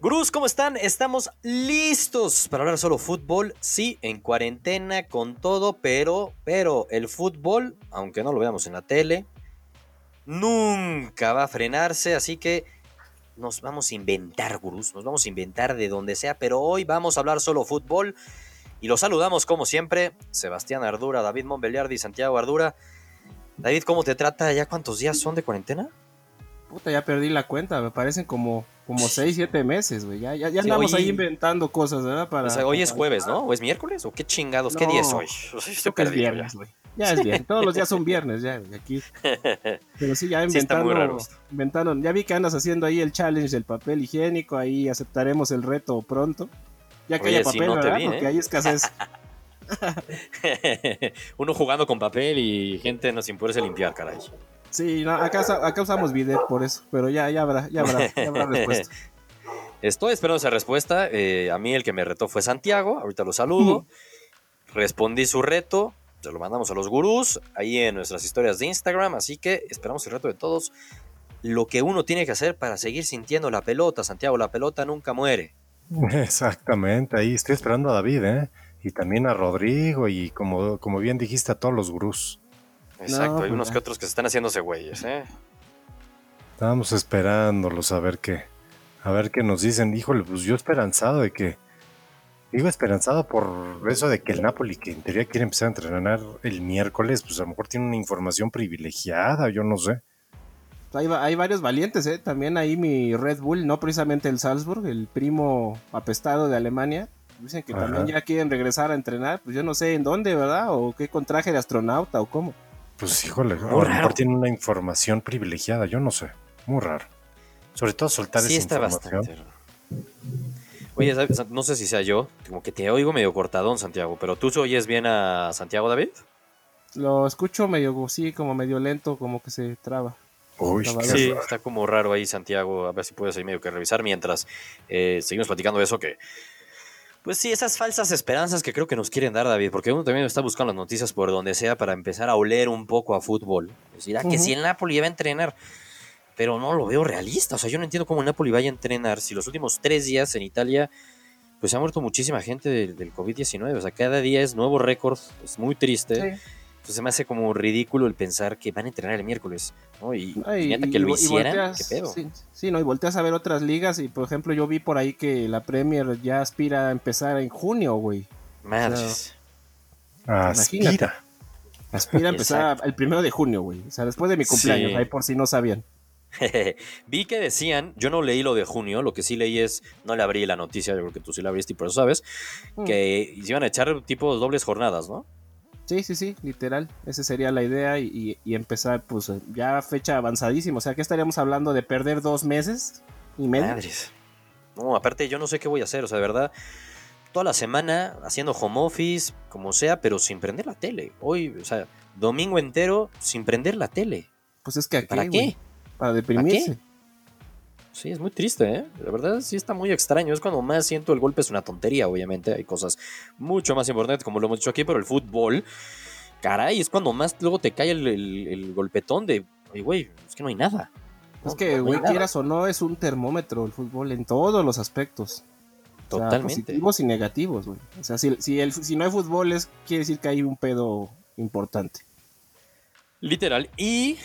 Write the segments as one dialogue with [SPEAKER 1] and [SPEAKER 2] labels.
[SPEAKER 1] Amigos, ¿cómo están? Estamos listos para hablar solo fútbol. Sí, en cuarentena, con todo, pero, pero el fútbol, aunque no lo veamos en la tele, nunca va a frenarse. Así que nos vamos a inventar, gurús, nos vamos a inventar de donde sea, pero hoy vamos a hablar solo fútbol. Y los saludamos como siempre, Sebastián Ardura, David Monbeliardi, Santiago Ardura. David, ¿cómo te trata? ¿Ya cuántos días son de cuarentena?
[SPEAKER 2] Puta, ya perdí la cuenta, me parecen como, como 6, 7 meses, güey. Ya, ya, ya andamos
[SPEAKER 1] hoy-
[SPEAKER 2] ahí inventando cosas, ¿verdad? Para,
[SPEAKER 1] O sea, hoy es
[SPEAKER 2] para-
[SPEAKER 1] jueves, ¿no? ¿O es miércoles? ¿O qué chingados? ¿Qué
[SPEAKER 2] No,
[SPEAKER 1] día es hoy? Estoy
[SPEAKER 2] Creo que es
[SPEAKER 1] perdido ya.
[SPEAKER 2] viernes, güey. Ya es bien, todos los días son viernes, ya, güey, aquí. Pero sí, ya
[SPEAKER 1] Sí, está muy
[SPEAKER 2] inventando,
[SPEAKER 1] raro esto.
[SPEAKER 2] inventaron. Ya vi que andas haciendo ahí el challenge del papel higiénico, ahí aceptaremos el reto pronto. Ya que
[SPEAKER 1] Oye,
[SPEAKER 2] haya
[SPEAKER 1] sí,
[SPEAKER 2] papel,
[SPEAKER 1] no te
[SPEAKER 2] ¿verdad?
[SPEAKER 1] vi,
[SPEAKER 2] Porque
[SPEAKER 1] ¿eh?
[SPEAKER 2] hay escasez.
[SPEAKER 1] Uno jugando con papel y gente no sin poderse limpiar, caray.
[SPEAKER 2] Sí, no, acá, sa- acá usamos bidet por eso, pero ya, ya habrá, ya habrá, ya habrá respuesta.
[SPEAKER 1] Estoy esperando esa respuesta. eh, a mí el que me retó fue Santiago. Ahorita lo saludo. Respondí su reto. Se lo mandamos a los gurús ahí en nuestras historias de Instagram. Así que esperamos el reto de todos. Lo que uno tiene que hacer para seguir sintiendo la pelota, Santiago, la pelota nunca muere.
[SPEAKER 3] Exactamente, ahí estoy esperando a David, ¿eh? Y también a Rodrigo y como, como bien dijiste a todos los gurús.
[SPEAKER 1] Exacto, hay
[SPEAKER 2] pues,
[SPEAKER 1] unos
[SPEAKER 2] ya.
[SPEAKER 1] que otros que se están haciéndose güeyes, ¿eh?
[SPEAKER 3] Estábamos esperándolos a ver qué, a ver qué nos dicen. Híjole, pues yo esperanzado de que, digo esperanzado por eso de que el Napoli, que en teoría quiere empezar a entrenar el miércoles, pues a lo mejor tiene una información privilegiada, yo no sé.
[SPEAKER 2] Hay, va- hay varios valientes, ¿eh? También ahí mi Red Bull, no precisamente el Salzburg, el primo apestado de Alemania. Dicen que
[SPEAKER 3] Ajá.
[SPEAKER 2] también ya quieren regresar a entrenar, pues yo no sé en dónde, ¿verdad? O qué con traje de astronauta o cómo.
[SPEAKER 3] Pues híjole, a lo
[SPEAKER 1] Muy raro.
[SPEAKER 3] mejor tiene una información privilegiada, yo no sé. Muy raro. Sobre todo soltar
[SPEAKER 1] Sí,
[SPEAKER 3] esa
[SPEAKER 1] está
[SPEAKER 3] información.
[SPEAKER 1] bastante. raro. Oye, ¿sabes? no sé si sea yo, como que te oigo medio cortadón, Santiago, pero tú oyes bien a Santiago David.
[SPEAKER 2] Lo escucho medio, sí, como medio lento, como que se traba.
[SPEAKER 3] Uy,
[SPEAKER 2] Está
[SPEAKER 3] qué
[SPEAKER 1] Sí,
[SPEAKER 2] Claro.
[SPEAKER 1] está como raro ahí, Santiago. A ver si puedes ahí medio que revisar mientras eh, seguimos platicando de eso que. Pues sí, esas falsas esperanzas que creo que nos quieren dar, David, porque uno también está buscando las noticias por donde sea para empezar a oler un poco a fútbol. Decir, ah, que
[SPEAKER 2] Ujú.
[SPEAKER 1] si el Napoli va a entrenar, pero no lo veo realista. O sea, yo no entiendo cómo el Napoli vaya a entrenar si los últimos tres días en Italia, pues se ha muerto muchísima gente del, del COVID-19. O sea, cada día es nuevo récord, es muy triste. Entonces pues, se me hace como ridículo el pensar que van a entrenar el miércoles, ¿no? Y,
[SPEAKER 2] No,
[SPEAKER 1] y neta que lo
[SPEAKER 2] y
[SPEAKER 1] hicieran,
[SPEAKER 2] volteas-
[SPEAKER 1] qué pedo.
[SPEAKER 2] Sí, sí, no, y volteas a ver otras ligas y, por ejemplo, yo vi por ahí que la Premier ya aspira a empezar en junio, güey.
[SPEAKER 1] Madres.
[SPEAKER 3] Aspira.
[SPEAKER 2] Imagínate. Aspira a empezar el primero de junio, güey. O sea, después de mi cumpleaños,
[SPEAKER 1] Sí.
[SPEAKER 2] ahí por si no sabían.
[SPEAKER 1] Vi que decían, yo no leí lo de junio, lo que sí leí es, no le abrí la noticia, yo creo que tú sí la abriste y por eso sabes,
[SPEAKER 2] Mm.
[SPEAKER 1] que se iban a echar tipo dobles jornadas, ¿no?
[SPEAKER 2] Sí, sí, sí, literal. Esa sería la idea y, y- y empezar, pues, ya fecha avanzadísima. O sea, que estaríamos hablando de perder dos meses y medio.
[SPEAKER 1] Madres. No, aparte yo no sé qué voy a hacer, o sea, de verdad, toda la semana haciendo home office, como sea, pero sin prender la tele. Hoy, o sea, domingo entero sin prender la tele.
[SPEAKER 2] Pues es que aquí,
[SPEAKER 1] ¿Para qué?
[SPEAKER 2] Para deprimirse.
[SPEAKER 1] ¿Para Sí, es muy triste, ¿eh? La verdad sí está muy extraño. Es cuando más siento el golpe es una tontería, obviamente. Hay cosas mucho más importantes, como lo hemos dicho aquí, pero el fútbol, caray, es cuando más luego te cae el, el- el golpetón de, "Oye, güey, es que no hay nada.
[SPEAKER 2] Es
[SPEAKER 1] No,
[SPEAKER 2] que,
[SPEAKER 1] no hay
[SPEAKER 2] güey,
[SPEAKER 1] nada.
[SPEAKER 2] quieras o no, es un termómetro el fútbol en todos los aspectos. O sea,
[SPEAKER 1] Totalmente.
[SPEAKER 2] positivos y negativos, güey. O sea, si, si el, si no hay fútbol, es, quiere decir que hay un pedo importante.
[SPEAKER 1] Literal. Y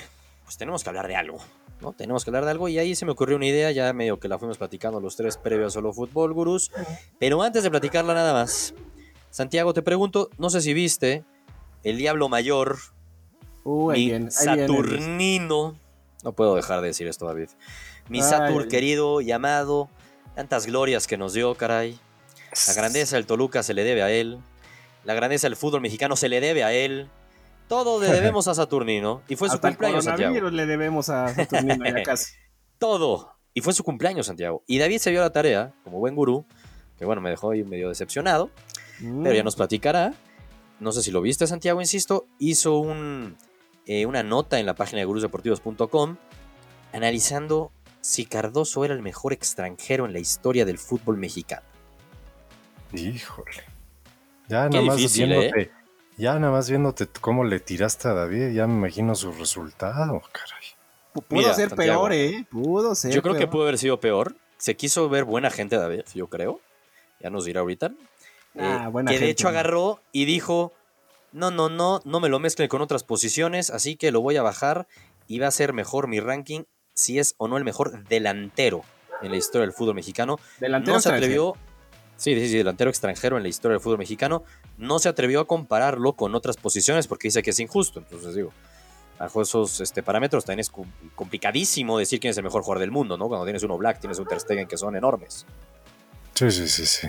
[SPEAKER 1] pues tenemos que hablar de algo, ¿no? Tenemos que hablar de algo. Y ahí se me ocurrió una idea, ya medio que la fuimos platicando los tres previos a Solo Fútbol Gurús. Pero antes de platicarla nada más, Santiago, te pregunto, no sé si viste El Diablo Mayor,
[SPEAKER 2] Uh, ahí
[SPEAKER 1] mi
[SPEAKER 2] viene, ahí viene, Luis.
[SPEAKER 1] Saturnino. No puedo dejar de decir esto, David. Mi
[SPEAKER 2] Ay,
[SPEAKER 1] Satur
[SPEAKER 2] Dios.
[SPEAKER 1] querido y amado, tantas glorias que nos dio, caray. La grandeza del Toluca se le debe a él. La grandeza del fútbol mexicano se le debe a él. Todo le debemos a Saturnino. Y fue su
[SPEAKER 2] Hasta el
[SPEAKER 1] cumpleaños, Santiago.
[SPEAKER 2] coronavirus le debemos a Saturnino ya casi.
[SPEAKER 1] Todo. Y fue su cumpleaños, Santiago. Y David se dio a la tarea, como buen gurú, que bueno, me dejó ahí medio decepcionado, pero
[SPEAKER 2] Mm,
[SPEAKER 1] ya nos platicará. No sé si lo viste, Santiago, insisto, hizo un, eh, una nota en la página de gurusdeportivos.com analizando si Cardoso era el mejor extranjero en la historia del fútbol mexicano.
[SPEAKER 3] Híjole. Ya
[SPEAKER 1] Qué
[SPEAKER 3] nada más
[SPEAKER 1] difícil, ¿eh?
[SPEAKER 3] viéndote, ya nada más viéndote t- cómo le tiraste a David, ya me imagino su resultado, caray.
[SPEAKER 2] Pudo
[SPEAKER 1] Mira,
[SPEAKER 2] ser
[SPEAKER 1] Santiago.
[SPEAKER 2] peor, ¿eh? Pudo ser
[SPEAKER 1] Yo creo que
[SPEAKER 2] peor.
[SPEAKER 1] pudo haber sido peor, se quiso ver buena gente David, yo creo. Ya nos dirá ahorita.
[SPEAKER 2] Ah,
[SPEAKER 1] Eh,
[SPEAKER 2] buena
[SPEAKER 1] que de
[SPEAKER 2] gente.
[SPEAKER 1] hecho agarró y dijo, no, no, no, no me lo mezcle con otras posiciones, así que lo voy a bajar y va a ser mejor mi ranking si es o no el mejor delantero en la historia del fútbol mexicano.
[SPEAKER 2] Delantero
[SPEAKER 1] No se
[SPEAKER 2] extranjero.
[SPEAKER 1] atrevió, sí, sí, sí, delantero extranjero en la historia del fútbol mexicano, no se atrevió a compararlo con otras posiciones porque dice que es injusto. Entonces digo, bajo esos este, parámetros también es com- complicadísimo decir quién es el mejor jugador del mundo, ¿no? Cuando tienes uno Black, tienes un Ter Stegen que son enormes.
[SPEAKER 3] Sí, sí, sí, sí.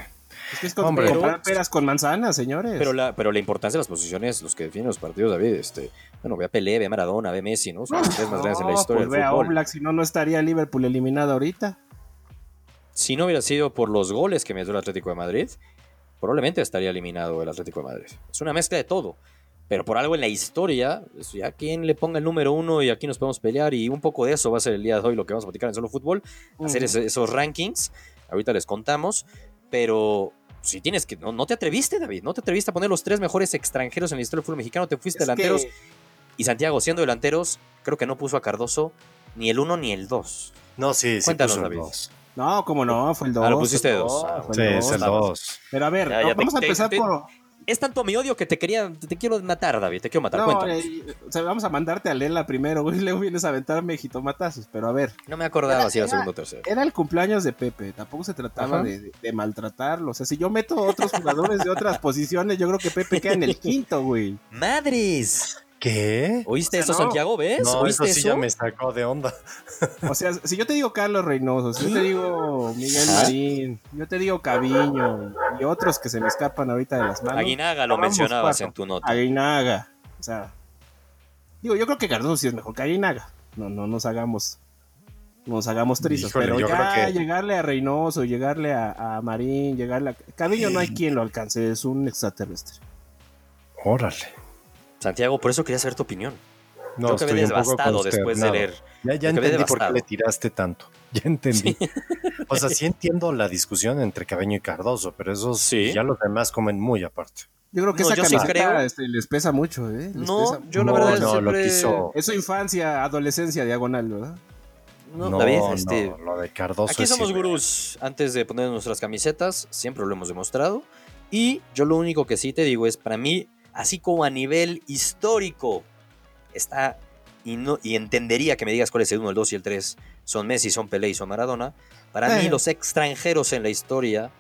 [SPEAKER 2] Es que es como
[SPEAKER 3] Hombre.
[SPEAKER 2] comprar peras con manzanas, señores.
[SPEAKER 1] Pero la, pero la importancia de las posiciones, los que definen los partidos, David, este, bueno, ve a Pelé, ve a Maradona, ve a Messi, ¿no? Son los tres más
[SPEAKER 2] No,
[SPEAKER 1] grandes en la historia
[SPEAKER 2] pues
[SPEAKER 1] del
[SPEAKER 2] ve a
[SPEAKER 1] fútbol.
[SPEAKER 2] Oblak, si no, no estaría Liverpool eliminado ahorita.
[SPEAKER 1] Si no hubiera sido por los goles que metió el Atlético de Madrid, probablemente estaría eliminado el Atlético de Madrid. Es una mezcla de todo. Pero por algo en la historia, pues, ya quien le ponga el número uno y aquí nos podemos pelear, y un poco de eso va a ser el día de hoy lo que vamos a platicar en solo fútbol, hacer
[SPEAKER 2] Mm.
[SPEAKER 1] ese- esos rankings. Ahorita les contamos, pero si tienes que. No, no te atreviste, David, no te atreviste a poner los tres mejores extranjeros en la historia del fútbol mexicano, te fuiste delanteros. Y Santiago, siendo delanteros, creo que no puso a Cardoso ni el uno ni el dos.
[SPEAKER 3] No, sí, sí.
[SPEAKER 1] Cuéntanos,
[SPEAKER 3] puso el
[SPEAKER 1] David.
[SPEAKER 3] dos.
[SPEAKER 2] No, como no, fue el 2.
[SPEAKER 1] Ah, lo pusiste dos. Ah,
[SPEAKER 3] Sí, es el 2.
[SPEAKER 2] Pero a ver,
[SPEAKER 1] Ya, ya te-
[SPEAKER 2] vamos a
[SPEAKER 1] te-
[SPEAKER 2] empezar
[SPEAKER 1] te-
[SPEAKER 2] por.
[SPEAKER 1] Es tanto mi odio que te quería, te quiero matar, David, te quiero matar.
[SPEAKER 2] No,
[SPEAKER 1] Cuéntanos.
[SPEAKER 2] eh, o sea, vamos a mandarte a Lela primero, güey. y Luego vienes a aventarme jitomatazos. Pero a ver,
[SPEAKER 1] No me acordaba si era
[SPEAKER 2] Era-
[SPEAKER 1] segundo o tercero.
[SPEAKER 2] era el cumpleaños de Pepe. Tampoco se trataba
[SPEAKER 1] Ajá.
[SPEAKER 2] de, de- de maltratarlo. O sea, si yo meto a otros jugadores de otras posiciones, yo creo que Pepe queda en el quinto, güey.
[SPEAKER 1] ¡Madres!
[SPEAKER 3] ¿Qué?
[SPEAKER 1] ¿Oíste
[SPEAKER 2] O
[SPEAKER 1] eso,
[SPEAKER 2] sea, no.
[SPEAKER 1] Santiago? ¿Ves?
[SPEAKER 3] No,
[SPEAKER 1] ¿Oíste
[SPEAKER 3] eso sí ya
[SPEAKER 1] eso?
[SPEAKER 3] me sacó de onda.
[SPEAKER 2] O sea, si yo te digo Carlos Reynoso, si yo te digo Miguel
[SPEAKER 1] Ah.
[SPEAKER 2] Marín, yo te digo Caviño y otros que se me escapan ahorita de las manos.
[SPEAKER 1] Aguinaga lo
[SPEAKER 2] Vamos,
[SPEAKER 1] mencionabas
[SPEAKER 2] cuatro.
[SPEAKER 1] en tu nota.
[SPEAKER 2] Aguinaga. O sea, digo, yo creo que Cardoso sí es mejor que Aguinaga. No, no nos hagamos, no nos hagamos trizas.
[SPEAKER 3] Híjole,
[SPEAKER 2] Pero
[SPEAKER 3] yo
[SPEAKER 2] ya
[SPEAKER 3] creo que-
[SPEAKER 2] llegarle a Reynoso, llegarle a, a Marín, llegarle a Caviño, no hay quien lo alcance, es un extraterrestre.
[SPEAKER 3] Órale.
[SPEAKER 1] Santiago, por eso quería saber tu opinión.
[SPEAKER 3] No,
[SPEAKER 1] Yo quedé
[SPEAKER 3] estoy un poco
[SPEAKER 1] devastado después de
[SPEAKER 3] consternado.
[SPEAKER 1] leer.
[SPEAKER 3] Ya, ya
[SPEAKER 1] Yo quedé
[SPEAKER 3] entendí por qué
[SPEAKER 1] devastado.
[SPEAKER 3] le tiraste tanto. Ya entendí. O sea, sí entiendo la discusión entre Cabeño y Cardoso, pero esos
[SPEAKER 1] Sí.
[SPEAKER 3] ya los demás comen muy aparte.
[SPEAKER 2] Yo creo que
[SPEAKER 1] No,
[SPEAKER 2] esa
[SPEAKER 1] yo sí
[SPEAKER 2] camiseta
[SPEAKER 1] creo-
[SPEAKER 2] este, les pesa mucho, ¿eh? Les
[SPEAKER 1] No,
[SPEAKER 2] pesa
[SPEAKER 1] yo la
[SPEAKER 3] No,
[SPEAKER 1] verdad
[SPEAKER 3] no, lo
[SPEAKER 1] siempre-
[SPEAKER 3] quiso.
[SPEAKER 2] Es su infancia, adolescencia, diagonal, ¿verdad?
[SPEAKER 1] No,
[SPEAKER 3] No,
[SPEAKER 1] David,
[SPEAKER 3] no,
[SPEAKER 1] este,
[SPEAKER 3] lo de Cardoso
[SPEAKER 1] Aquí
[SPEAKER 3] es
[SPEAKER 1] somos
[SPEAKER 3] irreal.
[SPEAKER 1] gurús antes de poner nuestras camisetas, siempre lo hemos demostrado. Y yo lo único que sí te digo es, para mí, así como a nivel histórico, está y, no, y entendería que me digas cuál es el 1, el 2 y el 3, son Messi, son Pelé y son Maradona. Para mí,
[SPEAKER 2] Bueno.
[SPEAKER 1] los extranjeros en la historia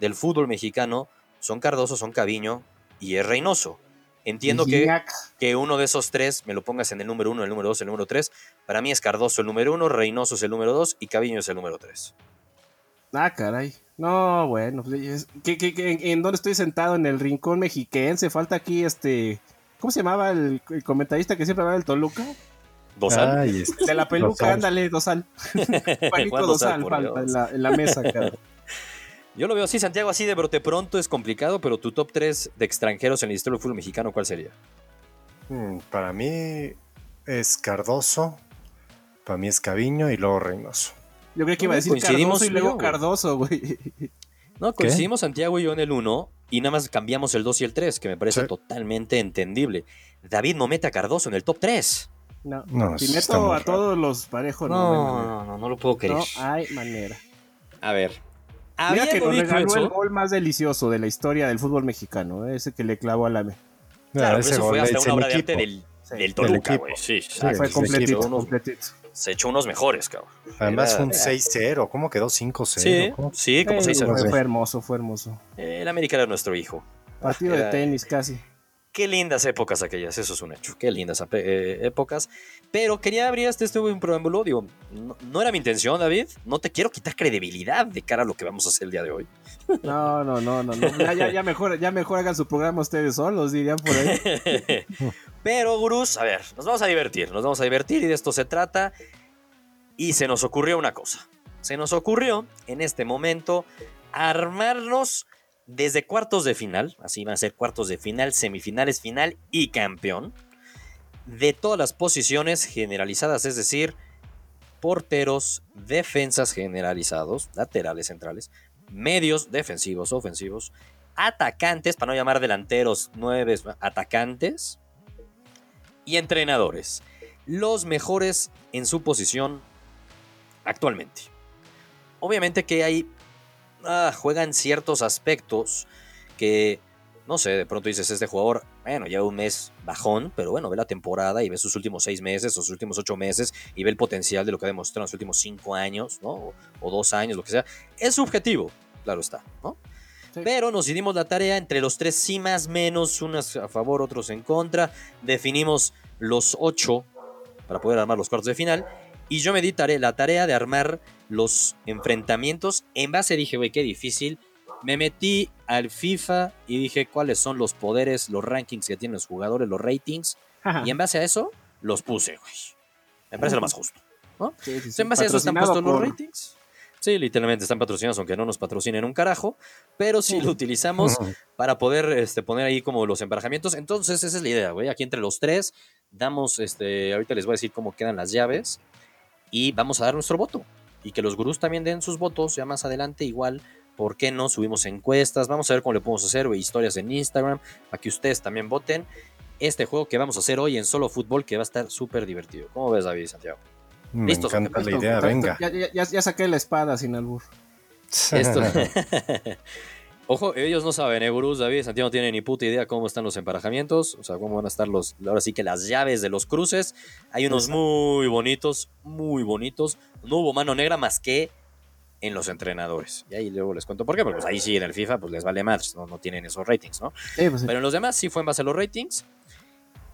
[SPEAKER 1] del fútbol mexicano son Cardoso, son Caviño y es Reynoso. Entiendo que
[SPEAKER 2] Guiñac.
[SPEAKER 1] que uno de esos tres me lo pongas en el número uno, el número dos, el número tres. Para mí es Cardoso el número uno, Reynoso es el número dos y Caviño es el número tres.
[SPEAKER 2] Ah, caray. No, bueno, pues, es- ¿qué- qué- qué- en, en dónde estoy sentado? En el rincón mexiquense. Falta aquí este. ¿Cómo se llamaba el, el comentarista que siempre hablaba del Toluca?
[SPEAKER 1] Dosal.
[SPEAKER 3] Ay, este,
[SPEAKER 2] De la peluca,
[SPEAKER 3] Dosal.
[SPEAKER 2] ándale, Dosal. Juanito
[SPEAKER 1] Juan Dosal,
[SPEAKER 2] Dosal
[SPEAKER 1] por
[SPEAKER 2] falta
[SPEAKER 1] Dios.
[SPEAKER 2] en la, en la mesa, cara.
[SPEAKER 1] Yo lo veo así, Santiago, así de brote pronto es complicado, pero tu top tres de extranjeros en la historia del fútbol mexicano, ¿cuál sería?
[SPEAKER 3] mm, Para mí es Cardoso, para mí es Caviño y luego Reynoso.
[SPEAKER 2] Yo creo que iba a decir
[SPEAKER 1] Coincidimos
[SPEAKER 2] Cardoso y
[SPEAKER 1] tú y
[SPEAKER 2] luego
[SPEAKER 1] yo, güey.
[SPEAKER 2] Cardoso, güey.
[SPEAKER 1] No, coincidimos Santiago y yo en el uno y nada más cambiamos el dos y el tres, que me parece
[SPEAKER 3] Sí.
[SPEAKER 1] totalmente entendible. David no mete a Cardoso en el top tres.
[SPEAKER 2] No.
[SPEAKER 3] No,
[SPEAKER 2] Si
[SPEAKER 3] eso está
[SPEAKER 2] meto
[SPEAKER 3] muy
[SPEAKER 2] a
[SPEAKER 3] raro.
[SPEAKER 2] todos los parejos, no, hay manera.
[SPEAKER 1] Pues no, no lo puedo
[SPEAKER 2] no hay manera.
[SPEAKER 1] A ver.
[SPEAKER 2] Mira que
[SPEAKER 1] habiendo
[SPEAKER 2] nos
[SPEAKER 1] dicho
[SPEAKER 2] regaló
[SPEAKER 1] eso-
[SPEAKER 2] el gol más delicioso de la historia del fútbol mexicano, eh, ese que le clavó a la me.
[SPEAKER 1] Claro, pero
[SPEAKER 3] Ah, ese
[SPEAKER 1] eso
[SPEAKER 3] gol
[SPEAKER 1] fue
[SPEAKER 3] le
[SPEAKER 1] hasta
[SPEAKER 3] hice
[SPEAKER 1] una
[SPEAKER 3] a mi
[SPEAKER 1] obra de arte
[SPEAKER 3] equipo.
[SPEAKER 1] del,
[SPEAKER 2] Sí.
[SPEAKER 1] del Toluca,
[SPEAKER 3] equipo.
[SPEAKER 1] güey. Sí,
[SPEAKER 3] Sí,
[SPEAKER 2] Fue
[SPEAKER 3] sí,
[SPEAKER 1] sí,
[SPEAKER 2] completito,
[SPEAKER 1] sí.
[SPEAKER 2] completito.
[SPEAKER 1] se echó unos mejores, cabrón.
[SPEAKER 3] Además
[SPEAKER 1] Era-
[SPEAKER 3] fue un 6-0, ¿cómo quedó 5-0?
[SPEAKER 1] Sí,
[SPEAKER 3] ¿Cómo?
[SPEAKER 1] sí, como
[SPEAKER 2] Ey,
[SPEAKER 1] se dice.
[SPEAKER 3] güey.
[SPEAKER 2] Fue hermoso, fue hermoso.
[SPEAKER 1] El América era nuestro hijo.
[SPEAKER 2] Partido
[SPEAKER 1] Era-
[SPEAKER 2] de tenis casi.
[SPEAKER 1] Qué lindas épocas aquellas, eso es un hecho. Qué lindas ape- eh, épocas. Pero quería abrir este, este un preámbulo. Digo, no, no era mi intención, David. No te quiero quitar credibilidad de cara a lo que vamos a hacer el día de hoy.
[SPEAKER 2] No, no, no, no. no. Ya, ya, ya mejor, ya mejor hagan su programa ustedes solos, dirían por ahí.
[SPEAKER 1] Pero, gurús, a ver, nos vamos a divertir, nos vamos a divertir y de esto se trata. Y se nos ocurrió una cosa. Se nos ocurrió en este momento armarnos desde cuartos de final, así van a ser cuartos de final, semifinales, final y campeón, de todas las posiciones generalizadas, es decir, porteros, defensas generalizados, laterales centrales, medios defensivos, ofensivos, atacantes, para no llamar delanteros, nueve atacantes, y entrenadores. Los mejores en su posición actualmente. obviamente que hay, ah, juegan ciertos aspectos que, no sé, de pronto dices, este jugador, bueno, lleva un mes bajón, pero bueno, ve la temporada y ve sus últimos seis meses, sus últimos ocho meses y ve el potencial de lo que ha demostrado en los últimos cinco años, ¿no? O, o dos años, lo que sea. Es subjetivo, claro está, ¿no?
[SPEAKER 2] Sí.
[SPEAKER 1] Pero nos dimos la tarea entre los tres, sí más menos, unas a favor, otros en contra. Definimos los ocho para poder armar los cuartos de final. Y yo me di tare- la tarea de armar los enfrentamientos. En base dije, güey, qué difícil. Me metí al FIFA y dije cuáles son los poderes, los rankings que tienen los jugadores, los ratings.
[SPEAKER 2] Ajá.
[SPEAKER 1] Y en base a eso, los puse, güey. Me parece lo más justo.
[SPEAKER 2] Sí, sí,
[SPEAKER 1] Entonces,
[SPEAKER 2] sí.
[SPEAKER 1] en base a eso están
[SPEAKER 2] Patrocinado
[SPEAKER 1] puestos los
[SPEAKER 2] por-
[SPEAKER 1] ratings. Sí, literalmente están patrocinados, aunque no nos patrocinen un carajo. Pero sí lo utilizamos para poder este, poner ahí como los emparejamientos. Entonces, esa es la idea, güey. Aquí entre los tres, damos, este, ahorita les voy a decir cómo quedan las llaves y vamos a dar nuestro voto. Y que los gurús también den sus votos, ya más adelante igual. ¿Por qué no? Subimos encuestas, vamos a ver cómo le podemos hacer, güey, historias en Instagram, para que ustedes también voten. Este juego que vamos a hacer hoy en solo fútbol, que va a estar súper divertido. ¿Cómo ves, David y Santiago?
[SPEAKER 3] Mm, Me
[SPEAKER 1] Listos,
[SPEAKER 3] encanta la
[SPEAKER 2] Perfecto,
[SPEAKER 3] idea,
[SPEAKER 2] perfecto.
[SPEAKER 3] venga.
[SPEAKER 2] Ya, ya- ya- ya saqué la espada sin albur.
[SPEAKER 1] Esto. Ojo, ellos no saben, ¿eh, Bruce, David, Santiago no tiene ni puta idea cómo están los emparejamientos, o sea, cómo van a estar los, ahora sí que las llaves de los cruces. Hay unos muy bonitos, muy bonitos. No hubo mano negra más que en los entrenadores. Y ahí luego les cuento por qué, porque pues ahí sí en el FIFA pues les vale más, no, no tienen esos ratings, ¿no?
[SPEAKER 2] Eh, pues, sí.
[SPEAKER 1] Pero en los demás sí fue en base a los ratings.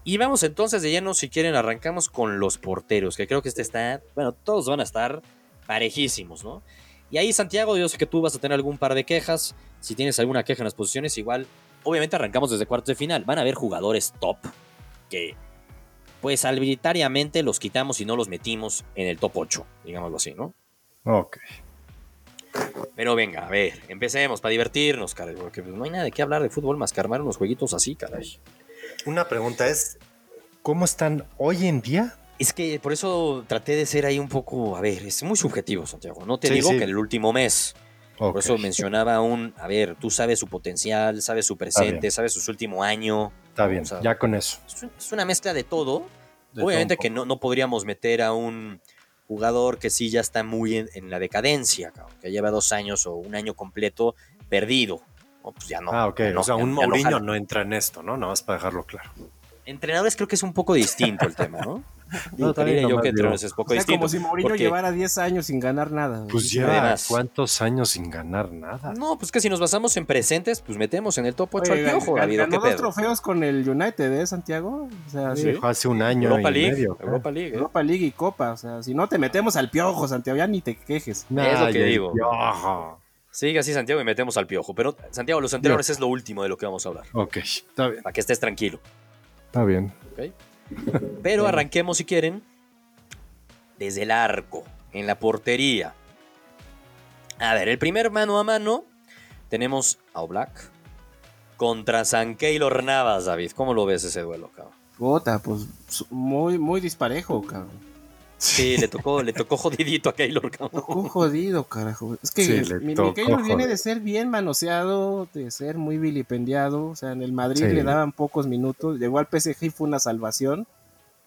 [SPEAKER 1] Y vamos entonces de lleno, si quieren, arrancamos con los porteros, que creo que este está, bueno, todos van a estar parejísimos, ¿no? Y ahí, Santiago, yo sé que tú vas a tener algún par de quejas. Si tienes alguna queja en las posiciones, igual, obviamente arrancamos desde cuartos de final. Van a haber jugadores top que, pues, arbitrariamente los quitamos y no los metimos en el top 8, digámoslo así, ¿no?
[SPEAKER 3] ok.
[SPEAKER 1] Pero venga, a ver, empecemos para divertirnos, caray, porque pues, no hay nada de qué hablar de fútbol más que armar unos jueguitos así, caray.
[SPEAKER 3] Una pregunta es, ¿cómo están hoy en día?
[SPEAKER 1] Es que por eso traté de ser ahí un poco, a ver, es muy subjetivo, Santiago. No te
[SPEAKER 3] Sí,
[SPEAKER 1] digo
[SPEAKER 3] sí.
[SPEAKER 1] que en el último mes. Por
[SPEAKER 3] Ok.
[SPEAKER 1] eso mencionaba un, a ver, tú sabes su potencial, sabes su presente, sabes su último año.
[SPEAKER 3] Está bien,
[SPEAKER 1] o sea,
[SPEAKER 3] ya con eso.
[SPEAKER 1] Es un- es una mezcla de todo.
[SPEAKER 3] De
[SPEAKER 1] Obviamente
[SPEAKER 3] todo un
[SPEAKER 1] que no, no podríamos meter a un jugador que sí ya está muy en, en la decadencia, cabrón, que lleva dos años o un año completo perdido. No, pues ya no.
[SPEAKER 3] ah, ok.
[SPEAKER 1] ya no,
[SPEAKER 3] o sea,
[SPEAKER 1] ya-
[SPEAKER 3] un
[SPEAKER 1] ya no
[SPEAKER 3] Mourinho
[SPEAKER 1] jala.
[SPEAKER 3] no, entra en esto, ¿no? Nada más para dejarlo claro.
[SPEAKER 1] Entrenadores creo que es un poco distinto el tema, ¿no? Digo,
[SPEAKER 3] está
[SPEAKER 1] diría yo
[SPEAKER 3] bien, nomás
[SPEAKER 1] que
[SPEAKER 3] digo.
[SPEAKER 1] entrenadores es poco
[SPEAKER 2] O sea,
[SPEAKER 1] distinto.
[SPEAKER 2] como si Mourinho
[SPEAKER 1] porque-
[SPEAKER 2] llevara 10 años sin ganar nada.
[SPEAKER 3] Pues
[SPEAKER 2] Sí.
[SPEAKER 3] lleva
[SPEAKER 1] Además-
[SPEAKER 3] cuántos años sin ganar nada.
[SPEAKER 1] No, pues que si nos basamos en presentes, pues metemos en el top 8
[SPEAKER 2] Oye,
[SPEAKER 1] al piojo,
[SPEAKER 2] gan-
[SPEAKER 1] David, ¿o
[SPEAKER 2] ganó
[SPEAKER 1] ¿qué
[SPEAKER 2] dos
[SPEAKER 1] pedo?
[SPEAKER 2] trofeos con el United, ¿eh, Santiago? O sea,
[SPEAKER 1] Sí.
[SPEAKER 2] sí.
[SPEAKER 3] Dijo hace un año
[SPEAKER 1] Europa
[SPEAKER 3] y
[SPEAKER 1] League,
[SPEAKER 3] medio. ¿eh?
[SPEAKER 1] Europa League. ¿eh?
[SPEAKER 2] Europa League y Copa. O sea, si no te metemos al piojo, Santiago, ya ni te quejes.
[SPEAKER 3] Nah,
[SPEAKER 1] Es lo que
[SPEAKER 3] y el
[SPEAKER 1] digo.
[SPEAKER 3] piojo.
[SPEAKER 1] Sigue así Santiago y metemos al piojo. Pero Santiago, los entrenadores es lo último de lo que vamos a hablar.
[SPEAKER 3] Ok, está bien,
[SPEAKER 1] Para que estés tranquilo.
[SPEAKER 3] está bien.
[SPEAKER 1] Pero arranquemos si quieren. Desde el arco, en la portería. A ver, el primer mano a mano tenemos a Oblak contra San Keylor Navas, David. ¿Cómo lo ves ese duelo, cabrón?
[SPEAKER 2] Gota, pues su- muy, muy disparejo, cabrón.
[SPEAKER 1] Sí, le tocó, le tocó jodidito a Keylor, cabrón.
[SPEAKER 2] Tocó jodido, carajo. Es que
[SPEAKER 3] Sí,
[SPEAKER 2] es-
[SPEAKER 3] le
[SPEAKER 2] mi, mi
[SPEAKER 3] tocó
[SPEAKER 2] Keylor viene
[SPEAKER 3] jodido.
[SPEAKER 2] de ser bien manoseado, de ser muy vilipendiado. O sea, en el Madrid
[SPEAKER 3] Sí.
[SPEAKER 2] le daban pocos minutos. Llegó al PSG y fue una salvación.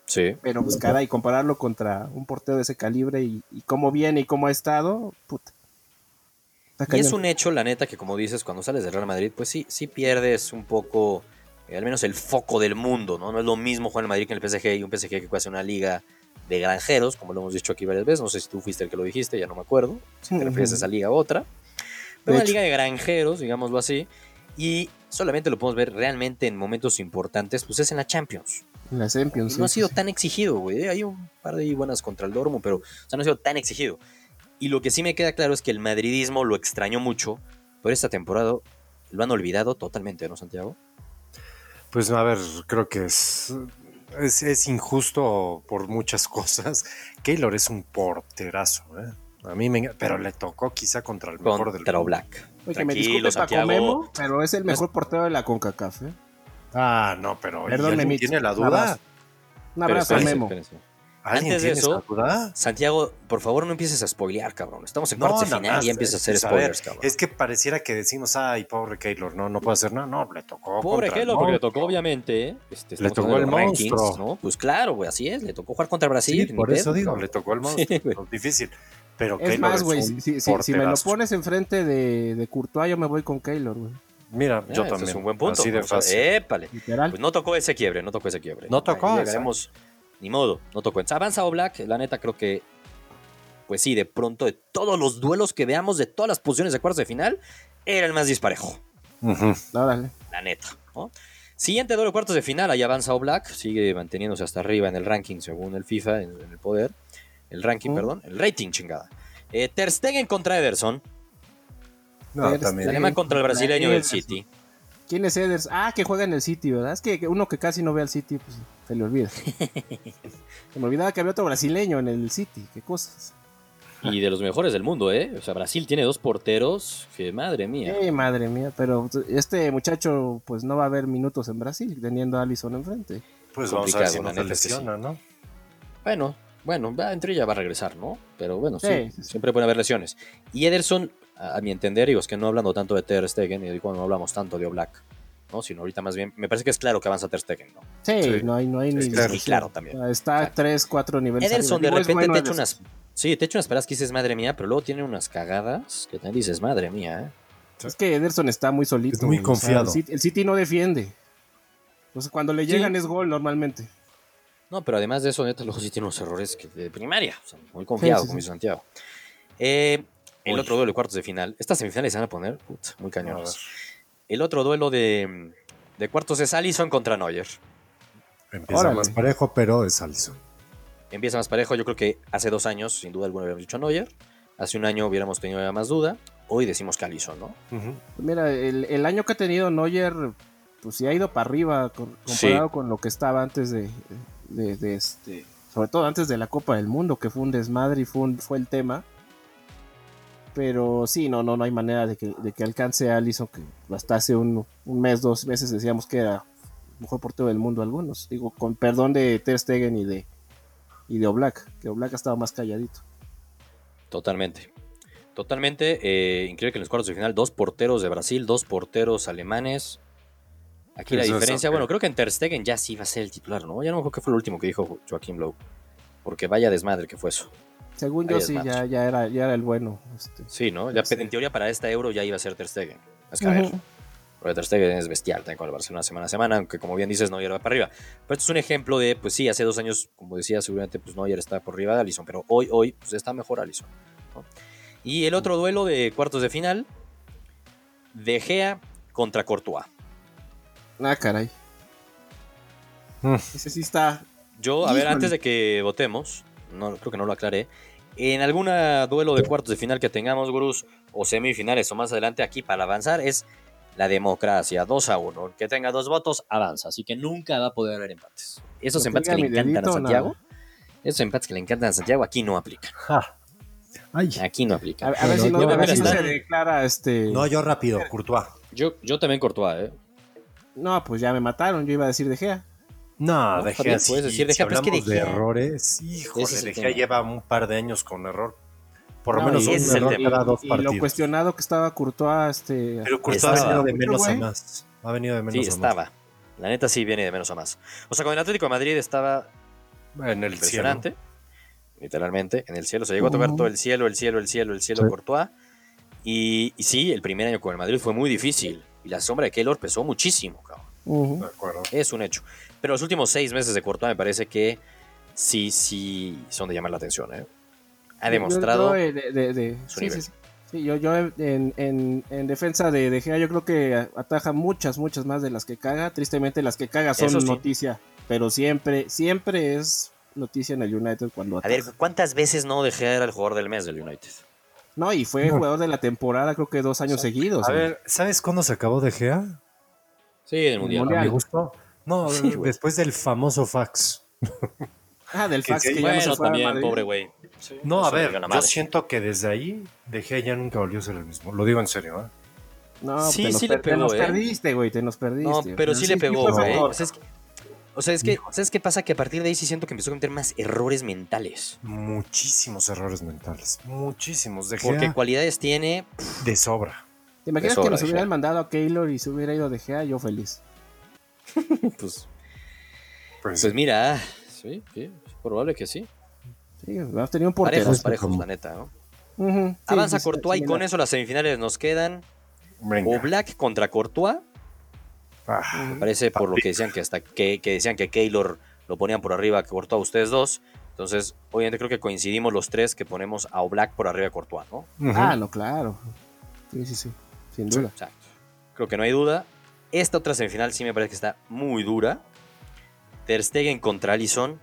[SPEAKER 1] Sí.
[SPEAKER 2] Pero pues caray, compararlo contra un portero de ese calibre y, y cómo viene y cómo ha estado, puta. Está
[SPEAKER 1] Y es
[SPEAKER 2] cañón.
[SPEAKER 1] un hecho, la neta, que como dices, cuando sales del Real Madrid, pues sí, sí pierdes un poco, eh, al menos el foco del mundo, ¿no? No es lo mismo jugar en el Madrid que en el PSG y un PSG que hace una liga de granjeros, como lo hemos dicho aquí varias veces. No sé si tú fuiste el que lo dijiste, ya no me acuerdo. Si te refieres a esa liga u otra. Pero
[SPEAKER 2] De
[SPEAKER 1] una
[SPEAKER 2] hecho.
[SPEAKER 1] liga de granjeros, digámoslo así. Y solamente lo podemos ver realmente en momentos importantes, pues es en la Champions.
[SPEAKER 2] En la Champions.
[SPEAKER 1] No ha
[SPEAKER 2] sí,
[SPEAKER 1] sido
[SPEAKER 2] sí,
[SPEAKER 1] tan exigido, güey. eh, Hay un par de ahí buenas contra el Dortmund, pero o sea, no ha sido tan exigido. Y lo que sí me queda claro es que el madridismo lo extrañó mucho, pero esta temporada lo han olvidado totalmente, ¿no, Santiago?
[SPEAKER 3] Pues a ver, creo que es, es, es injusto por muchas cosas. Keylor es un porterazo, ¿eh? A mí me enga- pero le tocó quizá contra el mejor del
[SPEAKER 1] Contra Black.
[SPEAKER 2] Oye, que me
[SPEAKER 1] Tranquilo,
[SPEAKER 2] disculpe Paco
[SPEAKER 1] Santiago.
[SPEAKER 2] Memo, pero es el mejor portero de la CONCACAF. ¿eh?
[SPEAKER 3] Ah, no, pero ¿y
[SPEAKER 2] Perdón,
[SPEAKER 3] ¿alguien
[SPEAKER 2] Mitch.
[SPEAKER 3] tiene la
[SPEAKER 2] Un
[SPEAKER 3] duda?
[SPEAKER 2] abrazo. Un abrazo,
[SPEAKER 1] Pero espérense,
[SPEAKER 2] Memo.
[SPEAKER 1] espérense.
[SPEAKER 3] ¿Alguien
[SPEAKER 1] Antes de
[SPEAKER 3] tiene
[SPEAKER 1] eso-
[SPEAKER 3] esa duda?
[SPEAKER 1] Santiago, por favor, no empieces a spoilear, cabrón. Estamos en cuartos de
[SPEAKER 3] nada
[SPEAKER 1] final
[SPEAKER 3] más,
[SPEAKER 1] y ya empiezas a
[SPEAKER 3] es-
[SPEAKER 1] hacer
[SPEAKER 3] pues, ver,
[SPEAKER 1] spoilers, cabrón.
[SPEAKER 3] Es que pareciera que decimos, ay, pobre Keylor, no, no puede hacer nada. No, le tocó.
[SPEAKER 1] Pobre
[SPEAKER 3] contra el
[SPEAKER 1] Keylor, porque le
[SPEAKER 3] Monterrey.
[SPEAKER 1] tocó, obviamente. Este,
[SPEAKER 3] Le
[SPEAKER 1] estamos
[SPEAKER 3] tocó
[SPEAKER 1] hablando
[SPEAKER 3] el
[SPEAKER 1] de rankings,
[SPEAKER 3] monstruo.
[SPEAKER 1] ¿no? Pues claro, güey, así es. Le tocó jugar contra
[SPEAKER 3] Sí,
[SPEAKER 1] Brasil. ni
[SPEAKER 3] por
[SPEAKER 1] pedo,
[SPEAKER 3] eso digo,
[SPEAKER 1] cabrón.
[SPEAKER 3] le tocó el
[SPEAKER 1] Sí,
[SPEAKER 3] monstruo.
[SPEAKER 1] güey.
[SPEAKER 3] difícil. Pero
[SPEAKER 2] Es
[SPEAKER 3] Keylor
[SPEAKER 2] más, güey,
[SPEAKER 3] un
[SPEAKER 2] si, si- si me lo
[SPEAKER 3] porterazo.
[SPEAKER 2] pones enfrente de, de Courtois, yo me voy con Keylor, güey.
[SPEAKER 3] Mira,
[SPEAKER 1] Ah,
[SPEAKER 3] yo
[SPEAKER 1] este
[SPEAKER 3] también.
[SPEAKER 1] Es un buen punto.
[SPEAKER 3] Así de
[SPEAKER 1] O sea,
[SPEAKER 3] fácil.
[SPEAKER 1] épale.
[SPEAKER 2] Literal.
[SPEAKER 1] Pues no tocó ese quiebre, no tocó ese quiebre.
[SPEAKER 3] No tocó,
[SPEAKER 1] Ahí
[SPEAKER 3] exacto.
[SPEAKER 1] llegaremos. Ni modo, no tocó. Se avanza o Black, la neta creo que, pues sí, de pronto de todos los duelos que veamos, de todas las posiciones de cuartos de final, era el más disparejo,
[SPEAKER 3] Ujú.
[SPEAKER 1] Pues,
[SPEAKER 2] Órale.
[SPEAKER 1] la neta. ¿no? Siguiente duelo de cuartos de final, ahí avanza o Black, sigue manteniéndose hasta arriba en el ranking según el FIFA, en, en el poder. El ranking,
[SPEAKER 2] Ujú.
[SPEAKER 1] perdón, el rating, chingada. Eh, Ter Stegen contra Ederson,
[SPEAKER 3] No,
[SPEAKER 2] Pero
[SPEAKER 1] el
[SPEAKER 2] Sí,
[SPEAKER 3] también.
[SPEAKER 1] alemán contra el
[SPEAKER 2] contra
[SPEAKER 1] brasileño del
[SPEAKER 2] Ederson.
[SPEAKER 1] City.
[SPEAKER 2] ¿Quién es Eders? Ah, que juega en el City, ¿verdad? Es que que uno que casi no ve al City, pues se le olvida. se me olvidaba que había otro brasileño en el City. Qué cosas.
[SPEAKER 1] Y de los mejores del mundo, ¿eh? O sea, Brasil tiene dos porteros, que madre mía.
[SPEAKER 2] Ey, Eh, madre mía, pero este muchacho pues no va a haber minutos en Brasil teniendo a Allison enfrente.
[SPEAKER 3] Pues vamos a ver si
[SPEAKER 1] complicado,
[SPEAKER 3] no
[SPEAKER 1] la
[SPEAKER 3] se
[SPEAKER 1] neta es que sí.
[SPEAKER 3] lesiona, ¿no?
[SPEAKER 1] Bueno, bueno, va- entre ella va a regresar, ¿no? Pero bueno, sí,
[SPEAKER 2] Sí, sí, sí.
[SPEAKER 1] siempre pueden haber lesiones. Y Ederson, a, a mi entender, digo, es que no hablando tanto de Ter Stegen, y cuando no hablamos tanto de Oblak, ¿no? Sino ahorita más bien, me parece que es claro que avanza Ter Stegen, ¿no?
[SPEAKER 2] Sí, Ah,
[SPEAKER 3] Sí.
[SPEAKER 2] no hay, no hay
[SPEAKER 3] Sí,
[SPEAKER 2] ni
[SPEAKER 3] claro.
[SPEAKER 2] discusión.
[SPEAKER 1] Sí, claro, también.
[SPEAKER 2] O sea, Está
[SPEAKER 1] Claro.
[SPEAKER 2] tres, cuatro niveles.
[SPEAKER 1] Ederson de
[SPEAKER 2] arriba. Digo, es
[SPEAKER 1] repente
[SPEAKER 2] bueno
[SPEAKER 1] te echa
[SPEAKER 2] Ederson.
[SPEAKER 1] unas... Sí, te echa unas paradas que dices, madre mía, pero luego tiene unas cagadas que también dices, madre mía, ¿eh?
[SPEAKER 2] Es que Ederson está muy solito.
[SPEAKER 3] Es
[SPEAKER 2] güey.
[SPEAKER 3] muy
[SPEAKER 2] O sea, el
[SPEAKER 3] confiado.
[SPEAKER 2] City- el City no defiende. Entonces cuando le
[SPEAKER 1] Sí.
[SPEAKER 2] llegan es gol normalmente.
[SPEAKER 1] No, pero además de eso, neta, luego sí tiene unos errores que de primaria. O sea, muy confiado,
[SPEAKER 2] Sí, sí,
[SPEAKER 1] como
[SPEAKER 2] sí.
[SPEAKER 1] dice Santiago. Eh, el
[SPEAKER 3] Uy.
[SPEAKER 1] otro duelo de cuartos de final. Estas semifinales se van a poner put, muy
[SPEAKER 3] A ver,
[SPEAKER 1] cañones. El otro duelo de, de cuartos es Allison contra Neuer.
[SPEAKER 3] empieza
[SPEAKER 2] Órale.
[SPEAKER 3] más parejo, pero es Allison.
[SPEAKER 1] Empieza más parejo. Yo creo que hace dos años, sin duda alguna, hubiéramos dicho Neuer. Hace un año hubiéramos tenido ya más duda. Hoy decimos que Allison, ¿no?
[SPEAKER 2] Mira, el, el año que ha tenido Neuer, pues sí ha ido para arriba con- comparado con lo que estaba antes de, de- de este, sobre todo antes de la Copa del Mundo, que fue un desmadre y fue, un- fue el tema. Pero sí, no, no, no hay manera de que, de que alcance a Alisson, que hasta hace un, un mes, dos meses decíamos que era el mejor portero del mundo algunos. Digo, con perdón de Ter Stegen y de, y de Oblak, que Oblak ha estado más calladito.
[SPEAKER 1] Totalmente. Totalmente. eh, increíble que en los cuartos de final, dos porteros de Brasil, dos porteros alemanes. Aquí la
[SPEAKER 3] Eso es
[SPEAKER 1] diferencia,
[SPEAKER 3] ok.
[SPEAKER 1] bueno, creo que en Ter Stegen ya sí va a ser el titular, ¿no? Ya no me acuerdo qué fue lo último que dijo Joaquín Lowe. Porque vaya desmadre que fue eso.
[SPEAKER 2] Según
[SPEAKER 1] Ahí
[SPEAKER 2] yo,
[SPEAKER 1] es
[SPEAKER 2] sí,
[SPEAKER 1] más.
[SPEAKER 2] ya, ya, era, ya era el bueno. este.
[SPEAKER 1] Sí, ¿no? Ya,
[SPEAKER 2] Sí.
[SPEAKER 1] En teoría para esta Euro ya iba a ser Ter Stegen. Es que a ver,
[SPEAKER 2] Ujú.
[SPEAKER 1] porque Ter Stegen es bestial también con el Barcelona semana a semana, aunque como bien dices, Neuer va para arriba. Pero esto es un ejemplo de, pues sí, hace dos años, como decía, seguramente pues Neuer está por arriba de Alisson, pero hoy, hoy, pues está mejor Alisson. ¿no? Y el otro duelo de cuartos de final, De Gea contra Courtois.
[SPEAKER 2] Ah, caray.
[SPEAKER 3] Mm.
[SPEAKER 2] Ese sí está.
[SPEAKER 1] Yo, a ver,
[SPEAKER 2] Híjole.
[SPEAKER 1] antes de que votemos, no, creo que no lo aclaré, en algún duelo de cuartos de final que tengamos, gurús, o semifinales o más adelante aquí para avanzar, es la democracia, 2 a 1. El que tenga dos votos avanza, así que nunca va a poder haber empates. Esos
[SPEAKER 2] Que
[SPEAKER 1] empates que
[SPEAKER 2] tenga
[SPEAKER 1] le
[SPEAKER 2] mi
[SPEAKER 1] encantan a
[SPEAKER 2] dedito,
[SPEAKER 1] Santiago,
[SPEAKER 2] nada.
[SPEAKER 1] esos empates que le encantan a Santiago, aquí no aplican.
[SPEAKER 3] Ja. Ay.
[SPEAKER 1] Aquí no
[SPEAKER 2] A,
[SPEAKER 1] aplican.
[SPEAKER 2] a ver si no,
[SPEAKER 1] Yo
[SPEAKER 2] a ver
[SPEAKER 1] creo
[SPEAKER 2] si
[SPEAKER 1] que
[SPEAKER 2] no se
[SPEAKER 1] están-
[SPEAKER 2] declara este.
[SPEAKER 3] No, yo rápido, Courtois.
[SPEAKER 1] Yo, yo también Courtois, ¿eh?
[SPEAKER 2] No, pues ya me mataron. Yo iba a decir de Gea.
[SPEAKER 3] No,
[SPEAKER 1] No,
[SPEAKER 3] dejé
[SPEAKER 1] también
[SPEAKER 3] así.
[SPEAKER 1] puedes decir, De
[SPEAKER 3] si
[SPEAKER 1] Gea, pero es que
[SPEAKER 3] hablamos
[SPEAKER 1] De
[SPEAKER 3] de
[SPEAKER 1] Gea-
[SPEAKER 3] errores, híjole,
[SPEAKER 1] Ese es el
[SPEAKER 3] De Gea
[SPEAKER 1] tema.
[SPEAKER 3] lleva un par de años con error. Por lo
[SPEAKER 2] No,
[SPEAKER 3] menos
[SPEAKER 2] y
[SPEAKER 3] un
[SPEAKER 1] ese es el
[SPEAKER 3] error
[SPEAKER 1] tema.
[SPEAKER 3] cada dos
[SPEAKER 2] Y lo
[SPEAKER 3] partidos.
[SPEAKER 2] cuestionado que estaba Courtois, este.
[SPEAKER 3] Pero Courtois
[SPEAKER 1] Estaba.
[SPEAKER 3] ha venido de menos a
[SPEAKER 2] Güey.
[SPEAKER 3] más. Ha venido de menos
[SPEAKER 1] Sí,
[SPEAKER 3] a más.
[SPEAKER 1] estaba. La neta sí viene de menos a más. O sea, con el Atlético de Madrid estaba
[SPEAKER 3] En el cielo.
[SPEAKER 1] impresionante. Literalmente, en el cielo. Se llegó a tocar
[SPEAKER 2] Ujú.
[SPEAKER 1] todo el cielo, el cielo, el cielo, el cielo,
[SPEAKER 3] Sí.
[SPEAKER 1] Courtois. Y, y sí, el primer año con el Madrid fue muy difícil. Y la sombra de Keylor pesó muchísimo, cabrón.
[SPEAKER 2] Ujú.
[SPEAKER 3] De acuerdo.
[SPEAKER 1] Es un hecho. Pero los últimos seis meses de Courtois me parece que sí, sí son de llamar la atención. ¿eh? Ha
[SPEAKER 2] Yo-
[SPEAKER 1] demostrado.
[SPEAKER 2] yo, eh, de- de- de-
[SPEAKER 1] su
[SPEAKER 2] sí,
[SPEAKER 1] nivel.
[SPEAKER 2] sí, sí. Sí, yo, yo en, en- en defensa de, de Gea, yo creo que ataja muchas, muchas más de las que caga. Tristemente, las que caga son
[SPEAKER 1] Eso sí.
[SPEAKER 2] noticia. Pero siempre, siempre es noticia en el United cuando
[SPEAKER 1] A
[SPEAKER 2] ataja.
[SPEAKER 1] ver, ¿cuántas veces no dejé era el jugador del mes del United?
[SPEAKER 2] No, y fue
[SPEAKER 3] No.
[SPEAKER 2] jugador de la temporada, creo que dos años seguidos.
[SPEAKER 3] A
[SPEAKER 2] güey.
[SPEAKER 3] ver, ¿sabes cuándo se acabó De Gea?
[SPEAKER 1] Sí, en el Mundial.
[SPEAKER 2] Mundial.
[SPEAKER 3] ¿Me gustó? No,
[SPEAKER 1] Sí, güey.
[SPEAKER 3] después del famoso fax.
[SPEAKER 2] Ah, del
[SPEAKER 3] Que
[SPEAKER 2] fax
[SPEAKER 3] sí.
[SPEAKER 2] que, ya no
[SPEAKER 1] Bueno,
[SPEAKER 2] se fue a
[SPEAKER 1] también,
[SPEAKER 2] Madrid.
[SPEAKER 1] pobre güey. Sí,
[SPEAKER 3] No, a
[SPEAKER 1] eso le
[SPEAKER 3] ver,
[SPEAKER 1] dio la
[SPEAKER 3] yo
[SPEAKER 1] madre.
[SPEAKER 3] siento que desde ahí De Gea ya nunca volvió a ser el mismo. Lo digo en serio, ¿eh?
[SPEAKER 2] No,
[SPEAKER 1] Sí,
[SPEAKER 2] te nos,
[SPEAKER 1] sí
[SPEAKER 2] per-
[SPEAKER 1] le
[SPEAKER 2] te
[SPEAKER 1] pegó,
[SPEAKER 2] nos
[SPEAKER 1] ¿eh?
[SPEAKER 2] perdiste, güey, te nos perdiste.
[SPEAKER 1] No, pero sí, le pegó, ¿eh?
[SPEAKER 2] fue
[SPEAKER 1] güey.
[SPEAKER 2] factor.
[SPEAKER 1] O sea, es que, o sea, es que- ¿sabes qué pasa? Que a partir de ahí sí siento que empezó a cometer más errores mentales.
[SPEAKER 3] Muchísimos errores mentales. Muchísimos. De
[SPEAKER 1] Porque
[SPEAKER 3] Gea
[SPEAKER 1] cualidades tiene.
[SPEAKER 3] de sobra.
[SPEAKER 2] ¿Te imaginas
[SPEAKER 1] Eso
[SPEAKER 2] que
[SPEAKER 1] era,
[SPEAKER 2] nos hubieran
[SPEAKER 1] ya.
[SPEAKER 2] mandado a Keylor y se hubiera ido de Gea? Yo feliz.
[SPEAKER 1] Pues,
[SPEAKER 3] Pues,
[SPEAKER 1] pues mira, sí, sí, es probable que sí.
[SPEAKER 2] Sí, hemos tenido un portero.
[SPEAKER 1] Parejos,
[SPEAKER 3] Justo
[SPEAKER 1] parejos,
[SPEAKER 3] como-
[SPEAKER 1] la neta, ¿no?
[SPEAKER 2] Ujú, Pues, sí,
[SPEAKER 1] Avanza
[SPEAKER 2] sí, sí,
[SPEAKER 1] Courtois y
[SPEAKER 2] similar.
[SPEAKER 1] con eso las semifinales nos quedan.
[SPEAKER 3] Venga.
[SPEAKER 1] O Black contra Courtois.
[SPEAKER 3] Ah,
[SPEAKER 1] Me parece por lo que decían que hasta que, que decían que Keylor lo ponían por arriba que Courtois ustedes dos. Entonces, obviamente creo que coincidimos los tres que ponemos a Oblak por arriba de Courtois, ¿no?
[SPEAKER 3] ujú.
[SPEAKER 2] Ah, no, claro. Sí, sí, sí. Sin duda.
[SPEAKER 1] O sea, creo que no hay duda. Esta otra semifinal sí me parece que está muy dura. Ter Stegen contra Alisson.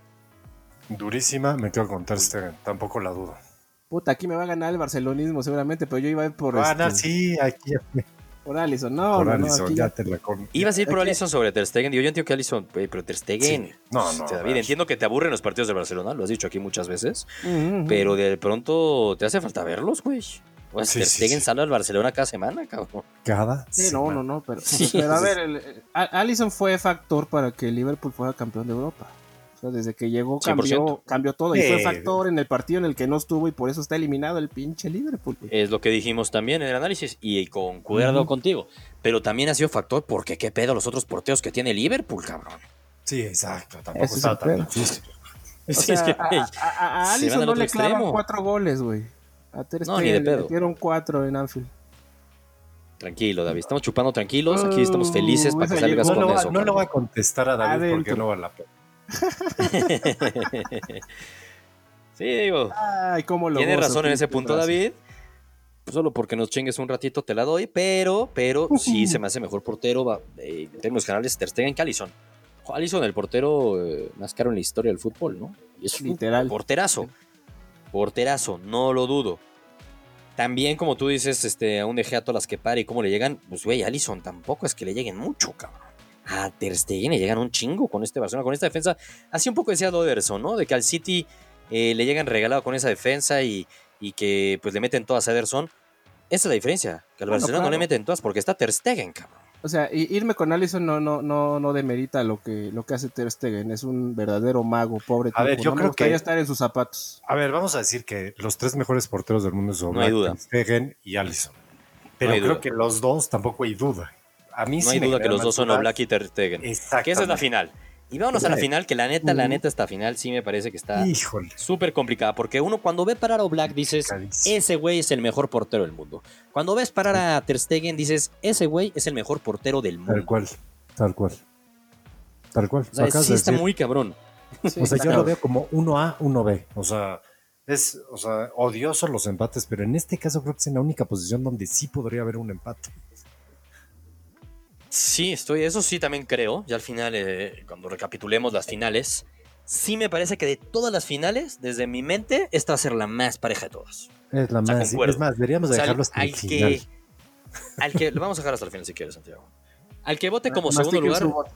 [SPEAKER 3] Durísima, me quedo con Ter Stegen, tampoco la dudo.
[SPEAKER 2] Puta, aquí me va a ganar el barcelonismo seguramente, pero yo iba a ir por,
[SPEAKER 3] Ah,
[SPEAKER 2] este,
[SPEAKER 3] no, sí, aquí ya,
[SPEAKER 2] por Alisson. No,
[SPEAKER 3] por
[SPEAKER 2] no, no,
[SPEAKER 3] Alisson,
[SPEAKER 2] aquí
[SPEAKER 3] ya
[SPEAKER 2] ya-
[SPEAKER 3] te la con...
[SPEAKER 1] Ibas a ir por
[SPEAKER 2] Ok.
[SPEAKER 1] Alisson sobre Ter Stegen. Digo, yo entiendo que Alisson, güey, pero Ter Stegen.
[SPEAKER 3] Sí. No, no,
[SPEAKER 1] este,
[SPEAKER 3] a
[SPEAKER 1] David,
[SPEAKER 3] ver.
[SPEAKER 1] entiendo que te aburren los partidos de Barcelona, lo has dicho aquí muchas veces.
[SPEAKER 2] Ujú, ujú.
[SPEAKER 1] Pero de pronto te hace falta verlos, güey. O sea,
[SPEAKER 3] Sí,
[SPEAKER 1] Ter
[SPEAKER 3] sí,
[SPEAKER 1] Stegen
[SPEAKER 3] sí.
[SPEAKER 1] sale al Barcelona cada semana, cabrón.
[SPEAKER 3] Cada
[SPEAKER 2] Sí, no, no, no, pero,
[SPEAKER 1] Sí.
[SPEAKER 2] pero a ver, el- el- a- Alisson fue factor para que Liverpool fuera campeón de Europa. O sea, desde que llegó
[SPEAKER 1] 100%.
[SPEAKER 2] cambió, cambió todo y fue
[SPEAKER 3] Sí.
[SPEAKER 2] factor en el partido en el que no estuvo y por eso está eliminado el pinche Liverpool. güey.
[SPEAKER 1] Es lo que dijimos también en el análisis y concuerdo
[SPEAKER 2] Ujú.
[SPEAKER 1] contigo. Pero también ha sido factor porque qué pedo los otros porteos que tiene Liverpool, cabrón.
[SPEAKER 3] Sí, exacto, tampoco
[SPEAKER 2] Ese es
[SPEAKER 3] está
[SPEAKER 2] el
[SPEAKER 3] tan
[SPEAKER 2] pedo.
[SPEAKER 3] difícil.
[SPEAKER 2] O
[SPEAKER 1] Sí,
[SPEAKER 2] sea,
[SPEAKER 1] es que,
[SPEAKER 2] a,
[SPEAKER 1] güey,
[SPEAKER 2] a- a- a
[SPEAKER 1] se van
[SPEAKER 2] Alisson
[SPEAKER 1] al
[SPEAKER 2] no
[SPEAKER 1] otro
[SPEAKER 2] le clavan
[SPEAKER 1] extremo.
[SPEAKER 2] cuatro goles, güey. A Ter
[SPEAKER 1] No,
[SPEAKER 2] Stegen
[SPEAKER 1] ni de
[SPEAKER 2] le
[SPEAKER 1] pedo.
[SPEAKER 2] metieron cuatro en Anfield.
[SPEAKER 1] Tranquilo, David. Estamos chupando tranquilos. Aquí estamos felices para que
[SPEAKER 2] Oh,
[SPEAKER 1] salgas
[SPEAKER 2] no
[SPEAKER 1] con
[SPEAKER 2] lo va-
[SPEAKER 1] eso.
[SPEAKER 3] no
[SPEAKER 1] cabrón.
[SPEAKER 3] lo va a contestar a David
[SPEAKER 2] Adentro.
[SPEAKER 3] porque no vale la pena.
[SPEAKER 1] sí, digo.
[SPEAKER 2] Ay, cómo Ah, lo
[SPEAKER 1] Tienes
[SPEAKER 2] gozo,
[SPEAKER 1] razón en ese
[SPEAKER 2] pinche
[SPEAKER 1] punto,
[SPEAKER 2] raza.
[SPEAKER 1] David. Solo porque nos chingues un ratito te la doy, pero, pero sí se me hace mejor portero va, eh, en términos generales Ter Stegen que Alisson. Jo, Alisson, el portero eh, más caro en la historia del fútbol, ¿no? Y es un
[SPEAKER 2] Literal.
[SPEAKER 1] porterazo. Porterazo, no lo dudo. También, como tú dices, este, aún dejé a todas las que pare y cómo le llegan, pues güey, Alisson tampoco es que le lleguen mucho, cabrón. A Ter Stegen le llegan un chingo con este Barcelona, con esta defensa. Así un poco decía lo de Ederson, ¿no? De que al City eh, le llegan regalado con esa defensa y, y que pues le meten todas a Ederson. Esa es la diferencia, que al
[SPEAKER 2] Bueno,
[SPEAKER 1] Barcelona no le
[SPEAKER 2] claro.
[SPEAKER 1] meten todas porque está Ter Stegen, cabrón.
[SPEAKER 2] O sea, i- irme con Allison no, no, no, no demerita lo que, lo que hace Ter Stegen. Es un verdadero mago, pobre.
[SPEAKER 3] A ver,
[SPEAKER 2] tipo.
[SPEAKER 3] yo
[SPEAKER 2] No me
[SPEAKER 3] creo
[SPEAKER 2] gustaría
[SPEAKER 3] que-
[SPEAKER 2] estar en sus zapatos.
[SPEAKER 3] A ver, vamos a decir que los tres mejores porteros del mundo son
[SPEAKER 1] No hay duda.
[SPEAKER 3] Black, Ter Stegen y Allison. Pero
[SPEAKER 1] No hay
[SPEAKER 3] creo
[SPEAKER 1] duda.
[SPEAKER 3] que los dos tampoco hay duda. A mí
[SPEAKER 1] No
[SPEAKER 3] sí
[SPEAKER 1] hay
[SPEAKER 3] me
[SPEAKER 1] duda que
[SPEAKER 3] genera
[SPEAKER 1] los
[SPEAKER 3] más
[SPEAKER 1] dos son
[SPEAKER 3] dudas.
[SPEAKER 1] Oblak y Ter Stegen. Que esa es la
[SPEAKER 3] Exactamente.
[SPEAKER 1] final. Y vámonos a la
[SPEAKER 3] Sí.
[SPEAKER 1] final, que la neta, la
[SPEAKER 2] Ujú.
[SPEAKER 1] neta, esta final sí me parece que está...
[SPEAKER 3] Híjole.
[SPEAKER 1] súper complicada, porque uno cuando ve parar a Black dices,
[SPEAKER 3] Complicadísimo.
[SPEAKER 1] ese güey es el mejor portero del mundo. Cuando ves parar a Ter Stegen dices, ese güey es el mejor portero del
[SPEAKER 3] Tal
[SPEAKER 1] mundo.
[SPEAKER 3] cual, tal cual. Tal cual.
[SPEAKER 1] O
[SPEAKER 3] lo
[SPEAKER 1] sea,
[SPEAKER 3] acabas
[SPEAKER 1] sí
[SPEAKER 3] de
[SPEAKER 1] está
[SPEAKER 3] decir.
[SPEAKER 1] muy cabrón.
[SPEAKER 2] Sí,
[SPEAKER 3] o sea, yo
[SPEAKER 2] claro.
[SPEAKER 3] lo veo como 1A, 1B. O sea, es o sea, odioso los empates, pero en este caso creo que es en la única posición donde sí podría haber un empate.
[SPEAKER 1] Sí, estoy, eso sí también creo. Ya al final, eh, cuando recapitulemos las finales, sí me parece que de todas las finales, desde mi mente, esta va a ser la más pareja de todas.
[SPEAKER 3] Es la
[SPEAKER 1] sea,
[SPEAKER 3] más.
[SPEAKER 1] concuerdo.
[SPEAKER 3] Es más, deberíamos
[SPEAKER 1] O sea,
[SPEAKER 3] dejarlo hasta
[SPEAKER 1] al
[SPEAKER 3] el final.
[SPEAKER 1] que, al que, lo vamos a dejar hasta el final si quieres, Santiago. Al que
[SPEAKER 3] Ah,
[SPEAKER 1] vote Este como
[SPEAKER 2] Mastique
[SPEAKER 1] segundo lugar,
[SPEAKER 2] su voto.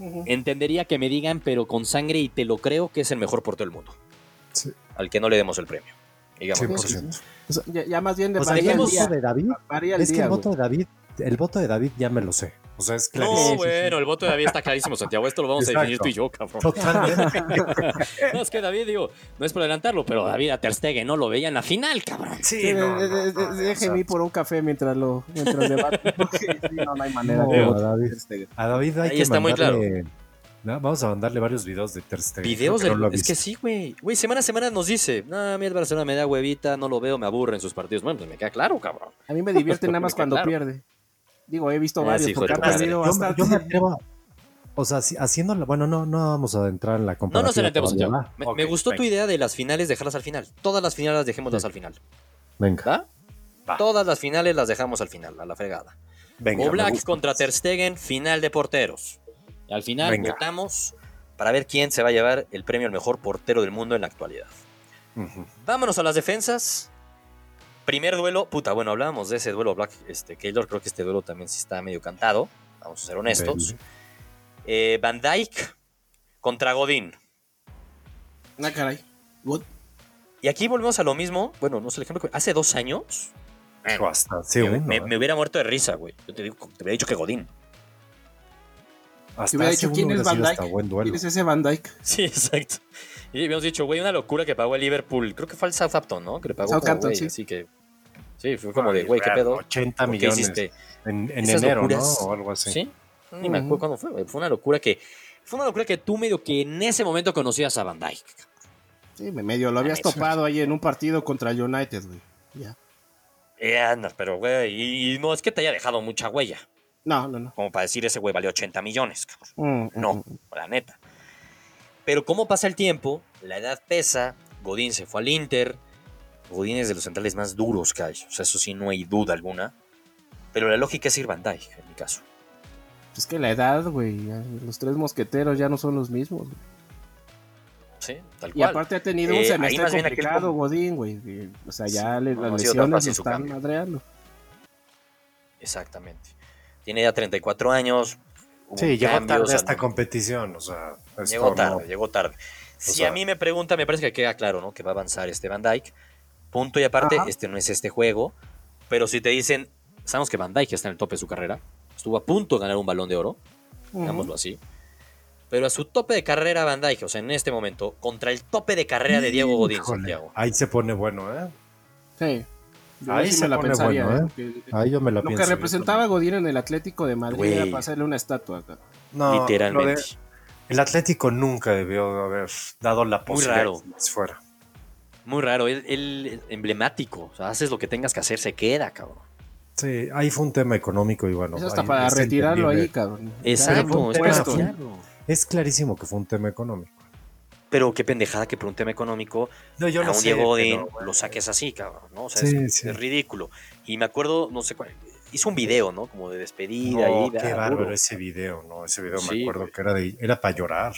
[SPEAKER 2] Ujú.
[SPEAKER 1] entendería que me digan, pero con sangre y te lo creo, que es el mejor portero del mundo.
[SPEAKER 3] Sí.
[SPEAKER 1] Al que no le demos el premio. Digamos.
[SPEAKER 3] 100%.
[SPEAKER 2] O sea, ya, ya más bien de
[SPEAKER 3] O sea,
[SPEAKER 2] varía
[SPEAKER 3] yo el
[SPEAKER 2] el
[SPEAKER 1] dejemos-
[SPEAKER 3] voto
[SPEAKER 2] día.
[SPEAKER 3] de David.
[SPEAKER 2] Varía el
[SPEAKER 3] Es que
[SPEAKER 2] día,
[SPEAKER 3] el
[SPEAKER 2] güey.
[SPEAKER 3] voto de David, el voto de David ya me lo sé. O sea, es
[SPEAKER 1] No,
[SPEAKER 3] clarísimo.
[SPEAKER 1] bueno, el voto de David está clarísimo, Santiago. Esto lo vamos a definir
[SPEAKER 3] Exacto.
[SPEAKER 1] tú y yo, cabrón.
[SPEAKER 3] Totalmente.
[SPEAKER 1] No, es que David, digo, no es por adelantarlo, pero David a Ter Stegen no lo veía en la final, cabrón.
[SPEAKER 3] Sí,
[SPEAKER 2] Eh,
[SPEAKER 3] no, no,
[SPEAKER 2] eh, eh,
[SPEAKER 3] no, no, o
[SPEAKER 2] Déjeme
[SPEAKER 3] sea,
[SPEAKER 2] ir por un café mientras lo mientras debato. Porque sí, no, no hay manera
[SPEAKER 3] No,
[SPEAKER 2] de votar este, por
[SPEAKER 3] David.
[SPEAKER 2] Ter Stegen.
[SPEAKER 3] A David hay
[SPEAKER 1] Ahí
[SPEAKER 3] que
[SPEAKER 1] está muy
[SPEAKER 3] mandarle- No, vamos a mandarle varios videos de Ter Stegen.
[SPEAKER 1] Videos
[SPEAKER 3] Creo que
[SPEAKER 1] del...
[SPEAKER 3] no lo ha
[SPEAKER 1] es que
[SPEAKER 3] visto.
[SPEAKER 1] sí, güey. Güey, semana a semana nos dice, no, a mí el Barcelona me da huevita, no lo veo, me aburre en sus partidos. Bueno, pues me queda claro, cabrón.
[SPEAKER 2] A mí me divierte nada más
[SPEAKER 1] Porque,
[SPEAKER 2] cuando
[SPEAKER 1] claro.
[SPEAKER 2] pierde. Digo, he visto
[SPEAKER 1] Ah,
[SPEAKER 2] varios
[SPEAKER 1] sí, hijo
[SPEAKER 2] porque
[SPEAKER 1] de tu
[SPEAKER 2] ha
[SPEAKER 1] madre.
[SPEAKER 2] perdido
[SPEAKER 3] Yo, me- yo me
[SPEAKER 2] bastante.
[SPEAKER 3] atrevo a- O sea, si- haciendo la- Bueno, no, no vamos a entrar en la
[SPEAKER 1] No
[SPEAKER 3] comparación.
[SPEAKER 1] nos adelantemos, Santiago. Me, me gustó tu
[SPEAKER 3] idea.
[SPEAKER 1] idea de las finales dejarlas al final. Todas las finales las dejémoslas
[SPEAKER 3] Sí.
[SPEAKER 1] al final.
[SPEAKER 3] Venga,
[SPEAKER 1] ¿Va?
[SPEAKER 3] Va.
[SPEAKER 1] Todas las finales las dejamos al final, a la fregada.
[SPEAKER 3] venga.
[SPEAKER 1] o
[SPEAKER 3] me
[SPEAKER 1] Black
[SPEAKER 3] gusta.
[SPEAKER 1] contra Ter Stegen, final de porteros. Y al final
[SPEAKER 3] Venga.
[SPEAKER 1] votamos para ver quién se va a llevar el premio al mejor portero del mundo en la actualidad.
[SPEAKER 3] Ujú.
[SPEAKER 1] Vámonos a las defensas. Primer duelo, puta, bueno, hablábamos de ese duelo Black este, Keylor, creo que este duelo también sí está medio cantado, vamos a ser honestos. Eh, Van Dyke contra Godín.
[SPEAKER 2] Ah, caray. What?
[SPEAKER 1] Y aquí volvemos a lo mismo, bueno, no sé el ejemplo, que- hace dos años
[SPEAKER 3] Venga. Hasta sí,
[SPEAKER 1] me,
[SPEAKER 3] uno,
[SPEAKER 1] me-
[SPEAKER 3] ¿eh?
[SPEAKER 1] me hubiera muerto de risa, güey. Yo te digo, te hubiera dicho que Godín.
[SPEAKER 3] Hasta
[SPEAKER 2] hubiera dicho,
[SPEAKER 3] hace uno
[SPEAKER 2] ¿quién es
[SPEAKER 3] hubiera sido
[SPEAKER 2] Van
[SPEAKER 3] hasta
[SPEAKER 2] Dijk?
[SPEAKER 3] buen duelo.
[SPEAKER 2] ¿Quién es ese Van Dyke?
[SPEAKER 1] Sí, exacto. Y habíamos dicho, güey, una locura que pagó el Liverpool. Creo que fue el Southampton, ¿no? Que le pagó como,
[SPEAKER 2] Southampton,
[SPEAKER 1] güey,
[SPEAKER 2] sí.
[SPEAKER 1] Así que. Sí, fue como de, güey, qué
[SPEAKER 3] Ah,
[SPEAKER 1] pedo. ¿Por
[SPEAKER 3] 80
[SPEAKER 1] qué
[SPEAKER 3] millones
[SPEAKER 1] hiciste?
[SPEAKER 3] en, en
[SPEAKER 1] esas
[SPEAKER 3] enero,
[SPEAKER 1] locuras?
[SPEAKER 3] ¿no? O algo así.
[SPEAKER 1] Sí. Ni me acuerdo
[SPEAKER 2] Ujú.
[SPEAKER 1] cuándo fue, güey. Fue una locura que. Fue una locura que tú medio que en ese momento conocías a Van Dyke.
[SPEAKER 2] Sí, me medio lo habías
[SPEAKER 1] Mames.
[SPEAKER 2] topado ahí en un partido contra el United, güey. Ya.
[SPEAKER 1] Eh, anda, pero güey, y, y no es que te haya dejado mucha huella,
[SPEAKER 2] No, no, no.
[SPEAKER 1] como para decir ese güey valió 80 millones, cabrón.
[SPEAKER 2] Mm, mm,
[SPEAKER 1] No,
[SPEAKER 2] mm.
[SPEAKER 1] la neta. Pero como pasa el tiempo, la edad pesa, Godín se fue al Inter, Godín es de los centrales más duros que hay, o sea, eso sí no hay duda alguna. Pero la lógica es ir Van Dijk, en mi caso.
[SPEAKER 2] Es que la edad, güey. ya, Los tres mosqueteros ya no son los mismos. güey.
[SPEAKER 1] Sí, tal
[SPEAKER 2] Y
[SPEAKER 1] cual.
[SPEAKER 2] aparte ha tenido un
[SPEAKER 1] Eh, ahí
[SPEAKER 2] semestre
[SPEAKER 1] más bien aquel
[SPEAKER 2] complicado,
[SPEAKER 1] com-
[SPEAKER 2] Godín, güey. y, O sea, ya
[SPEAKER 1] Sí,
[SPEAKER 2] le-
[SPEAKER 1] no,
[SPEAKER 2] las
[SPEAKER 1] ha sido tan
[SPEAKER 2] lesiones
[SPEAKER 1] fácil su
[SPEAKER 2] están
[SPEAKER 1] cambio.
[SPEAKER 2] madreando.
[SPEAKER 1] Exactamente. Tiene ya 34 años. hubo
[SPEAKER 3] Sí, llegó
[SPEAKER 1] cambios,
[SPEAKER 3] tarde a
[SPEAKER 1] o sea,
[SPEAKER 3] esta competición, o sea, esto
[SPEAKER 1] Llegó
[SPEAKER 3] no-
[SPEAKER 1] tarde, llegó tarde. Si
[SPEAKER 3] sea-
[SPEAKER 1] a mí me pregunta, me parece que queda claro, ¿no? Que va a avanzar este Van Dyke. Punto y aparte,
[SPEAKER 2] Ajá.
[SPEAKER 1] este no es este juego. Pero si te dicen, sabemos que Van Dyke está en el tope de su carrera. Estuvo a punto de ganar un balón de oro,
[SPEAKER 2] Ujú.
[SPEAKER 1] digámoslo así. Pero a su tope de carrera Van Dyke, o sea, en este momento, contra el tope de carrera de Diego Godín,
[SPEAKER 3] Híjole,
[SPEAKER 1] Santiago.
[SPEAKER 3] Ahí se pone bueno, ¿eh?
[SPEAKER 2] Sí. Yo
[SPEAKER 3] Ahí
[SPEAKER 2] sí
[SPEAKER 3] se
[SPEAKER 2] me la
[SPEAKER 3] pone
[SPEAKER 2] pensaría.
[SPEAKER 3] bueno,
[SPEAKER 2] ¿eh? Porque
[SPEAKER 3] Ahí yo me la
[SPEAKER 2] Lo
[SPEAKER 3] pienso.
[SPEAKER 2] que representaba a Godín en el Atlético de Madrid
[SPEAKER 1] Güey.
[SPEAKER 2] era para hacerle una estatua. cabrón.
[SPEAKER 3] No, lo de-
[SPEAKER 1] Literalmente.
[SPEAKER 3] el Atlético nunca debió haber dado la posibilidad
[SPEAKER 1] raro.
[SPEAKER 3] de que se fuera.
[SPEAKER 1] Muy raro, él, él emblemático. O sea, haces lo que tengas que hacer, se queda, cabrón.
[SPEAKER 3] Sí, ahí fue un tema económico y bueno.
[SPEAKER 2] es hasta
[SPEAKER 3] ahí
[SPEAKER 2] para
[SPEAKER 3] es
[SPEAKER 2] retirarlo ahí,
[SPEAKER 3] entendible.
[SPEAKER 2] cabrón.
[SPEAKER 1] Exacto, es
[SPEAKER 3] fue un
[SPEAKER 1] para
[SPEAKER 3] puesto.
[SPEAKER 2] esto.
[SPEAKER 1] retirarlo.
[SPEAKER 3] Es clarísimo que fue un tema económico.
[SPEAKER 1] Pero qué pendejada que por un tema económico
[SPEAKER 3] No, yo
[SPEAKER 1] a
[SPEAKER 3] no
[SPEAKER 1] un
[SPEAKER 3] sé,
[SPEAKER 1] Diego Godín
[SPEAKER 3] pero, bueno,
[SPEAKER 1] lo saques así, cabrón, ¿no? O sea,
[SPEAKER 3] Sí,
[SPEAKER 1] es,
[SPEAKER 3] sí.
[SPEAKER 1] es ridículo. Y me acuerdo, no sé cuál, hizo un video, ¿no? Como de despedida.
[SPEAKER 3] no,
[SPEAKER 1] y da,
[SPEAKER 3] qué
[SPEAKER 1] duro.
[SPEAKER 3] bárbaro ese video, ¿no? Ese video
[SPEAKER 1] Sí,
[SPEAKER 3] me acuerdo
[SPEAKER 1] güey.
[SPEAKER 3] que era, de, era para llorar.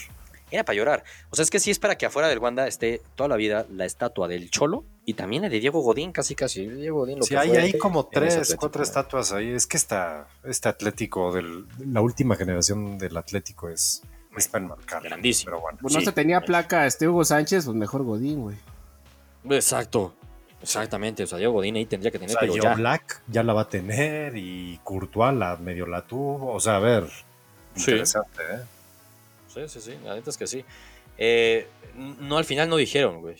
[SPEAKER 1] Era para llorar. O sea, es que sí es para que afuera del Wanda esté toda la vida la estatua del Cholo y también la de Diego Godín, casi, casi. Diego Godín lo
[SPEAKER 3] Sí,
[SPEAKER 1] que
[SPEAKER 3] hay
[SPEAKER 1] fue
[SPEAKER 3] ahí como
[SPEAKER 1] en ese
[SPEAKER 3] tres,
[SPEAKER 1] Atlético,
[SPEAKER 3] cuatro
[SPEAKER 1] ¿no?
[SPEAKER 3] estatuas ahí. Es que esta, este Atlético, del, la última generación del Atlético es, es para enmarcar.
[SPEAKER 1] Grandísimo.
[SPEAKER 3] Pero bueno.
[SPEAKER 2] Pues no
[SPEAKER 1] Sí.
[SPEAKER 2] se tenía placa este Hugo Sánchez, pues mejor Godín, güey.
[SPEAKER 1] Exacto. Exactamente. O sea, Diego Godín ahí tendría que
[SPEAKER 3] O
[SPEAKER 1] tener,
[SPEAKER 3] sea,
[SPEAKER 1] pero
[SPEAKER 3] Joe
[SPEAKER 1] eh, ya.
[SPEAKER 3] Black ya la va a tener y Courtois la medio la tuvo. O sea, a ver.
[SPEAKER 1] Sí.
[SPEAKER 3] Interesante, ¿eh?
[SPEAKER 1] Sí, sí, sí. La neta es que sí. Eh, n- no, al final no dijeron, güey.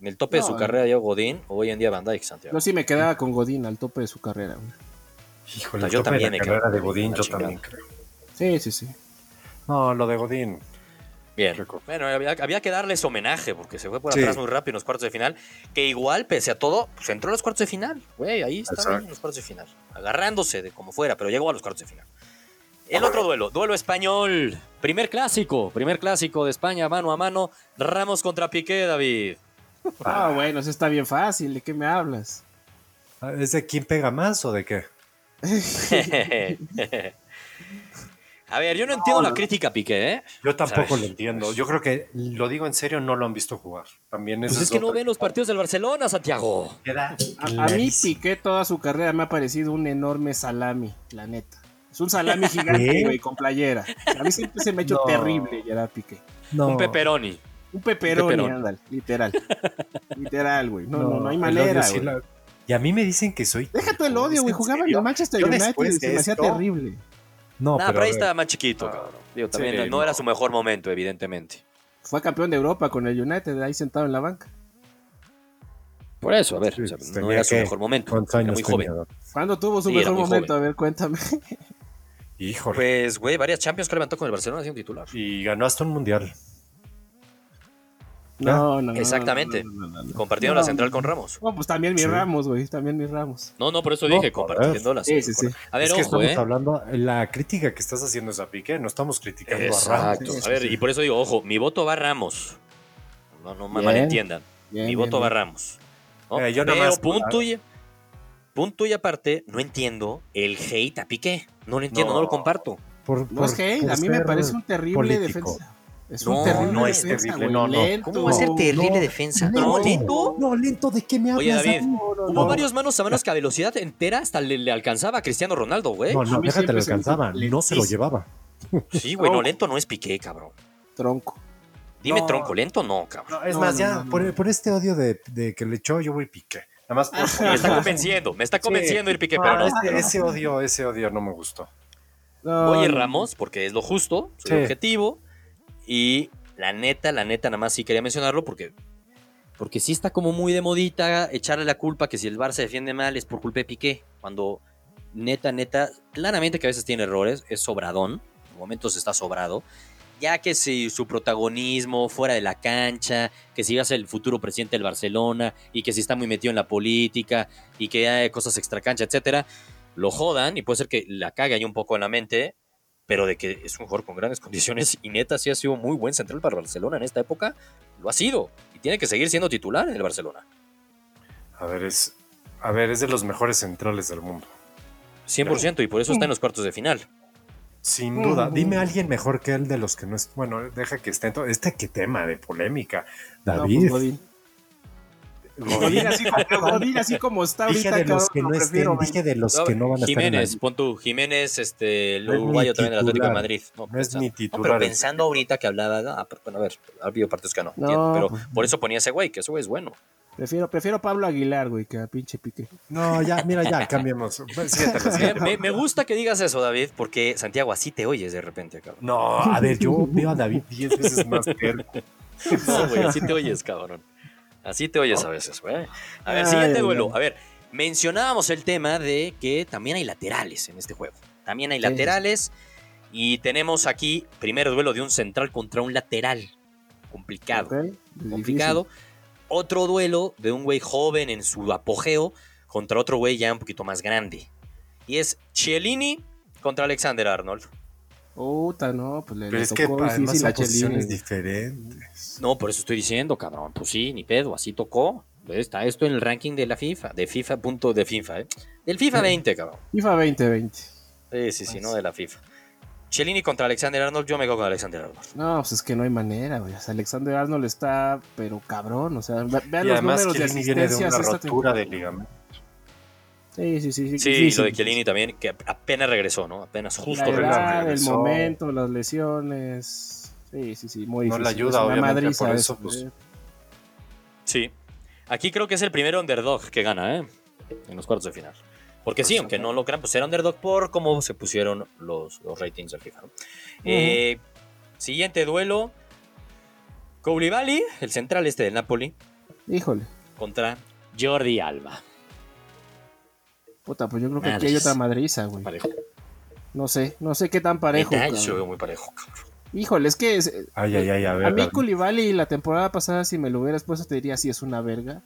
[SPEAKER 1] En el tope de
[SPEAKER 2] No,
[SPEAKER 1] su
[SPEAKER 2] eh.
[SPEAKER 1] carrera, Diego Godín, o hoy en día Van Dijk, Santiago.
[SPEAKER 2] Yo sí me quedaba con Godín al tope de su carrera, güey.
[SPEAKER 3] Híjole,
[SPEAKER 1] Yo
[SPEAKER 3] yo
[SPEAKER 1] también
[SPEAKER 3] también
[SPEAKER 1] me
[SPEAKER 3] la
[SPEAKER 1] quedo
[SPEAKER 3] carrera
[SPEAKER 1] con
[SPEAKER 3] de
[SPEAKER 1] la
[SPEAKER 3] Godín, yo
[SPEAKER 1] chingada.
[SPEAKER 3] también creo.
[SPEAKER 2] Sí, sí, sí.
[SPEAKER 3] No, lo de Godín.
[SPEAKER 1] Bien.
[SPEAKER 3] Qué cosa.
[SPEAKER 1] Bueno, había, había que darles homenaje porque se fue por
[SPEAKER 3] Sí.
[SPEAKER 1] atrás muy rápido en los cuartos de final. Que igual, pese a todo, pues entró a los cuartos de final. Güey, ahí está
[SPEAKER 3] Exacto.
[SPEAKER 1] en los cuartos de final. Agarrándose de como fuera, pero llegó a los cuartos de final. El otro duelo, duelo español. Primer clásico, primer clásico de España, mano a mano. Ramos contra Piqué, David.
[SPEAKER 2] Ah, bueno, eso está bien fácil. ¿De qué me hablas?
[SPEAKER 3] ¿Es de quién pega más o de qué?
[SPEAKER 1] a ver, yo no entiendo la crítica a Piqué, ¿eh?
[SPEAKER 3] Yo tampoco
[SPEAKER 1] ¿Sabes?
[SPEAKER 3] lo entiendo. Yo creo que, lo digo en serio, no lo han visto jugar. También
[SPEAKER 1] Pues
[SPEAKER 3] esa
[SPEAKER 1] es que no
[SPEAKER 3] otra.
[SPEAKER 1] ven los partidos del Barcelona, Santiago.
[SPEAKER 3] Queda
[SPEAKER 2] A, a mí
[SPEAKER 3] clarísimo.
[SPEAKER 2] Piqué toda su carrera me ha parecido un enorme salami, la neta. Es un salami gigante,
[SPEAKER 3] ¿Qué?
[SPEAKER 2] güey, con playera. A mí siempre se me ha hecho
[SPEAKER 3] ¿Eh? No.
[SPEAKER 2] terrible Gerard Piqué.
[SPEAKER 3] No.
[SPEAKER 1] Un peperoni.
[SPEAKER 2] Un peperón,
[SPEAKER 1] Peperoni.
[SPEAKER 2] ándale, literal. literal, güey. No,
[SPEAKER 3] No,
[SPEAKER 2] no, no, hay
[SPEAKER 3] el
[SPEAKER 2] manera,
[SPEAKER 3] odio sí
[SPEAKER 2] güey.
[SPEAKER 3] la- Y a mí me dicen que soy.
[SPEAKER 2] Déjate el
[SPEAKER 3] tonto.
[SPEAKER 2] odio,
[SPEAKER 3] ¿Es
[SPEAKER 2] güey.
[SPEAKER 3] en
[SPEAKER 2] Jugaba en
[SPEAKER 3] serio?
[SPEAKER 2] el Manchester
[SPEAKER 3] Yo
[SPEAKER 2] United
[SPEAKER 3] después
[SPEAKER 2] y se
[SPEAKER 3] de
[SPEAKER 2] me hacía
[SPEAKER 3] esto-
[SPEAKER 2] terrible.
[SPEAKER 3] No,
[SPEAKER 1] Nah,
[SPEAKER 3] pero,
[SPEAKER 1] pero ahí
[SPEAKER 3] a ver,
[SPEAKER 1] estaba más chiquito,
[SPEAKER 3] Ah,
[SPEAKER 1] cabrón. Digo, también
[SPEAKER 3] sí,
[SPEAKER 1] no,
[SPEAKER 3] no.
[SPEAKER 1] era su mejor momento, evidentemente.
[SPEAKER 2] Fue campeón de Europa con el United, ahí sentado en la banca.
[SPEAKER 1] Por eso, a ver,
[SPEAKER 3] Sí,
[SPEAKER 1] o sea,
[SPEAKER 3] pues,
[SPEAKER 1] no
[SPEAKER 3] tenía
[SPEAKER 1] era su
[SPEAKER 3] que-
[SPEAKER 1] mejor momento.
[SPEAKER 3] ¿Cuántos
[SPEAKER 1] Era
[SPEAKER 3] años
[SPEAKER 1] muy joven.
[SPEAKER 3] tenía?
[SPEAKER 2] ¿Cuándo tuvo su
[SPEAKER 1] Sí, era
[SPEAKER 2] mejor
[SPEAKER 1] muy
[SPEAKER 2] momento? A ver, cuéntame.
[SPEAKER 3] Híjole.
[SPEAKER 1] Pues, güey, varias Champions que levantó con el Barcelona siendo titular.
[SPEAKER 3] y ganó hasta un mundial.
[SPEAKER 2] No, no, no.
[SPEAKER 1] Exactamente.
[SPEAKER 2] No, no, no, no, no.
[SPEAKER 1] Compartiendo la
[SPEAKER 2] No.
[SPEAKER 1] central con Ramos.
[SPEAKER 2] No, pues también mi
[SPEAKER 3] Sí.
[SPEAKER 2] Ramos, güey. También mi Ramos.
[SPEAKER 1] No, no, por eso
[SPEAKER 3] No,
[SPEAKER 1] dije,
[SPEAKER 3] joder.
[SPEAKER 1] compartiendo la
[SPEAKER 2] Sí,
[SPEAKER 1] central.
[SPEAKER 2] sí,
[SPEAKER 1] con-
[SPEAKER 2] sí.
[SPEAKER 1] A ver,
[SPEAKER 3] es que
[SPEAKER 1] ojo,
[SPEAKER 3] estamos
[SPEAKER 1] ¿eh?
[SPEAKER 3] hablando. La crítica que estás haciendo es a Piqué. No estamos criticando a Ramos.
[SPEAKER 1] Exacto.
[SPEAKER 2] Sí, sí,
[SPEAKER 1] A ver,
[SPEAKER 2] sí.
[SPEAKER 1] y por eso digo, ojo, mi voto va a Ramos. No, no me
[SPEAKER 2] Bien.
[SPEAKER 1] malentiendan.
[SPEAKER 2] Bien,
[SPEAKER 1] mi
[SPEAKER 2] bien,
[SPEAKER 1] voto va a
[SPEAKER 2] bien.
[SPEAKER 1] Ramos. ¿no?
[SPEAKER 3] Mira, yo nada
[SPEAKER 1] Pero
[SPEAKER 3] más-
[SPEAKER 1] punto y, punto y aparte, no entiendo el hate a Piqué. No lo entiendo, no,
[SPEAKER 3] No.
[SPEAKER 1] lo comparto.
[SPEAKER 3] Por-
[SPEAKER 2] No
[SPEAKER 3] por-
[SPEAKER 2] es que
[SPEAKER 3] por
[SPEAKER 2] a mí me
[SPEAKER 3] ser-
[SPEAKER 2] parece un terrible
[SPEAKER 3] político.
[SPEAKER 2] defensa. Es
[SPEAKER 1] No,
[SPEAKER 2] un terrible
[SPEAKER 1] no
[SPEAKER 3] es
[SPEAKER 2] defensa,
[SPEAKER 3] terrible,
[SPEAKER 2] güey,
[SPEAKER 3] no, no.
[SPEAKER 2] lento.
[SPEAKER 1] ¿Cómo va a ser terrible
[SPEAKER 3] no,
[SPEAKER 1] defensa?
[SPEAKER 3] no.
[SPEAKER 1] No, lento.
[SPEAKER 3] No, lento, ¿de qué me hablas?
[SPEAKER 1] Oye, David,
[SPEAKER 3] No, no,
[SPEAKER 1] Hubo
[SPEAKER 3] no.
[SPEAKER 1] varios manos a manos que a velocidad entera hasta le, le alcanzaba a Cristiano Ronaldo, güey.
[SPEAKER 3] No,
[SPEAKER 2] A
[SPEAKER 3] no,
[SPEAKER 2] mí
[SPEAKER 3] déjate,
[SPEAKER 2] siempre
[SPEAKER 3] lo
[SPEAKER 2] se me hizo
[SPEAKER 3] alcanzaba. No se lo
[SPEAKER 2] lentísimo.
[SPEAKER 3] llevaba.
[SPEAKER 1] Sí, güey, no,
[SPEAKER 2] No.
[SPEAKER 1] lento no es Piqué, cabrón.
[SPEAKER 2] Tronco.
[SPEAKER 1] Dime
[SPEAKER 3] No.
[SPEAKER 1] tronco, lento no, cabrón.
[SPEAKER 3] es
[SPEAKER 2] No,
[SPEAKER 3] más,
[SPEAKER 2] no,
[SPEAKER 3] ya,
[SPEAKER 2] no, no,
[SPEAKER 3] por,
[SPEAKER 2] no.
[SPEAKER 3] por este odio de, de que le echó, yo voy Piqué. Nada más por-
[SPEAKER 1] Me está convenciendo, me está convenciendo el Piqué,
[SPEAKER 3] No,
[SPEAKER 1] pero no.
[SPEAKER 3] ese,
[SPEAKER 1] pero no.
[SPEAKER 3] ese odio, ese odio no me gustó.
[SPEAKER 2] No,
[SPEAKER 1] Voy a
[SPEAKER 2] no.
[SPEAKER 1] Ramos porque es lo justo, su
[SPEAKER 3] Sí.
[SPEAKER 1] objetivo. Y la neta, la neta, nada más sí quería mencionarlo porque. Porque sí está como muy de modita echarle la culpa que si el Bar se defiende mal es por culpa de Piqué. Cuando neta, neta, claramente que a veces tiene errores, es sobradón. En momentos está sobrado. ya que si su protagonismo fuera de la cancha, que si iba a ser el futuro presidente del Barcelona y que si está muy metido en la política y que hay cosas extracancha, etcétera, lo jodan y puede ser que la cague ahí un poco en la mente, pero de que es un jugador con grandes condiciones y neta sí ha sido muy buen central para Barcelona en esta época, lo ha sido y tiene que seguir siendo titular en el Barcelona.
[SPEAKER 3] A ver, es, a ver, es de los mejores centrales del mundo.
[SPEAKER 1] 100% y por eso está en los cuartos de final.
[SPEAKER 2] Mm.
[SPEAKER 3] Sin duda, dime a alguien mejor que él de los que no es. Bueno, deja que esté en todo. Este qué tema de polémica. David.
[SPEAKER 2] No, pues, Godín. Godín, así, como, Godín así como está
[SPEAKER 3] dije
[SPEAKER 2] ahorita,
[SPEAKER 3] de
[SPEAKER 2] cabrón,
[SPEAKER 3] los que no
[SPEAKER 2] lo prefiero,
[SPEAKER 3] estén, dije de los
[SPEAKER 1] No,
[SPEAKER 3] que no van a
[SPEAKER 1] Jiménez,
[SPEAKER 3] estar.
[SPEAKER 1] pon tú, Jiménez, este, el
[SPEAKER 3] No es ni
[SPEAKER 1] uruguayo también del Atlético de
[SPEAKER 3] titular.
[SPEAKER 1] Madrid. No,
[SPEAKER 3] No es
[SPEAKER 1] pensando-
[SPEAKER 3] ni
[SPEAKER 1] No,
[SPEAKER 3] titular.
[SPEAKER 1] pero pensando ahorita que hablaba, ah, pero bueno, a ver, ha habido partidos que no,
[SPEAKER 2] No,
[SPEAKER 1] entiendo, pero
[SPEAKER 2] pues-
[SPEAKER 1] por eso ponía ese güey, que ese güey es bueno.
[SPEAKER 2] Prefiero, prefiero a Pablo Aguilar, güey, que a pinche Piqué.
[SPEAKER 3] No, ya, mira, ya, Pues, cambiamos. Siguiente, la
[SPEAKER 1] Me,
[SPEAKER 3] siguiente.
[SPEAKER 1] me- me gusta que digas eso, David, porque Santiago, así te oyes de repente, cabrón.
[SPEAKER 3] No, a ver, yo veo a David 10 veces más que él.
[SPEAKER 1] No, güey, así te oyes, cabrón. Así te oyes a veces, güey. A ver,
[SPEAKER 3] Ay,
[SPEAKER 1] siguiente
[SPEAKER 3] ay,
[SPEAKER 1] duelo.
[SPEAKER 3] ay.
[SPEAKER 1] A ver, mencionábamos el tema de que también hay laterales en este juego. También hay
[SPEAKER 2] Sí.
[SPEAKER 1] laterales. Y tenemos aquí primer duelo de un central contra un lateral. Complicado.
[SPEAKER 2] ¿ok? Difícil.
[SPEAKER 1] complicado. Otro duelo de un güey joven en su apogeo contra otro güey ya un poquito más grande. Y es Chiellini contra Alexander Arnold.
[SPEAKER 2] Puta, no, pues le,
[SPEAKER 3] Pero
[SPEAKER 2] le
[SPEAKER 3] es que
[SPEAKER 2] tocó
[SPEAKER 3] además
[SPEAKER 2] difícil
[SPEAKER 3] son
[SPEAKER 2] a
[SPEAKER 3] posiciones
[SPEAKER 2] Chelini.
[SPEAKER 3] diferentes.
[SPEAKER 1] No, por eso estoy diciendo, cabrón. Pues sí, ni pedo, así tocó. Está esto en el ranking de la FIFA, de FIFA punto de FIFA, ¿eh? Del FIFA 20, cabrón.
[SPEAKER 2] FIFA 2020.
[SPEAKER 1] Sí, sí, sí, no de la FIFA. Chiellini contra Alexander Arnold, yo me quedo con Alexander Arnold.
[SPEAKER 2] No, pues es que no hay manera, güey. O sea, Alexander Arnold está, pero cabrón. O sea, ve- vean
[SPEAKER 3] Y
[SPEAKER 2] los
[SPEAKER 3] además
[SPEAKER 2] números de
[SPEAKER 3] Chiellini viene de una
[SPEAKER 2] asistencias esta
[SPEAKER 3] rotura
[SPEAKER 2] temporada.
[SPEAKER 3] de ligamento.
[SPEAKER 2] Sí, sí, sí. Sí,
[SPEAKER 1] Sí,
[SPEAKER 2] sí,
[SPEAKER 1] y
[SPEAKER 2] sí.
[SPEAKER 1] lo de Chiellini también, que apenas regresó, ¿no? Apenas justo
[SPEAKER 2] La
[SPEAKER 3] Correcto,
[SPEAKER 1] regresó.
[SPEAKER 2] edad, el
[SPEAKER 3] regresó.
[SPEAKER 2] momento, las lesiones. Sí, sí, sí, muy
[SPEAKER 3] No le
[SPEAKER 2] difícil.
[SPEAKER 3] ayuda,
[SPEAKER 2] Es una
[SPEAKER 3] obviamente,
[SPEAKER 2] madriza
[SPEAKER 3] por
[SPEAKER 2] eso,
[SPEAKER 3] eso, pues.
[SPEAKER 2] eh.
[SPEAKER 1] Sí. Aquí creo que es el primer underdog que gana, ¿eh? En los cuartos de final. Porque sí, aunque no lo crean, pues era underdog por cómo se pusieron los, los ratings del FIFA. ¿no? Eh, siguiente duelo. Koulibaly, el central este del Napoli,
[SPEAKER 2] Híjole.
[SPEAKER 1] contra Jordi Alba.
[SPEAKER 2] Puta, pues yo creo que aquí hay
[SPEAKER 1] Madres.
[SPEAKER 2] otra madriza, güey.
[SPEAKER 1] Parejo.
[SPEAKER 2] No sé, no sé qué tan parejo.
[SPEAKER 1] Neta,
[SPEAKER 2] cabrón.
[SPEAKER 1] yo veo muy parejo. cabrón.
[SPEAKER 2] Híjole, es que es-
[SPEAKER 3] Ay, ay, ay, a ver.
[SPEAKER 2] a mí
[SPEAKER 3] David.
[SPEAKER 2] Koulibaly la temporada pasada, si me lo hubieras puesto, te diría si es una verga.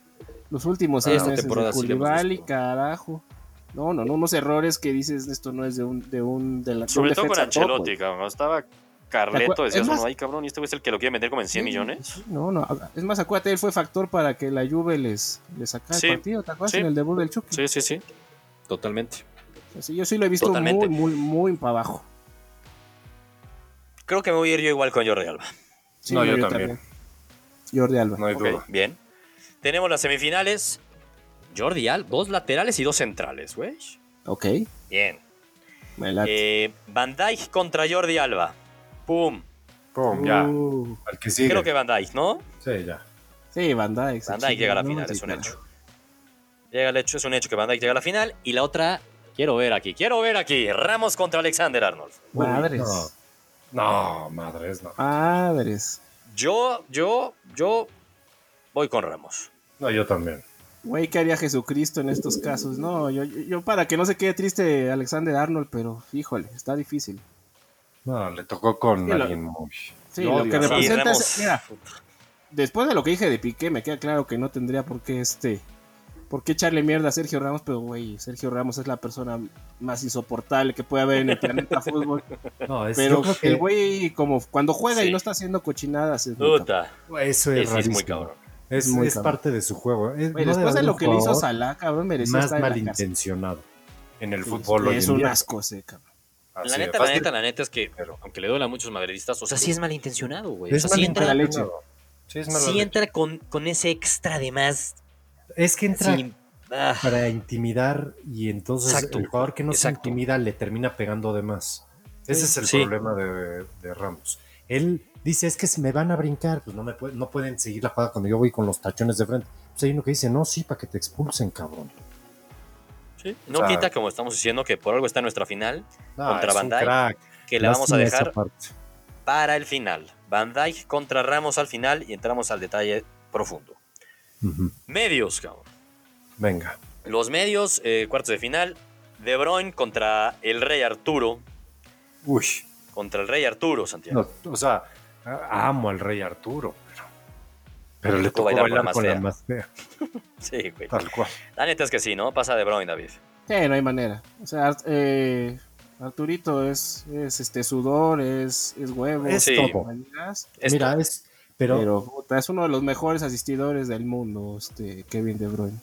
[SPEAKER 2] Los últimos
[SPEAKER 1] Ah,
[SPEAKER 2] seis
[SPEAKER 1] esta
[SPEAKER 2] meses
[SPEAKER 1] temporada
[SPEAKER 2] de
[SPEAKER 1] sí le hemos
[SPEAKER 2] Koulibaly,
[SPEAKER 1] visto.
[SPEAKER 2] carajo. No, no, no, unos errores que dices, esto no es de un, de un, de la, de un
[SPEAKER 4] Sobre todo con
[SPEAKER 2] defensa top,
[SPEAKER 4] Ancelotti,
[SPEAKER 2] güey.
[SPEAKER 4] cabrón. Estaba
[SPEAKER 2] ¿Te acuer-
[SPEAKER 4] Carleto, decías
[SPEAKER 2] es más-
[SPEAKER 4] uno, ay, cabrón, y este güey es el que lo quiere vender como en 100
[SPEAKER 2] Sí,
[SPEAKER 4] millones.
[SPEAKER 2] sí, No, no, es más, acuérdate, él fue factor para que la Juve les, les sacara
[SPEAKER 4] Sí,
[SPEAKER 2] el partido, ¿te acuerdas?
[SPEAKER 4] sí.
[SPEAKER 2] En el debut del Chucky.
[SPEAKER 4] Sí, sí, sí.
[SPEAKER 1] Totalmente.
[SPEAKER 2] O sea, yo sí lo he visto
[SPEAKER 1] Totalmente.
[SPEAKER 2] muy, muy, muy para abajo.
[SPEAKER 1] Creo que me voy a ir yo igual con Jordi Alba.
[SPEAKER 2] Sí,
[SPEAKER 3] No, yo también.
[SPEAKER 2] Jordi Alba.
[SPEAKER 3] No hay
[SPEAKER 4] Ok.
[SPEAKER 3] duda.
[SPEAKER 1] Bien. Tenemos las semifinales. Jordi Alba, dos laterales y dos centrales, güey.
[SPEAKER 2] Ok,
[SPEAKER 1] Bien.
[SPEAKER 2] me late.
[SPEAKER 1] Eh, Van Dijk contra Jordi Alba. Pum.
[SPEAKER 3] Pum, ya.
[SPEAKER 2] Uh,
[SPEAKER 3] Al que sigue.
[SPEAKER 1] Creo que Van Dijk, ¿no?
[SPEAKER 3] Sí, ya.
[SPEAKER 2] sí, Van Dijk. se
[SPEAKER 1] Van Dijk
[SPEAKER 2] chinga,
[SPEAKER 1] llega a la
[SPEAKER 2] ¿no?
[SPEAKER 1] final,
[SPEAKER 2] Sí,
[SPEAKER 1] es un
[SPEAKER 2] claro.
[SPEAKER 1] hecho. Llega el hecho, es un hecho que Van Dijk llega a la final. Y la otra, quiero ver aquí, quiero ver aquí. Ramos contra Alexander Arnold.
[SPEAKER 3] Uy,
[SPEAKER 2] Madres.
[SPEAKER 3] No, no madres, no.
[SPEAKER 2] Madres.
[SPEAKER 1] Yo, yo, yo voy con Ramos.
[SPEAKER 3] No, yo también.
[SPEAKER 2] Güey, ¿qué haría Jesucristo en estos casos? No, yo, yo- yo para que no se quede triste Alexander Arnold, pero híjole, está difícil.
[SPEAKER 3] No, le tocó con
[SPEAKER 2] Sí, lo-
[SPEAKER 3] alguien muy.
[SPEAKER 2] Sí,
[SPEAKER 3] Yo
[SPEAKER 2] lo
[SPEAKER 3] odio
[SPEAKER 2] que
[SPEAKER 3] a Ramos.
[SPEAKER 1] Sí,
[SPEAKER 2] representa
[SPEAKER 1] Ramos.
[SPEAKER 2] es- mira, después de lo que dije de Piqué, me queda claro que no tendría por qué este, por qué echarle mierda a Sergio Ramos, pero güey, Sergio Ramos es la persona más insoportable que puede haber en el planeta fútbol.
[SPEAKER 3] No, es
[SPEAKER 2] Pero
[SPEAKER 3] yo creo
[SPEAKER 2] que el güey, como cuando juega
[SPEAKER 1] Sí.
[SPEAKER 2] y no está haciendo cochinadas, es muy cabrón.
[SPEAKER 1] Puta.
[SPEAKER 3] Eso
[SPEAKER 1] Sí,
[SPEAKER 3] es,
[SPEAKER 1] sí, es muy
[SPEAKER 3] rarísimo.
[SPEAKER 1] cabrón.
[SPEAKER 3] Es,
[SPEAKER 2] Es muy
[SPEAKER 3] es
[SPEAKER 2] cabrón.
[SPEAKER 3] parte de su juego.
[SPEAKER 2] Güey,
[SPEAKER 3] Es- no debe
[SPEAKER 2] después de
[SPEAKER 3] haber
[SPEAKER 2] lo
[SPEAKER 3] un
[SPEAKER 2] que le hizo
[SPEAKER 3] jugador
[SPEAKER 2] Salah, cabrón, mereció
[SPEAKER 3] más
[SPEAKER 2] estar en la cárcel.
[SPEAKER 3] malintencionado en el fútbol hoy
[SPEAKER 2] es
[SPEAKER 3] en
[SPEAKER 2] un
[SPEAKER 3] día.
[SPEAKER 2] asco ese, cabrón.
[SPEAKER 3] Así
[SPEAKER 1] La
[SPEAKER 3] de
[SPEAKER 1] neta, la
[SPEAKER 3] fácil.
[SPEAKER 1] neta, la neta es que,
[SPEAKER 3] Pero-
[SPEAKER 1] aunque le duele a muchos madridistas, o sea, sí es malintencionado, güey. O
[SPEAKER 3] Es
[SPEAKER 1] sea, sí entra,
[SPEAKER 2] mala
[SPEAKER 3] malintencionado. Sí, es mala
[SPEAKER 1] sí
[SPEAKER 3] leche.
[SPEAKER 1] entra con, con ese extra de más.
[SPEAKER 3] Es que entra
[SPEAKER 1] sin- ah.
[SPEAKER 3] para intimidar y entonces
[SPEAKER 1] Exacto,
[SPEAKER 3] el jugador que no
[SPEAKER 1] exacto.
[SPEAKER 3] se intimida le termina pegando de más. Ese es el
[SPEAKER 1] sí.
[SPEAKER 3] problema de, de Ramos. Él dice, es que se me van a brincar, pues no, me puede- no pueden seguir la jugada cuando yo voy con los tachones de frente. Pues hay uno que dice, no, sí, para que te expulsen, cabrón.
[SPEAKER 1] No
[SPEAKER 3] O sea-
[SPEAKER 1] quita, como estamos diciendo, que por algo está nuestra final,
[SPEAKER 3] No,
[SPEAKER 1] Contra
[SPEAKER 3] es
[SPEAKER 1] Van
[SPEAKER 3] un
[SPEAKER 1] Dijk,
[SPEAKER 3] crack.
[SPEAKER 1] que la vamos a
[SPEAKER 3] Lástima esa
[SPEAKER 1] dejar
[SPEAKER 3] parte.
[SPEAKER 1] para el final. Van Dijk contra Ramos al final y entramos al detalle profundo.
[SPEAKER 3] Ujú.
[SPEAKER 1] Medios, cabrón.
[SPEAKER 3] Venga.
[SPEAKER 1] Los medios, eh, cuartos de final. De Bruyne contra el Rey Arturo.
[SPEAKER 3] Uy,
[SPEAKER 1] contra el Rey Arturo, Santiago.
[SPEAKER 3] No, o sea, a- amo al rey Arturo, pero, pero le
[SPEAKER 1] tocó
[SPEAKER 3] tocó
[SPEAKER 1] bailar con
[SPEAKER 3] bailar,
[SPEAKER 1] la más
[SPEAKER 3] con
[SPEAKER 1] fea.
[SPEAKER 3] la más fea,
[SPEAKER 1] Sí, güey.
[SPEAKER 3] tal cual.
[SPEAKER 1] La neta es que sí, ¿no? Pasa de Bruyne, David.
[SPEAKER 2] Sí, no hay manera. O sea, Art- eh, Arturito es, es este sudor, es, es huevo,
[SPEAKER 3] Es
[SPEAKER 1] Sí.
[SPEAKER 3] todo.
[SPEAKER 2] maneras,
[SPEAKER 1] Esto-
[SPEAKER 3] Mira, es, pero,
[SPEAKER 2] Pero, puta, es uno de los mejores asistidores del mundo, este Kevin De Bruyne.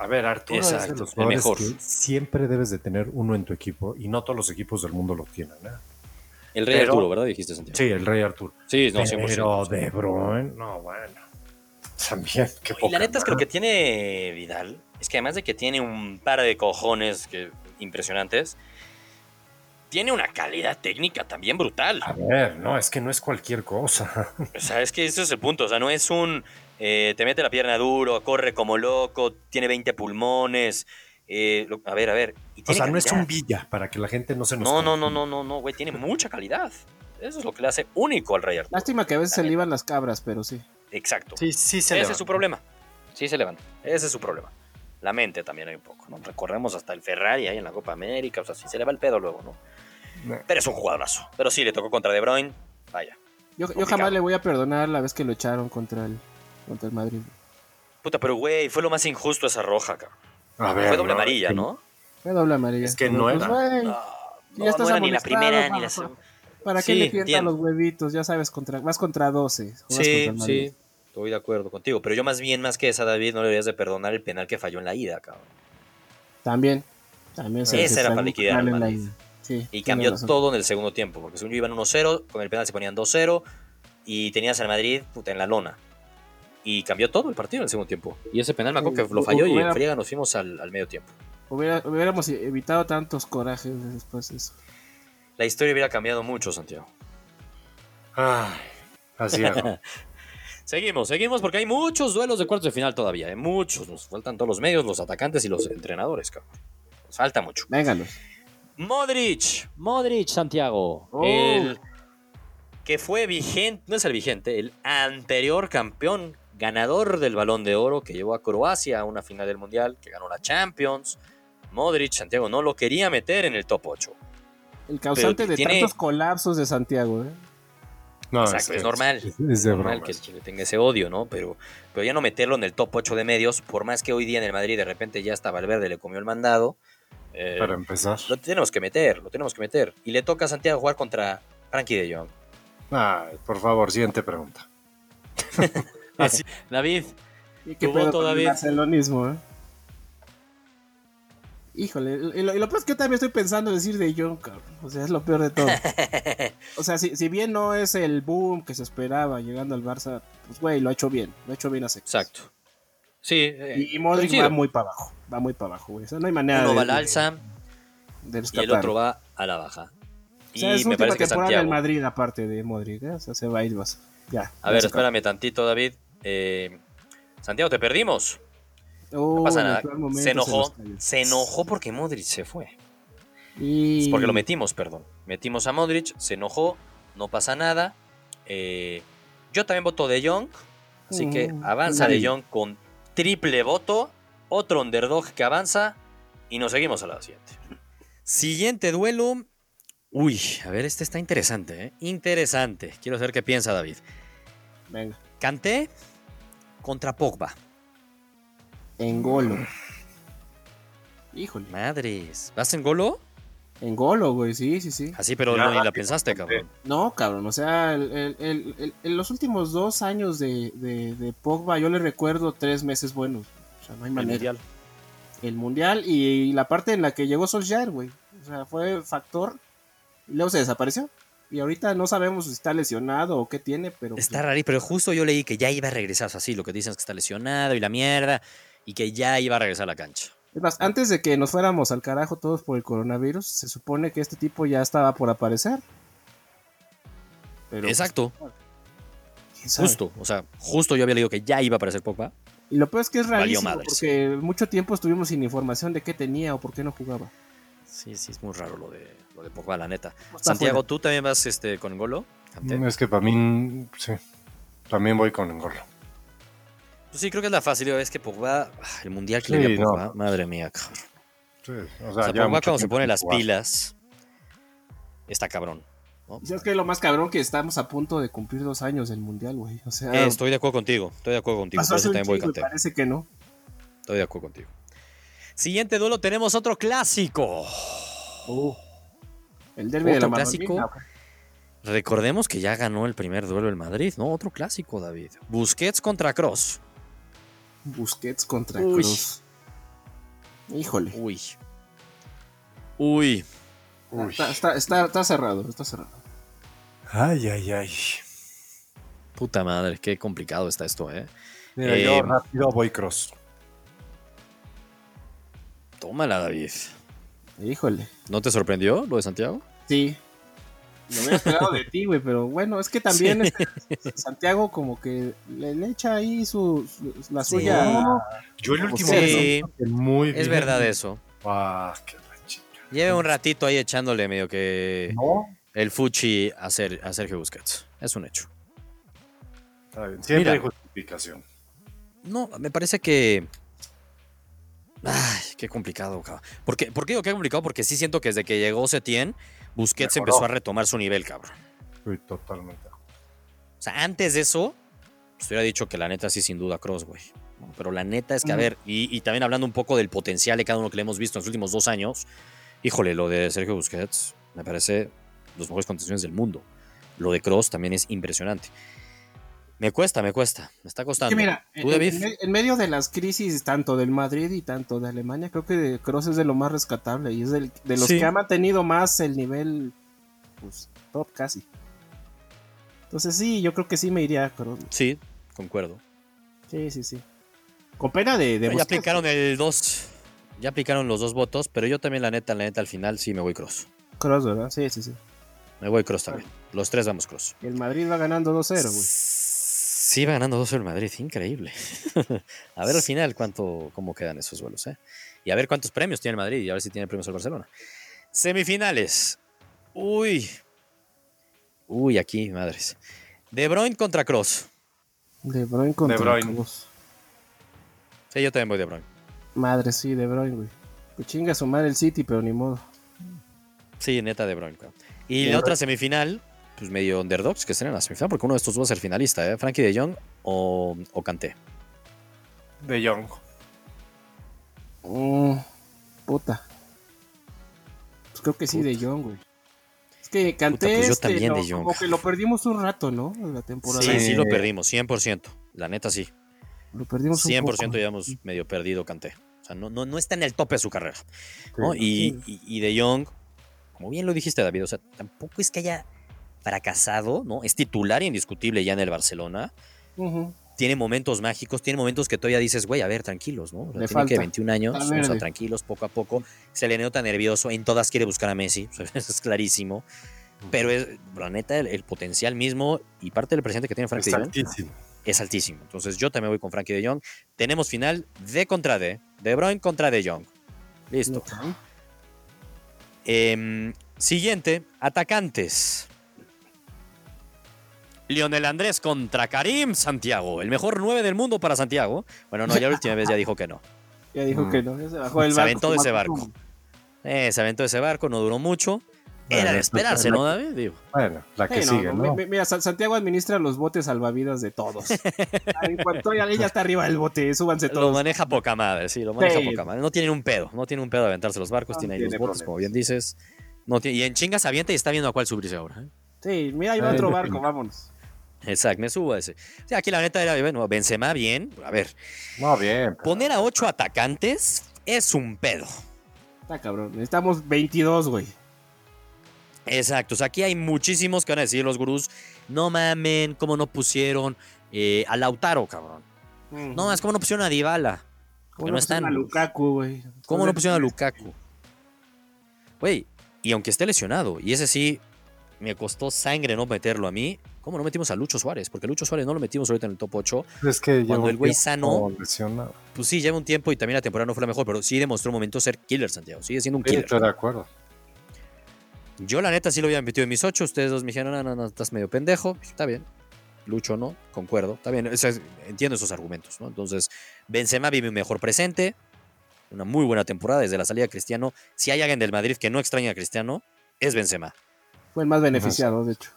[SPEAKER 3] a ver, Arturo es
[SPEAKER 1] Exacto,
[SPEAKER 3] de los
[SPEAKER 1] el
[SPEAKER 3] jugadores
[SPEAKER 1] mejor.
[SPEAKER 3] que siempre debes de tener uno en tu equipo y no todos los equipos del mundo lo tienen. ¿eh?
[SPEAKER 1] el Rey
[SPEAKER 3] pero-
[SPEAKER 1] Arturo, ¿verdad? Dijiste, Santiago.
[SPEAKER 3] Sí, el rey Arturo.
[SPEAKER 1] Sí, no, 100%.
[SPEAKER 3] pero De Bruyne, no, bueno. También, qué
[SPEAKER 1] Y la
[SPEAKER 3] poca
[SPEAKER 1] neta es que lo
[SPEAKER 3] madre.
[SPEAKER 1] que tiene Vidal es que además de que tiene un par de cojones que, impresionantes, tiene una calidad técnica también brutal.
[SPEAKER 3] A ver, no, es que no es cualquier cosa.
[SPEAKER 1] O sea, es que ese es el punto. O sea, no es un. eh, te mete la pierna duro, corre como loco, tiene 20 pulmones. eh, lo- a ver, a ver. y
[SPEAKER 3] O
[SPEAKER 1] tiene
[SPEAKER 3] sea, no es
[SPEAKER 1] calidad.
[SPEAKER 3] un Villa, para que la gente no se nos...
[SPEAKER 1] No, no, no, no, no, no, güey. Tiene mucha calidad. Eso es lo que le hace único al Rey Arturo.
[SPEAKER 2] Lástima que a veces se le iban las cabras, pero sí.
[SPEAKER 1] Exacto.
[SPEAKER 3] Sí, sí se
[SPEAKER 1] Ese
[SPEAKER 3] levanta.
[SPEAKER 1] es su problema. Sí, se levanta. Ese es su problema. La mente también hay un poco, ¿no? Recorremos hasta el Ferrari ahí en la Copa América. O sea, sí se le va el pedo luego, ¿no?
[SPEAKER 3] No.
[SPEAKER 1] Pero es un jugadorazo. Pero sí, le tocó contra De Bruyne. Vaya.
[SPEAKER 2] Yo, yo
[SPEAKER 1] Complicado.
[SPEAKER 2] jamás le voy a perdonar la vez que lo echaron contra el, contra el Madrid.
[SPEAKER 1] Puta, pero güey, fue lo más injusto esa roja, cabrón.
[SPEAKER 3] A ver,
[SPEAKER 1] Fue doble
[SPEAKER 3] no,
[SPEAKER 1] amarilla,
[SPEAKER 3] que-
[SPEAKER 1] ¿no?
[SPEAKER 2] Fue doble amarilla.
[SPEAKER 3] Es que no
[SPEAKER 2] Pues,
[SPEAKER 3] era.
[SPEAKER 2] güey,
[SPEAKER 1] No,
[SPEAKER 2] ya
[SPEAKER 1] no, no
[SPEAKER 2] estás
[SPEAKER 1] era ni la
[SPEAKER 2] amonestado,
[SPEAKER 1] primera ni
[SPEAKER 2] para-
[SPEAKER 1] la segunda.
[SPEAKER 2] ¿Para qué
[SPEAKER 1] Sí,
[SPEAKER 2] le tientan
[SPEAKER 1] entiendo.
[SPEAKER 2] los huevitos? Ya sabes, contra, vas contra 12. juegas contra
[SPEAKER 1] Sí,
[SPEAKER 2] el Madrid.
[SPEAKER 1] sí, estoy de acuerdo contigo. Pero yo más bien, más que esa, David, no le deberías de perdonar el penal que falló en la ida, cabrón.
[SPEAKER 2] También. También
[SPEAKER 1] Esa era
[SPEAKER 2] salió
[SPEAKER 1] para liquidar
[SPEAKER 2] mal
[SPEAKER 1] al
[SPEAKER 2] en la
[SPEAKER 1] Madrid.
[SPEAKER 2] ida. Sí,
[SPEAKER 1] Y
[SPEAKER 2] tiene
[SPEAKER 1] cambió
[SPEAKER 2] razón.
[SPEAKER 1] todo en el segundo tiempo, porque según yo iban 1-0, con el penal se ponían 2-0 y tenías al Madrid puta, en la lona. Y cambió todo el partido en el segundo tiempo. Y ese penal me acuerdo que lo falló y en friega nos fuimos al, al medio tiempo.
[SPEAKER 2] Hubiera- hubiéramos evitado tantos corajes después de eso.
[SPEAKER 1] La historia hubiera cambiado mucho, Santiago.
[SPEAKER 3] Ay, así es.
[SPEAKER 1] Seguimos, seguimos, porque hay muchos duelos de cuartos de final todavía. ¿eh? Muchos. Nos faltan todos los medios, los atacantes y los entrenadores, cabrón. Nos falta mucho.
[SPEAKER 2] Véngalos.
[SPEAKER 1] Modric, Modric Santiago,
[SPEAKER 2] Oh.
[SPEAKER 1] el que fue vigente, no es el vigente, el anterior campeón, ganador del Balón de Oro que llevó a Croacia a una final del Mundial, que ganó la Champions. Modric Santiago no lo quería meter en el top 8.
[SPEAKER 2] El causante
[SPEAKER 1] Pero
[SPEAKER 2] de
[SPEAKER 1] tiene-
[SPEAKER 2] tantos colapsos de Santiago. ¿eh?
[SPEAKER 3] No,
[SPEAKER 1] Exacto,
[SPEAKER 3] que
[SPEAKER 1] es normal.
[SPEAKER 3] Es, es de
[SPEAKER 1] Normal
[SPEAKER 3] broma.
[SPEAKER 1] que que le tenga ese odio, ¿no? Pero, pero ya no meterlo en el top 8 de medios, por más que hoy día en el Madrid de repente ya hasta Valverde le comió el mandado. eh,
[SPEAKER 3] Para empezar.
[SPEAKER 1] lo tenemos que meter, lo tenemos que meter. Y le toca a Santiago jugar contra Frankie de Jong.
[SPEAKER 3] Ay, por favor, siguiente pregunta.
[SPEAKER 1] Así- David,
[SPEAKER 2] ¿Y qué
[SPEAKER 1] Tu
[SPEAKER 2] pedo
[SPEAKER 1] voto,
[SPEAKER 2] con el
[SPEAKER 1] David.
[SPEAKER 2] barcelonismo? ¿eh? Híjole, y lo, y lo peor es que yo también estoy pensando decir de John, cabrón. O sea, es lo peor de todo. o sea, si, si bien no es el boom que se esperaba llegando al Barça, pues güey, lo ha hecho bien. Lo ha hecho bien a secas.
[SPEAKER 1] Exacto. Sí, eh,
[SPEAKER 2] Y, y Modric
[SPEAKER 1] coincido.
[SPEAKER 2] va muy para abajo. Va muy para abajo, güey. O sea, no hay manera
[SPEAKER 1] uno
[SPEAKER 2] de.
[SPEAKER 1] va al alza
[SPEAKER 2] de
[SPEAKER 1] y el
[SPEAKER 2] rescatarlo.
[SPEAKER 1] otro va a la baja.
[SPEAKER 2] O
[SPEAKER 1] Y
[SPEAKER 2] sea, es
[SPEAKER 1] me
[SPEAKER 2] última
[SPEAKER 1] parece que
[SPEAKER 2] temporada del
[SPEAKER 1] Santiago.
[SPEAKER 2] Madrid, aparte de Modric. ¿eh? O sea, se va a ir vas. Ya.
[SPEAKER 1] A ver, espérame tantito, David. Eh, Santiago, te perdimos.
[SPEAKER 2] Oh,
[SPEAKER 1] No pasa
[SPEAKER 2] en el
[SPEAKER 1] nada.
[SPEAKER 2] peor momento
[SPEAKER 1] Se enojó.
[SPEAKER 2] nos cayó.
[SPEAKER 1] Se enojó porque Modric se fue.
[SPEAKER 2] Y...
[SPEAKER 1] Porque lo metimos, perdón. Metimos a Modric, se enojó, no pasa nada. Eh, yo también voto de Jong. Así que
[SPEAKER 2] Mm,
[SPEAKER 1] avanza de
[SPEAKER 2] sí.
[SPEAKER 1] Jong con triple voto. Otro underdog que avanza. Y nos seguimos a la siguiente. Siguiente duelo. Uy, a ver, este está interesante, ¿eh? Interesante. Quiero saber qué piensa David.
[SPEAKER 2] Venga,
[SPEAKER 1] Canté contra Pogba.
[SPEAKER 2] en golo. Híjole.
[SPEAKER 1] Madres. ¿Vas en golo?
[SPEAKER 2] En golo, güey, sí, sí, sí.
[SPEAKER 1] Así, pero
[SPEAKER 3] Ya,
[SPEAKER 1] no, ni la pensaste, cabrón.
[SPEAKER 2] No, cabrón, o sea, el- el- el- el- en los últimos dos años de, de- de Pogba, yo le recuerdo tres meses buenos. O sea, no hay manera. El mundial, y, la parte en la que llegó Solskjaer, güey. O sea, fue factor. Y luego se desapareció. Y ahorita no sabemos si está lesionado o qué tiene, pero. pues,
[SPEAKER 1] Está raro, pero justo yo leí que ya iba a regresar, o sea, sí, lo que dicen es que está lesionado y la mierda, y que ya iba a regresar a la cancha.
[SPEAKER 2] Es más, antes de que nos fuéramos al carajo todos por el coronavirus, se supone que este tipo ya estaba por aparecer. Pero, pues,
[SPEAKER 1] Exacto,
[SPEAKER 2] ¿quién sabe?
[SPEAKER 1] justo, o sea, justo yo había leído que ya iba a aparecer Pogba.
[SPEAKER 2] Y lo peor es que es
[SPEAKER 1] Valió
[SPEAKER 2] rarísimo
[SPEAKER 1] madres.
[SPEAKER 2] porque mucho tiempo estuvimos sin información de qué tenía o por qué no jugaba.
[SPEAKER 1] Sí, sí, es muy raro lo de, lo de Pogba, la neta.
[SPEAKER 2] Está
[SPEAKER 1] Santiago,
[SPEAKER 2] fuera.
[SPEAKER 1] ¿tú también vas este, con Golo? Kanté?
[SPEAKER 3] Es que para mí, sí. También voy con Engolo.
[SPEAKER 1] Pues sí, creo que es la fácil, es que Pogba, ah, el mundial que
[SPEAKER 3] Sí,
[SPEAKER 1] le dio a
[SPEAKER 3] no.
[SPEAKER 1] Pogba, madre mía, cabrón.
[SPEAKER 3] Sí, o sea,
[SPEAKER 1] O sea,
[SPEAKER 3] ya
[SPEAKER 1] Pogba
[SPEAKER 3] mucho
[SPEAKER 1] cuando se
[SPEAKER 3] tiempo
[SPEAKER 1] pone
[SPEAKER 3] sin
[SPEAKER 1] las
[SPEAKER 3] jugar.
[SPEAKER 1] pilas, está cabrón. ¿no?
[SPEAKER 2] Y Es que lo más cabrón que estamos a punto de cumplir dos años del mundial, güey. O sea,
[SPEAKER 1] Eh, estoy de acuerdo contigo, estoy de acuerdo contigo.
[SPEAKER 2] pasó
[SPEAKER 1] Por
[SPEAKER 2] hace
[SPEAKER 1] eso
[SPEAKER 2] un
[SPEAKER 1] también voy
[SPEAKER 2] chingo y
[SPEAKER 1] Kanté.
[SPEAKER 2] parece que no.
[SPEAKER 1] Estoy de acuerdo contigo. Siguiente duelo tenemos otro clásico.
[SPEAKER 2] El derbi de
[SPEAKER 1] Otro
[SPEAKER 2] la
[SPEAKER 1] Oh. clásico.
[SPEAKER 2] Madonina, güey.
[SPEAKER 1] Recordemos que ya ganó el primer duelo el Madrid, ¿no? Otro clásico, David. Busquets contra Cross.
[SPEAKER 2] Busquets contra
[SPEAKER 1] Uy.
[SPEAKER 2] Cruz. Híjole.
[SPEAKER 1] Uy. Uy.
[SPEAKER 3] Uy.
[SPEAKER 2] Está, está- está- está cerrado, está cerrado.
[SPEAKER 3] Ay, ay, ay.
[SPEAKER 1] Puta madre, qué complicado está esto, ¿eh?
[SPEAKER 3] Mira,
[SPEAKER 1] Eh,
[SPEAKER 3] yo rápido voy cross.
[SPEAKER 1] Tómala, David.
[SPEAKER 2] Híjole.
[SPEAKER 1] ¿No te sorprendió lo de Santiago?
[SPEAKER 2] Sí. Lo había esperado de ti, güey, pero bueno, es que también este, Santiago como que le, le echa ahí su, su- la
[SPEAKER 1] Sí.
[SPEAKER 2] suya.
[SPEAKER 3] No, Yo el
[SPEAKER 2] Como
[SPEAKER 3] último.
[SPEAKER 2] sea,
[SPEAKER 3] vez lo hice Muy bien.
[SPEAKER 1] Es verdad eso.
[SPEAKER 3] Ah, qué la chica.
[SPEAKER 1] Lleve un ratito ahí echándole medio que
[SPEAKER 3] No.
[SPEAKER 1] el fuchi a, Ser- a Sergio Busquets. Es un hecho.
[SPEAKER 3] Está bien. Siempre
[SPEAKER 1] Mira.
[SPEAKER 3] hay justificación.
[SPEAKER 1] No, me parece que. Ay, qué complicado, cabrón. ¿Por qué, por qué digo que complicado? Porque sí siento que desde que llegó Setien, Busquets
[SPEAKER 3] Mejoró.
[SPEAKER 1] empezó a retomar su nivel, cabrón.
[SPEAKER 3] Estoy totalmente. de acuerdo.
[SPEAKER 1] O sea, antes de eso, pues, hubiera dicho que la neta sí, sin duda, Cross, güey. ¿no? Pero la neta es que, a
[SPEAKER 2] Ujú.
[SPEAKER 1] ver, y, y también hablando un poco del potencial de cada uno que le hemos visto en los últimos dos años, híjole, lo de Sergio Busquets me parece los mejores contenciones del mundo. Lo de Cross también es impresionante. Me cuesta, me cuesta, me está
[SPEAKER 2] Es
[SPEAKER 1] costando.
[SPEAKER 2] que mira,
[SPEAKER 1] ¿Tú,
[SPEAKER 2] en,
[SPEAKER 1] David?
[SPEAKER 2] en me- en medio de las crisis tanto del Madrid y tanto de Alemania, creo que Cross es de lo más rescatable y es del- de los
[SPEAKER 1] Sí.
[SPEAKER 2] que ha mantenido más el nivel pues, top casi. Entonces sí, yo creo que sí me iría a Kroos.
[SPEAKER 1] Sí, concuerdo.
[SPEAKER 2] Sí, sí, sí. Con pena de... de
[SPEAKER 1] ya
[SPEAKER 2] Busquets.
[SPEAKER 1] aplicaron el 2. Ya aplicaron los dos votos, pero yo también, la neta, la neta, al final sí me voy cross.
[SPEAKER 2] Kroos, ¿verdad? Sí, sí, sí.
[SPEAKER 1] Me voy cross también. Los tres vamos cross.
[SPEAKER 2] Y el Madrid va ganando 2-0, güey.
[SPEAKER 1] Sí, va ganando 2 el Madrid, increíble. a ver al final cuánto, cómo quedan esos duelos, ¿eh? Y a ver cuántos premios tiene el Madrid y a ver si tiene premios el Barcelona. Semifinales. Uy. Uy, aquí, madres. De Bruyne contra Cross.
[SPEAKER 2] De Bruyne contra
[SPEAKER 3] De Bruyne.
[SPEAKER 2] Kroos.
[SPEAKER 1] Sí, yo también voy De Bruyne.
[SPEAKER 2] Madre, sí, De Bruyne, güey. Pues chinga su madre el City, pero ni modo.
[SPEAKER 1] Sí, neta De Bruyne. cabrón. Y
[SPEAKER 3] De
[SPEAKER 1] la otra semifinal, pues medio underdogs que estén en la semifinal, porque uno de estos dos va a ser finalista, ¿eh? Frankie de Jong o, o Kanté.
[SPEAKER 3] De Jong.
[SPEAKER 2] Mm, puta. Pues creo que sí,
[SPEAKER 1] Puta.
[SPEAKER 2] de Jong, güey. Es que canté
[SPEAKER 1] pues yo
[SPEAKER 2] este,
[SPEAKER 1] también
[SPEAKER 2] lo-
[SPEAKER 1] de Jong.
[SPEAKER 2] como que lo perdimos un rato, ¿no? En La temporada.
[SPEAKER 1] Sí, sí lo
[SPEAKER 3] Eh.
[SPEAKER 1] perdimos, 100%. La neta sí.
[SPEAKER 2] Lo perdimos un
[SPEAKER 1] 100%
[SPEAKER 2] poco.
[SPEAKER 1] llevamos medio perdido Canté. O sea, no, no, no está en el tope de su carrera. ¿no? Y, y- y De Jong, como bien lo dijiste, David, o sea, tampoco es que haya fracasado, ¿no? Es titular indiscutible ya en el Barcelona.
[SPEAKER 2] Ujú.
[SPEAKER 1] Tiene momentos mágicos, tiene momentos que todavía dices, güey, a ver, tranquilos, ¿no? O sea,
[SPEAKER 2] Le
[SPEAKER 1] tiene que
[SPEAKER 2] falta.
[SPEAKER 1] 21 años,
[SPEAKER 2] Está
[SPEAKER 1] o sea,
[SPEAKER 2] verde.
[SPEAKER 1] tranquilos, poco a poco. Se le nota nervioso, en todas quiere buscar a Messi, o sea, eso es clarísimo. Pero es, la neta, el, el potencial mismo y parte del presente que tiene Frankie de Jong
[SPEAKER 3] Exactísimo.
[SPEAKER 1] es altísimo. Entonces yo también voy con Frankie de Jong. Tenemos final D contra D. De Bruyne contra de Jong. Listo.
[SPEAKER 2] Ok.
[SPEAKER 1] Em, siguiente, atacantes. Lionel Andrés contra Karim Santiago. El mejor 9 del mundo para Santiago. Bueno, no, ya la última vez ya dijo que no.
[SPEAKER 2] Ya dijo
[SPEAKER 3] Mm.
[SPEAKER 2] que no, ya se bajó del
[SPEAKER 1] Se
[SPEAKER 2] barco.
[SPEAKER 1] aventó de ese
[SPEAKER 2] Marco.
[SPEAKER 1] barco. Eh, se aventó ese barco, no duró mucho. Era
[SPEAKER 3] Bueno,
[SPEAKER 1] de esperarse,
[SPEAKER 3] la-
[SPEAKER 1] ¿no, David? Digo.
[SPEAKER 3] Bueno, la que
[SPEAKER 2] Sí, no,
[SPEAKER 3] sigue,
[SPEAKER 2] no,
[SPEAKER 3] ¿no?
[SPEAKER 2] mi- mi- Mira, San- Santiago administra los botes salvavidas de todos. en cuanto ya ya está arriba el bote, súbanse
[SPEAKER 1] Lo
[SPEAKER 2] todos.
[SPEAKER 1] maneja poca madre, sí, lo maneja
[SPEAKER 2] Sí.
[SPEAKER 1] poca madre. No tienen un pedo, no tienen un pedo de aventarse los barcos,
[SPEAKER 2] No
[SPEAKER 1] tiene ahí
[SPEAKER 3] tiene
[SPEAKER 1] los botes,
[SPEAKER 3] problemas.
[SPEAKER 1] como bien dices. No tiene- y en chingas avienta y está viendo a cuál subirse ahora. ¿eh?
[SPEAKER 2] Sí, mira, ahí va
[SPEAKER 3] Ay,
[SPEAKER 2] otro
[SPEAKER 3] no.
[SPEAKER 2] barco, vámonos.
[SPEAKER 1] Exacto, me subo a ese. O sea, aquí la neta era, bueno, Benzema bien. A ver,
[SPEAKER 3] No, bien. pues
[SPEAKER 1] poner a ocho atacantes es un pedo.
[SPEAKER 2] Está cabrón, necesitamos 22, güey.
[SPEAKER 1] Exacto, o sea, aquí hay muchísimos que van a decir los gurús, no mamen, cómo no pusieron eh, a Lautaro, cabrón. No, es como no pusieron a Dybala.
[SPEAKER 2] ¿Cómo
[SPEAKER 1] que no
[SPEAKER 2] no pusieron
[SPEAKER 1] están.
[SPEAKER 2] a Lukaku, güey?
[SPEAKER 1] ¿Cómo no
[SPEAKER 2] Entonces,
[SPEAKER 1] pusieron a Lukaku? Güey, y aunque esté lesionado, y ese sí me costó sangre no meterlo a mí, ¿cómo no metimos a Lucho Suárez? Porque Lucho Suárez no lo metimos ahorita en el top 8.
[SPEAKER 3] Pues Es que lleva
[SPEAKER 1] Cuando
[SPEAKER 3] un
[SPEAKER 1] el güey
[SPEAKER 3] tiempo
[SPEAKER 1] sano-
[SPEAKER 3] lesionado.
[SPEAKER 1] Pues sí, lleva un tiempo y también la temporada no fue la mejor, pero sí demostró un momento ser killer, Santiago. Sigue siendo un
[SPEAKER 3] Sí,
[SPEAKER 1] killer.
[SPEAKER 3] estoy de acuerdo.
[SPEAKER 1] Yo, la neta, sí lo había metido en mis 8. Ustedes dos me dijeron, "Ah, no, no, no, estás medio pendejo. Pues, Está bien. Lucho no, concuerdo. Está bien, o sea, entiendo esos argumentos, ¿no? Entonces, Benzema vive un mejor presente. Una muy buena temporada desde la salida de Cristiano. Si hay alguien del Madrid que no extraña a Cristiano, es Benzema.
[SPEAKER 2] Fue el más beneficiado, de hecho.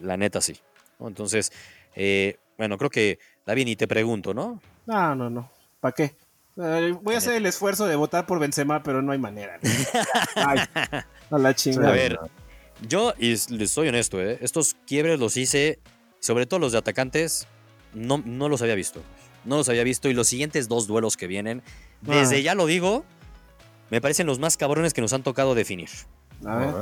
[SPEAKER 1] La neta sí. ¿no? Entonces, eh, bueno, creo que, David, ni te pregunto, ¿no?
[SPEAKER 2] No, no, no. ¿Para qué? Eh, voy a hacer el esfuerzo de votar por Benzema, pero no hay manera. ¿no? Ay, a la chingada.
[SPEAKER 1] A ver, yo, y s- les soy honesto, ¿eh? estos quiebres los hice, sobre todo los de atacantes, no, no los había visto. No los había visto. Y los siguientes dos duelos que vienen, desde
[SPEAKER 2] Ah.
[SPEAKER 1] ya lo digo, me parecen los más cabrones que nos han tocado definir.
[SPEAKER 2] A ver.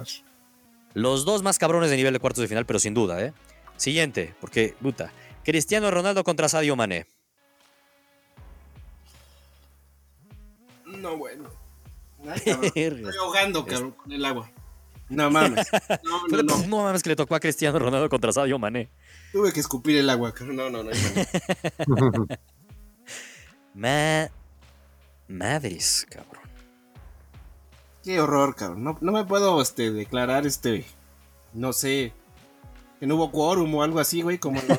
[SPEAKER 1] Los dos más cabrones de nivel de cuartos de final, pero sin duda, ¿eh? Siguiente, porque, puta, Cristiano Ronaldo contra Sadio Mané.
[SPEAKER 2] No, bueno.
[SPEAKER 1] Verga.
[SPEAKER 2] Estoy ahogando, cabrón, con el agua. No mames. No, no,
[SPEAKER 1] Pero,
[SPEAKER 2] no.
[SPEAKER 1] No mames que le tocó a Cristiano Ronaldo contra Sadio Mané.
[SPEAKER 2] Tuve que escupir el agua, cabrón. No, no, no. hay manera.
[SPEAKER 1] Ma... Madres, cabrón.
[SPEAKER 2] Qué horror, cabrón. No, no me puedo este, declarar este. No sé. Que no hubo quórum o algo así, güey. Como. los-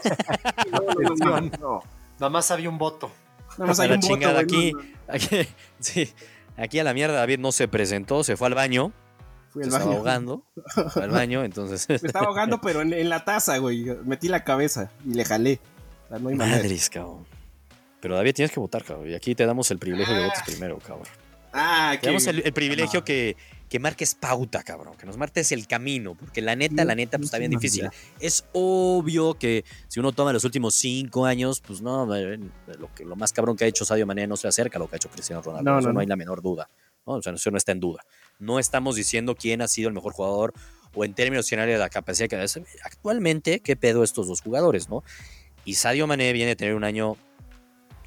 [SPEAKER 2] No, no, no, no.
[SPEAKER 5] Pues Nada más había un voto.
[SPEAKER 2] Nada más
[SPEAKER 1] A
[SPEAKER 2] hay
[SPEAKER 1] la
[SPEAKER 2] un voto,
[SPEAKER 1] chingada,
[SPEAKER 2] güey,
[SPEAKER 1] aquí,
[SPEAKER 2] no, no.
[SPEAKER 1] aquí, sí, aquí a la mierda David no se presentó, se fue al baño,
[SPEAKER 2] Fui
[SPEAKER 1] se
[SPEAKER 2] al
[SPEAKER 1] estaba
[SPEAKER 2] baño.
[SPEAKER 1] ahogando, fue al baño, entonces,
[SPEAKER 2] Me estaba ahogando, pero en, en la taza, güey. Metí la cabeza y le jalé. O sea, no hay manera.
[SPEAKER 1] madres, cabrón. Pero David tienes que votar, cabrón, y aquí te damos el privilegio de votos primero, cabrón.
[SPEAKER 2] Ah,
[SPEAKER 1] Te
[SPEAKER 2] qué.
[SPEAKER 1] damos el, el privilegio
[SPEAKER 2] mamada.
[SPEAKER 1] que, que marques pauta, cabrón, que nos marques el camino, porque la neta, la neta, pues está bien
[SPEAKER 2] Muchísimas
[SPEAKER 1] difícil. Es obvio que si uno toma los últimos cinco años, pues no, eh, lo, que, lo más cabrón que ha hecho Sadio Mané no se acerca a lo que ha hecho Cristiano Ronaldo.
[SPEAKER 2] No,
[SPEAKER 1] eso no,
[SPEAKER 2] no, no.
[SPEAKER 1] hay la menor duda. ¿no? O sea, eso no está en duda. No estamos diciendo quién ha sido el mejor jugador o en términos generales de la capacidad que es actualmente, qué pedo estos dos jugadores, ¿no? Y Sadio Mané viene a tener un año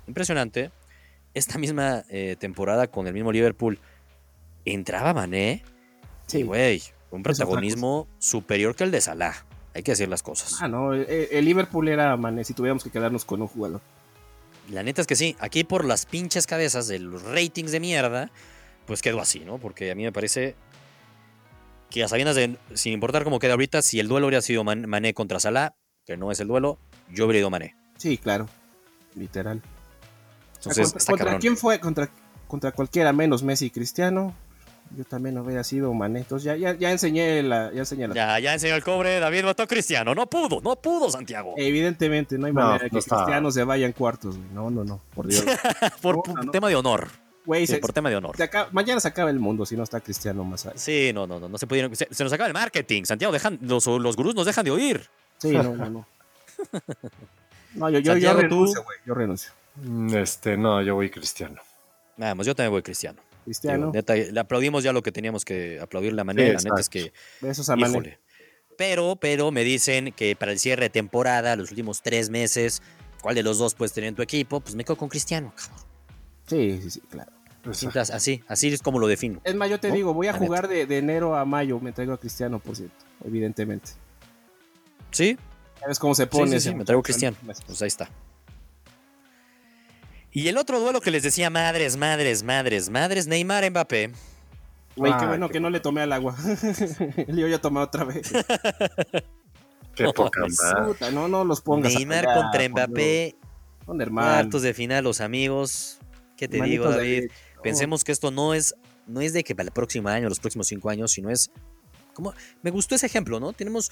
[SPEAKER 1] impresionante. Esta misma eh, temporada con el mismo Liverpool entraba Mané y,
[SPEAKER 2] Sí, güey.
[SPEAKER 1] güey, un
[SPEAKER 2] otra
[SPEAKER 1] protagonismo superior que el de Salah. Hay que decir las cosas.
[SPEAKER 2] Ah, no. El, el Liverpool era mané. Si tuviéramos que quedarnos con un jugador.
[SPEAKER 1] La neta es que sí, aquí por las pinches cabezas de los ratings de mierda, pues quedó así, ¿no? Porque a mí me parece que a sabiendas de, sin importar cómo queda ahorita, si el duelo hubiera sido Man- Mané contra Salah, que no es el duelo, yo hubiera ido Mané.
[SPEAKER 2] Sí, claro. Literal.
[SPEAKER 1] Entonces,
[SPEAKER 2] ¿Contra,
[SPEAKER 1] está
[SPEAKER 2] contra
[SPEAKER 1] cabrón.
[SPEAKER 2] quién fue? Contra, contra cualquiera menos Messi y Cristiano. Yo también hubiera sido Mané. Entonces ya, ya, ya enseñé la. Ya enseñé la-
[SPEAKER 1] Ya, ya enseñó el cobre, David votó a Cristiano. No pudo, no pudo, Santiago.
[SPEAKER 2] Eh, Evidentemente, no hay
[SPEAKER 3] No,
[SPEAKER 2] manera de
[SPEAKER 3] no
[SPEAKER 2] que
[SPEAKER 3] está.
[SPEAKER 2] Cristiano se vaya en cuartos, güey. No, no, no. Por Dios.
[SPEAKER 1] por
[SPEAKER 2] no, no.
[SPEAKER 1] tema de honor.
[SPEAKER 2] Güey,
[SPEAKER 1] Sí,
[SPEAKER 2] se-
[SPEAKER 1] por tema de honor.
[SPEAKER 2] se acaba- mañana se acaba el mundo si no está Cristiano más ahí.
[SPEAKER 1] Sí, no, no, no, no se pudieron. Se, se nos acaba el marketing, Santiago. Dejan, los, los gurús nos dejan de oír.
[SPEAKER 2] Sí, no, no, no. No, yo, yo, yo
[SPEAKER 1] Santiago, tú.
[SPEAKER 2] renuncio, güey. Yo renuncio.
[SPEAKER 3] Mm, Este, no, yo voy cristiano.
[SPEAKER 1] Nada más, yo también voy Cristiano.
[SPEAKER 2] Cristiano,
[SPEAKER 1] Digo, neta, le aplaudimos ya lo que teníamos que aplaudir la manera. la neta es que
[SPEAKER 2] besos a Mané.
[SPEAKER 1] Híjole. Pero, pero me dicen que para el cierre de temporada, los últimos tres meses, ¿cuál de los dos puedes tener en tu equipo? Pues me quedo con Cristiano, cabrón.
[SPEAKER 2] Sí, sí, sí, claro.
[SPEAKER 3] Esa-
[SPEAKER 1] Entonces, así, así es como lo defino.
[SPEAKER 2] Es más, yo te
[SPEAKER 1] ¿No?
[SPEAKER 2] digo, voy a
[SPEAKER 1] La
[SPEAKER 2] jugar de, de enero a mayo. Me traigo a Cristiano, por cierto. Evidentemente.
[SPEAKER 1] ¿Sí?
[SPEAKER 2] ¿Sabes cómo se pone?
[SPEAKER 1] sí,
[SPEAKER 2] ese
[SPEAKER 1] sí, me traigo
[SPEAKER 2] muchacho?
[SPEAKER 1] Cristiano. Pues ahí está. Y el otro duelo que les decía, madres, madres, madres, madres, Neymar Mbappé.
[SPEAKER 2] Güey, qué
[SPEAKER 3] Ah,
[SPEAKER 2] bueno
[SPEAKER 3] qué
[SPEAKER 2] que no le tomé al agua. Yo ya tomé otra vez.
[SPEAKER 3] Qué poca madre.
[SPEAKER 2] Puta, no, no los pongas. a
[SPEAKER 1] Neymar
[SPEAKER 2] pelear,
[SPEAKER 1] contra
[SPEAKER 2] por Dios.
[SPEAKER 1] Mbappé,
[SPEAKER 2] Son hermanos.
[SPEAKER 1] cuartos de final, los amigos. ¿Qué te
[SPEAKER 2] hermanitos
[SPEAKER 1] digo,
[SPEAKER 2] de
[SPEAKER 1] David?
[SPEAKER 2] leche. No,
[SPEAKER 1] Pensemos que esto no es, no es de que para el próximo año, los próximos cinco años, sino es. Como, me gustó ese ejemplo, ¿no? Tenemos.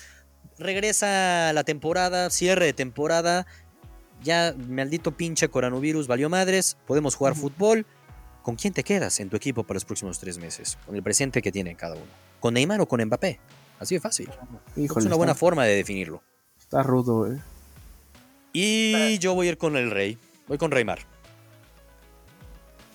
[SPEAKER 1] Regresa la temporada, cierre de temporada. Ya, maldito pinche coronavirus, valió madres. Podemos jugar fútbol. ¿Con quién te quedas en tu equipo para los próximos tres meses? Con el presente que tienen cada uno. ¿Con Neymar o con Mbappé? Así de fácil.
[SPEAKER 2] Híjole,
[SPEAKER 1] es una buena
[SPEAKER 2] está,
[SPEAKER 1] forma de definirlo.
[SPEAKER 2] está rudo, eh.
[SPEAKER 1] Y yo voy a ir con el Rey. Voy con Reymar.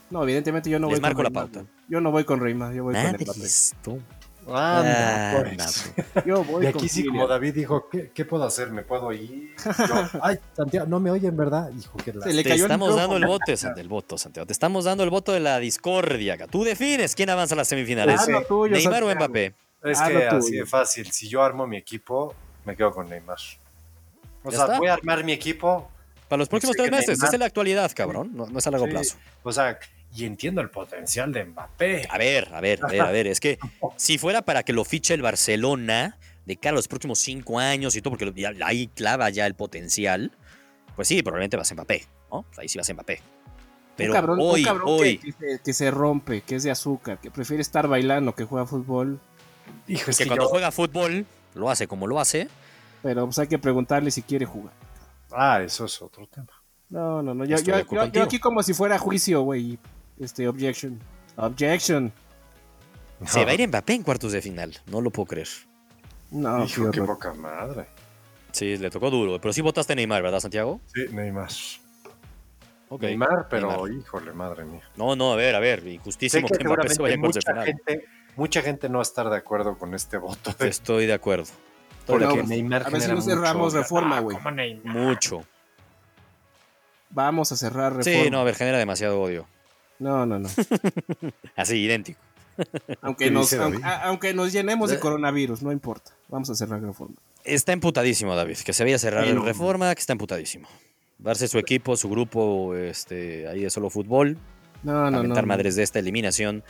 [SPEAKER 2] No, evidentemente yo no
[SPEAKER 1] Les
[SPEAKER 2] voy
[SPEAKER 1] marco la
[SPEAKER 2] Reymar,
[SPEAKER 1] pauta.
[SPEAKER 2] güey. Yo no voy con Reymar, yo voy
[SPEAKER 1] Ah,
[SPEAKER 2] con Mbappé.
[SPEAKER 1] Madres, tú.
[SPEAKER 5] Anda,
[SPEAKER 1] Ah,
[SPEAKER 5] pues.
[SPEAKER 1] no,
[SPEAKER 2] Yo voy
[SPEAKER 3] Y
[SPEAKER 2] con
[SPEAKER 3] aquí sí,
[SPEAKER 2] Kylian.
[SPEAKER 3] como David dijo, ¿qué, qué puedo hacer? ¿Me puedo ir? Yo, ay, Santiago, no me oyen, ¿verdad? Hijo, que la...
[SPEAKER 2] Se le
[SPEAKER 1] Te
[SPEAKER 2] cayó el
[SPEAKER 1] estamos dando el
[SPEAKER 2] micrófono.
[SPEAKER 1] voto, Sant- el voto, Santiago. Te estamos dando el voto de la discordia. acá. Tú defines quién avanza a las semifinales.
[SPEAKER 3] Claro,
[SPEAKER 2] Hazlo Ah, tuyo,
[SPEAKER 1] Neymar o
[SPEAKER 2] Santiago.
[SPEAKER 1] Mbappé.
[SPEAKER 3] Es
[SPEAKER 2] Ah,
[SPEAKER 3] que
[SPEAKER 2] no, tú,
[SPEAKER 3] así de
[SPEAKER 2] güey.
[SPEAKER 3] fácil. Si yo armo mi equipo, me quedo con Neymar. O
[SPEAKER 1] ¿Ya
[SPEAKER 3] sea,
[SPEAKER 1] está?
[SPEAKER 3] voy a armar mi equipo.
[SPEAKER 1] Para los próximos
[SPEAKER 3] Sí,
[SPEAKER 1] tres
[SPEAKER 3] que
[SPEAKER 1] meses.
[SPEAKER 3] Neymar-
[SPEAKER 1] Esa es la actualidad, cabrón. No, no es a largo
[SPEAKER 3] Sí.
[SPEAKER 1] plazo.
[SPEAKER 3] O sea, y entiendo el potencial de Mbappé.
[SPEAKER 1] A ver, a ver, a ver, a ver. Es que si fuera para que lo fiche el Barcelona de cara a los próximos cinco años y todo, porque lo- ya- ahí clava ya el potencial, pues sí, probablemente vas a Mbappé, ¿no? Pues Ahí sí vas a Mbappé. Pero
[SPEAKER 2] un cabrón, un
[SPEAKER 1] hoy,
[SPEAKER 2] cabrón
[SPEAKER 1] hoy,
[SPEAKER 2] Que, que se, que se rompe, que es de azúcar, que prefiere estar bailando que juega fútbol.
[SPEAKER 3] Hijo,
[SPEAKER 1] que,
[SPEAKER 3] es que
[SPEAKER 1] cuando
[SPEAKER 3] yo-
[SPEAKER 1] juega fútbol, lo hace como lo hace.
[SPEAKER 2] Pero pues hay que preguntarle si quiere jugar.
[SPEAKER 3] Ah, eso es otro tema.
[SPEAKER 2] No, no, no. Yo,
[SPEAKER 1] Estoy
[SPEAKER 2] yo-
[SPEAKER 1] de acuerdo
[SPEAKER 2] yo- yo
[SPEAKER 1] contigo.
[SPEAKER 2] aquí como si fuera juicio, güey. Este, objection. Objection.
[SPEAKER 1] Se va a ir Mbappé en cuartos de final. No lo puedo creer.
[SPEAKER 2] No,
[SPEAKER 3] Hijo,
[SPEAKER 2] Ah, qué
[SPEAKER 3] qué
[SPEAKER 2] horror.
[SPEAKER 3] poca madre.
[SPEAKER 1] Sí, le tocó duro. Pero sí votaste a Neymar, ¿verdad, Santiago?
[SPEAKER 3] Sí, Neymar.
[SPEAKER 1] Ok.
[SPEAKER 3] Neymar, pero
[SPEAKER 1] Neymar.
[SPEAKER 3] híjole, madre mía.
[SPEAKER 1] No, no, a ver, a ver.
[SPEAKER 3] Sé
[SPEAKER 1] Injustísimo
[SPEAKER 3] que
[SPEAKER 1] que, Mbappé se vaya
[SPEAKER 3] seguramente
[SPEAKER 1] en cuartos de final.
[SPEAKER 3] mucha gente, mucha gente no va a estar de acuerdo con este voto. de-
[SPEAKER 1] Estoy de acuerdo. Estoy de
[SPEAKER 3] porque
[SPEAKER 1] acuerdo.
[SPEAKER 3] Neymar
[SPEAKER 2] A ver si
[SPEAKER 3] genera
[SPEAKER 2] no
[SPEAKER 3] mucho- Ah,
[SPEAKER 2] cerramos reforma, güey.
[SPEAKER 5] ¿Cómo Neymar?
[SPEAKER 1] Mucho.
[SPEAKER 2] Vamos a cerrar reforma.
[SPEAKER 1] Sí, no, a ver, genera demasiado odio.
[SPEAKER 2] no, no, no.
[SPEAKER 1] Así, idéntico.
[SPEAKER 2] Aunque
[SPEAKER 3] ¿Qué
[SPEAKER 2] nos,
[SPEAKER 3] dice David?
[SPEAKER 2] aunque, a- aunque nos llenemos de
[SPEAKER 1] Eh.
[SPEAKER 2] coronavirus, no importa. Vamos a cerrar reforma.
[SPEAKER 1] Está emputadísimo, David. Que se vaya a cerrar
[SPEAKER 2] Sí,
[SPEAKER 1] el
[SPEAKER 2] no.
[SPEAKER 1] Reforma, que está emputadísimo. Darse su equipo, su grupo, este, ahí de solo fútbol.
[SPEAKER 2] No, no, no.
[SPEAKER 1] lamentar
[SPEAKER 2] no.
[SPEAKER 1] madres de esta eliminación.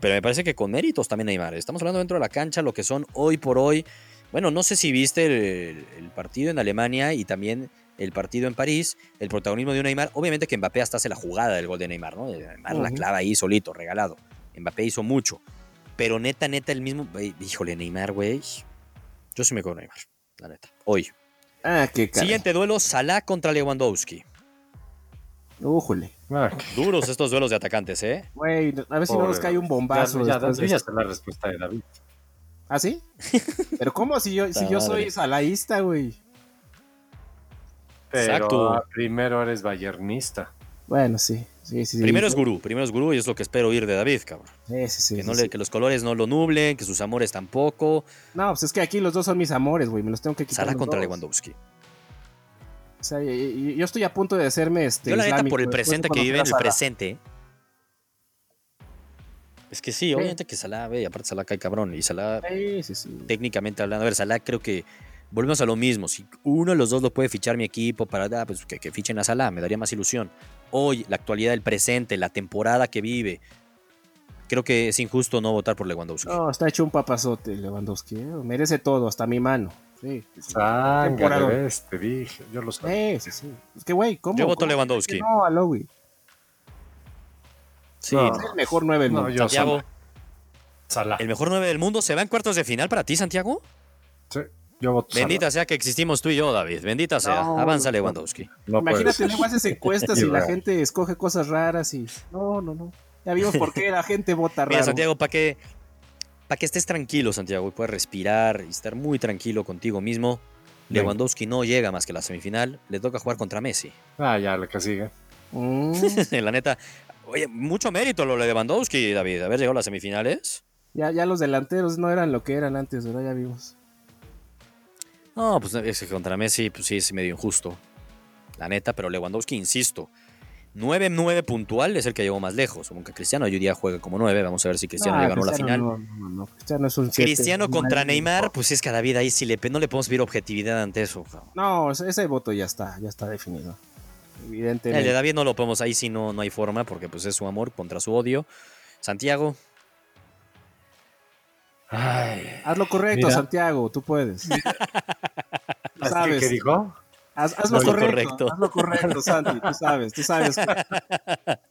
[SPEAKER 1] Pero me parece que con méritos también Neymar. Estamos hablando dentro de la cancha lo que son hoy por hoy. Bueno, no sé si viste el, el partido en Alemania y también el partido en París, el protagonismo de un Neymar. Obviamente que Mbappé hasta hace la jugada del gol de Neymar, ¿no? Eh, Neymar la
[SPEAKER 2] Ujú.
[SPEAKER 1] clava ahí solito, regalado. Mbappé hizo mucho. Pero neta, neta, el mismo. güey, Híjole, Neymar, güey. Yo sí me quedo con Neymar, la neta. Hoy.
[SPEAKER 2] Ah, qué caray.
[SPEAKER 1] Siguiente duelo: Salah contra Lewandowski.
[SPEAKER 2] Újole.
[SPEAKER 3] Ah, qué-
[SPEAKER 1] Duros estos duelos de atacantes, ¿eh?
[SPEAKER 2] Güey, a ver si no
[SPEAKER 3] Pobre
[SPEAKER 2] nos cae un
[SPEAKER 3] Ya,
[SPEAKER 2] bombazo.
[SPEAKER 3] ya,
[SPEAKER 2] después de
[SPEAKER 3] ya
[SPEAKER 2] esto.
[SPEAKER 3] está la respuesta de David.
[SPEAKER 2] ¿Ah, sí? Pero ¿cómo si yo, si yo soy
[SPEAKER 1] Madre.
[SPEAKER 2] salaísta, güey?
[SPEAKER 3] Pero
[SPEAKER 1] Exacto.
[SPEAKER 3] ah, primero eres bayernista.
[SPEAKER 2] Bueno, sí. sí, sí, sí.
[SPEAKER 1] Primero es
[SPEAKER 2] Sí,
[SPEAKER 1] gurú, primero es gurú y es lo que espero oír de David, cabrón.
[SPEAKER 2] sí, sí,
[SPEAKER 1] que,
[SPEAKER 2] sí,
[SPEAKER 1] no
[SPEAKER 2] sí.
[SPEAKER 1] le, que los colores no lo nublen, que sus amores tampoco.
[SPEAKER 2] No, pues es que aquí los dos son mis amores, güey. Me los tengo que quitar.
[SPEAKER 1] Salah
[SPEAKER 2] los
[SPEAKER 1] contra
[SPEAKER 2] dos.
[SPEAKER 1] Lewandowski.
[SPEAKER 2] O sea, y- y- y yo estoy a punto de hacerme este.
[SPEAKER 1] Yo la neta
[SPEAKER 2] islámico
[SPEAKER 1] por el
[SPEAKER 2] después de
[SPEAKER 1] presente que
[SPEAKER 2] conocer
[SPEAKER 1] vive
[SPEAKER 2] a
[SPEAKER 1] en el
[SPEAKER 2] Salah.
[SPEAKER 1] presente. Es que sí, obviamente que Salah, ve, aparte Salah cae cabrón y Salah
[SPEAKER 2] Sí, sí, sí.
[SPEAKER 1] técnicamente hablando, a ver, Salah creo que volvemos a lo mismo, si uno de los dos lo puede fichar mi equipo para ah, pues que, que fichen a Salah, me daría más ilusión. Hoy, la actualidad del presente, la temporada que vive, creo que es injusto no votar por Lewandowski.
[SPEAKER 2] No, está hecho un papazote Lewandowski. ¿eh? Merece todo, hasta mi mano. Sí, sí, sí.
[SPEAKER 3] Sangre,
[SPEAKER 2] Temporada.
[SPEAKER 3] ves, te este, dije, yo lo sabía.
[SPEAKER 2] Eh, sí, sí. Es que, güey, ¿cómo?
[SPEAKER 1] Yo voto
[SPEAKER 2] ¿Cómo?
[SPEAKER 1] Lewandowski.
[SPEAKER 2] No, aló, güey.
[SPEAKER 1] Sí,
[SPEAKER 3] no.
[SPEAKER 2] Es el mejor 9 del
[SPEAKER 3] No,
[SPEAKER 2] mundo.
[SPEAKER 3] yo
[SPEAKER 1] Santiago,
[SPEAKER 3] Salah.
[SPEAKER 1] el mejor 9 del mundo se va en cuartos de final para ti, Santiago.
[SPEAKER 3] Sí, yo voto Salah.
[SPEAKER 1] Bendita sea que existimos tú y yo, David. Bendita sea.
[SPEAKER 2] No,
[SPEAKER 1] Avanza
[SPEAKER 2] no.
[SPEAKER 1] Lewandowski.
[SPEAKER 3] No puede
[SPEAKER 2] Imagínate,
[SPEAKER 3] ser.
[SPEAKER 2] luego haces encuestas y la
[SPEAKER 3] Irreal.
[SPEAKER 2] gente escoge cosas raras y. No, no, no. Ya vimos por qué la gente vota raro.
[SPEAKER 1] Mira, Santiago, para que, pa' que estés tranquilo, Santiago, y puedas respirar y estar muy tranquilo contigo mismo,
[SPEAKER 3] Venga.
[SPEAKER 1] Lewandowski no llega más que la semifinal. Le toca jugar contra Messi.
[SPEAKER 3] Ah, ya, la que sigue.
[SPEAKER 2] Mm,
[SPEAKER 1] la neta, oye, mucho mérito lo de Lewandowski, David. Haber llegado a las semifinales.
[SPEAKER 2] ya, ya los delanteros no eran lo que eran antes, ¿verdad? Ya vimos.
[SPEAKER 1] No, pues es que contra Messi, pues sí, es medio injusto. La neta, pero Lewandowski, insisto. 9-9 puntual es el que llegó más lejos. Aunque Cristiano hoy día juega como 9. Vamos a ver si Cristiano
[SPEAKER 2] Ah,
[SPEAKER 1] le ganó
[SPEAKER 2] Cristiano
[SPEAKER 1] la final.
[SPEAKER 2] No, no, no, Cristiano es un siete.
[SPEAKER 1] Cristiano contra
[SPEAKER 2] Madre.
[SPEAKER 1] Neymar, pues es que a David ahí sí le, no le podemos pedir objetividad ante eso. cabrón.
[SPEAKER 2] No, ese ese voto ya está, ya está definido.
[SPEAKER 1] El de
[SPEAKER 2] Evidentemente.
[SPEAKER 1] David no lo podemos, ahí sí no, no hay forma, porque pues es su amor contra su odio. Santiago,
[SPEAKER 3] Ay.
[SPEAKER 2] Haz lo correcto,
[SPEAKER 3] Mira.
[SPEAKER 2] Santiago, tú puedes. Tú sabes.
[SPEAKER 3] ¿Qué dijo?
[SPEAKER 2] Haz, haz lo
[SPEAKER 1] Haz lo
[SPEAKER 2] correcto,
[SPEAKER 1] correcto.
[SPEAKER 2] Haz lo correcto, Santi. Tú sabes, tú sabes.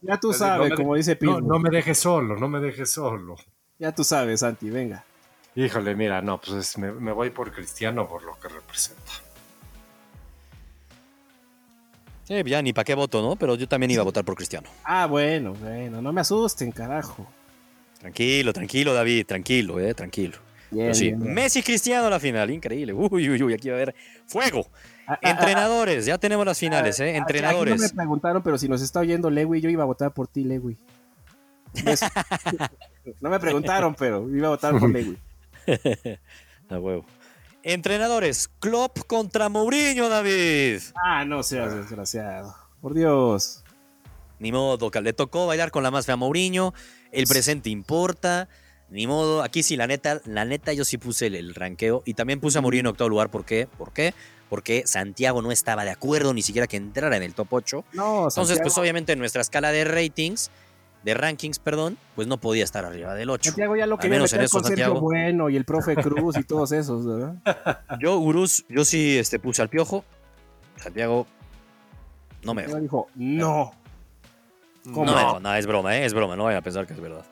[SPEAKER 2] Ya tú
[SPEAKER 3] No,
[SPEAKER 2] sabes,
[SPEAKER 3] no,
[SPEAKER 2] como dice Pino.
[SPEAKER 3] No, no me dejes solo, no me dejes solo.
[SPEAKER 2] Ya tú sabes, Santi, venga.
[SPEAKER 3] Híjole, mira, no, pues es- me, me voy por Cristiano por lo que representa.
[SPEAKER 1] eh, ya ni para qué voto, ¿no? Pero yo también iba a votar por Cristiano.
[SPEAKER 2] Ah, bueno, bueno, no me asusten, carajo.
[SPEAKER 1] Tranquilo, tranquilo, David, tranquilo, eh, tranquilo.
[SPEAKER 2] Bien,
[SPEAKER 1] Pero sí,
[SPEAKER 2] bien, bien.
[SPEAKER 1] Messi Cristiano a la final, increíble. Uy, uy, uy, aquí va a haber fuego.
[SPEAKER 2] Ah, ah, ah,
[SPEAKER 1] Entrenadores, ya tenemos las finales, eh.
[SPEAKER 2] ah, Aquí no
[SPEAKER 1] Entrenadores.
[SPEAKER 2] me preguntaron, pero si nos está oyendo Lewy, yo iba a votar por ti, Lewy. Beso. no me preguntaron, pero iba a votar por Lewy.
[SPEAKER 1] A Ah, huevo. Entrenadores, Klopp contra Mourinho, David.
[SPEAKER 2] Ah, no seas desgraciado. Por Dios.
[SPEAKER 1] Ni modo, ca- le tocó bailar con la más fea a Mourinho. El presente importa. Ni modo, aquí sí, la neta, la neta, yo sí puse el, el ranqueo y también puse a Mourinho en octavo lugar. ¿Por qué? ¿Por qué? Porque Santiago no estaba de acuerdo ni siquiera que entrara en el top 8.
[SPEAKER 2] No,
[SPEAKER 1] Entonces,
[SPEAKER 2] Santiago,
[SPEAKER 1] pues obviamente en nuestra escala de ratings, de rankings, perdón, pues no podía estar arriba del 8.
[SPEAKER 2] Santiago ya lo
[SPEAKER 1] al
[SPEAKER 2] quería
[SPEAKER 1] menos en
[SPEAKER 2] meter
[SPEAKER 1] eso,
[SPEAKER 2] con Sergio
[SPEAKER 1] Santiago.
[SPEAKER 2] Bueno y el profe Cruz y todos esos, ¿verdad?
[SPEAKER 1] Yo, Urus, yo sí este, puse al piojo. Santiago no me dejó.
[SPEAKER 2] Santiago dijo, no. ¿Cómo?
[SPEAKER 1] No, me dejó, no, es broma, ¿eh? es broma, no vayan a pensar que es verdad.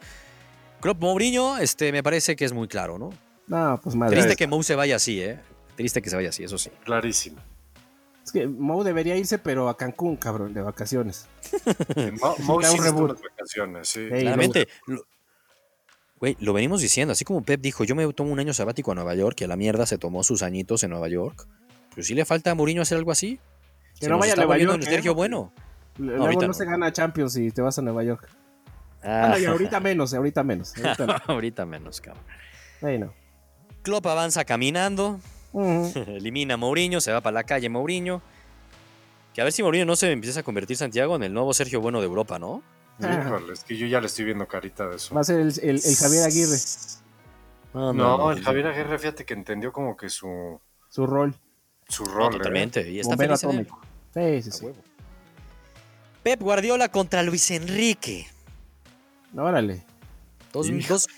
[SPEAKER 1] Klopp Mourinho, este, me parece que es muy claro, ¿no?
[SPEAKER 2] No, pues madre.
[SPEAKER 3] Ahí
[SPEAKER 1] Triste
[SPEAKER 3] está.
[SPEAKER 1] que Mou se vaya así, ¿eh? Triste que se vaya así, eso sí.
[SPEAKER 3] Clarísimo.
[SPEAKER 2] Es que Moe debería irse, pero a Cancún, cabrón, de vacaciones.
[SPEAKER 3] Mo- Mo
[SPEAKER 2] da un
[SPEAKER 3] sí está
[SPEAKER 2] reboot.
[SPEAKER 3] unas vacaciones, sí.
[SPEAKER 2] Ey,
[SPEAKER 1] Claramente. lo- Güey, lo venimos diciendo. Así como Pep dijo, yo me tomo un año sabático a Nueva York y a la mierda se tomó sus añitos en Nueva York. Pues sí le falta a Mourinho hacer algo así.
[SPEAKER 2] Que
[SPEAKER 1] Se
[SPEAKER 2] no
[SPEAKER 1] nos
[SPEAKER 2] vaya a
[SPEAKER 1] está
[SPEAKER 2] Nueva
[SPEAKER 1] volviendo
[SPEAKER 2] York.
[SPEAKER 1] el
[SPEAKER 2] ¿eh?
[SPEAKER 1] Sergio Bueno.
[SPEAKER 2] Luego
[SPEAKER 1] Ahorita
[SPEAKER 2] no,
[SPEAKER 1] no.
[SPEAKER 2] se gana Champions y te vas a Nueva York.
[SPEAKER 1] Ah,
[SPEAKER 2] Bueno, y ahorita menos, ahorita menos. Ahorita no.
[SPEAKER 1] ahorita menos, cabrón.
[SPEAKER 2] Ahí no.
[SPEAKER 1] Klopp avanza caminando,
[SPEAKER 2] Ujú.
[SPEAKER 1] elimina a Mourinho, se va para la calle Mourinho. Que a ver si Mourinho no se empieza a convertir Santiago en el nuevo Sergio Bueno de Europa, ¿no?
[SPEAKER 3] Híjole, es que yo ya le estoy viendo carita de eso.
[SPEAKER 2] Va a ser el, el- el Javier Aguirre,
[SPEAKER 1] No,
[SPEAKER 3] No, el Javier Aguirre, fíjate que entendió como que su,
[SPEAKER 2] su rol.
[SPEAKER 3] su
[SPEAKER 1] No,
[SPEAKER 3] rol. ¿eh?
[SPEAKER 1] totalmente. Y está
[SPEAKER 2] Bombero
[SPEAKER 1] feliz en él.
[SPEAKER 2] atómico. Sí, sí, sí.
[SPEAKER 1] A huevo. Pep Guardiola contra Luis Enrique.
[SPEAKER 2] Órale.
[SPEAKER 1] Dos-
[SPEAKER 3] Hijo.
[SPEAKER 1] dos-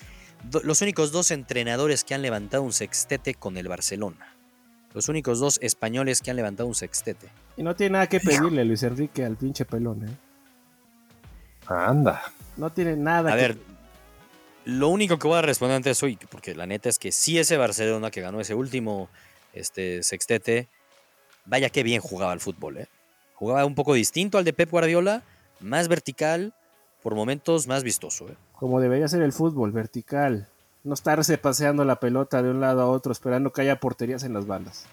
[SPEAKER 1] do- los únicos dos entrenadores que han levantado un sextete con el Barcelona. Los únicos dos españoles que han levantado un sextete.
[SPEAKER 2] Y no tiene nada que pedirle Luis Enrique al pinche pelón, ¿eh?
[SPEAKER 3] Anda.
[SPEAKER 2] No tiene nada
[SPEAKER 1] A
[SPEAKER 2] que
[SPEAKER 1] ver, lo único que voy a responder antes hoy, porque la neta es que sí ese Barcelona que ganó ese último este, sextete, vaya que bien jugaba al fútbol. ¿eh? Jugaba un poco distinto al de Pep Guardiola, más vertical, por momentos más vistoso. ¿eh?
[SPEAKER 2] como debería ser el fútbol, vertical. No estarse paseando la pelota de un lado a otro esperando que haya porterías en las bandas.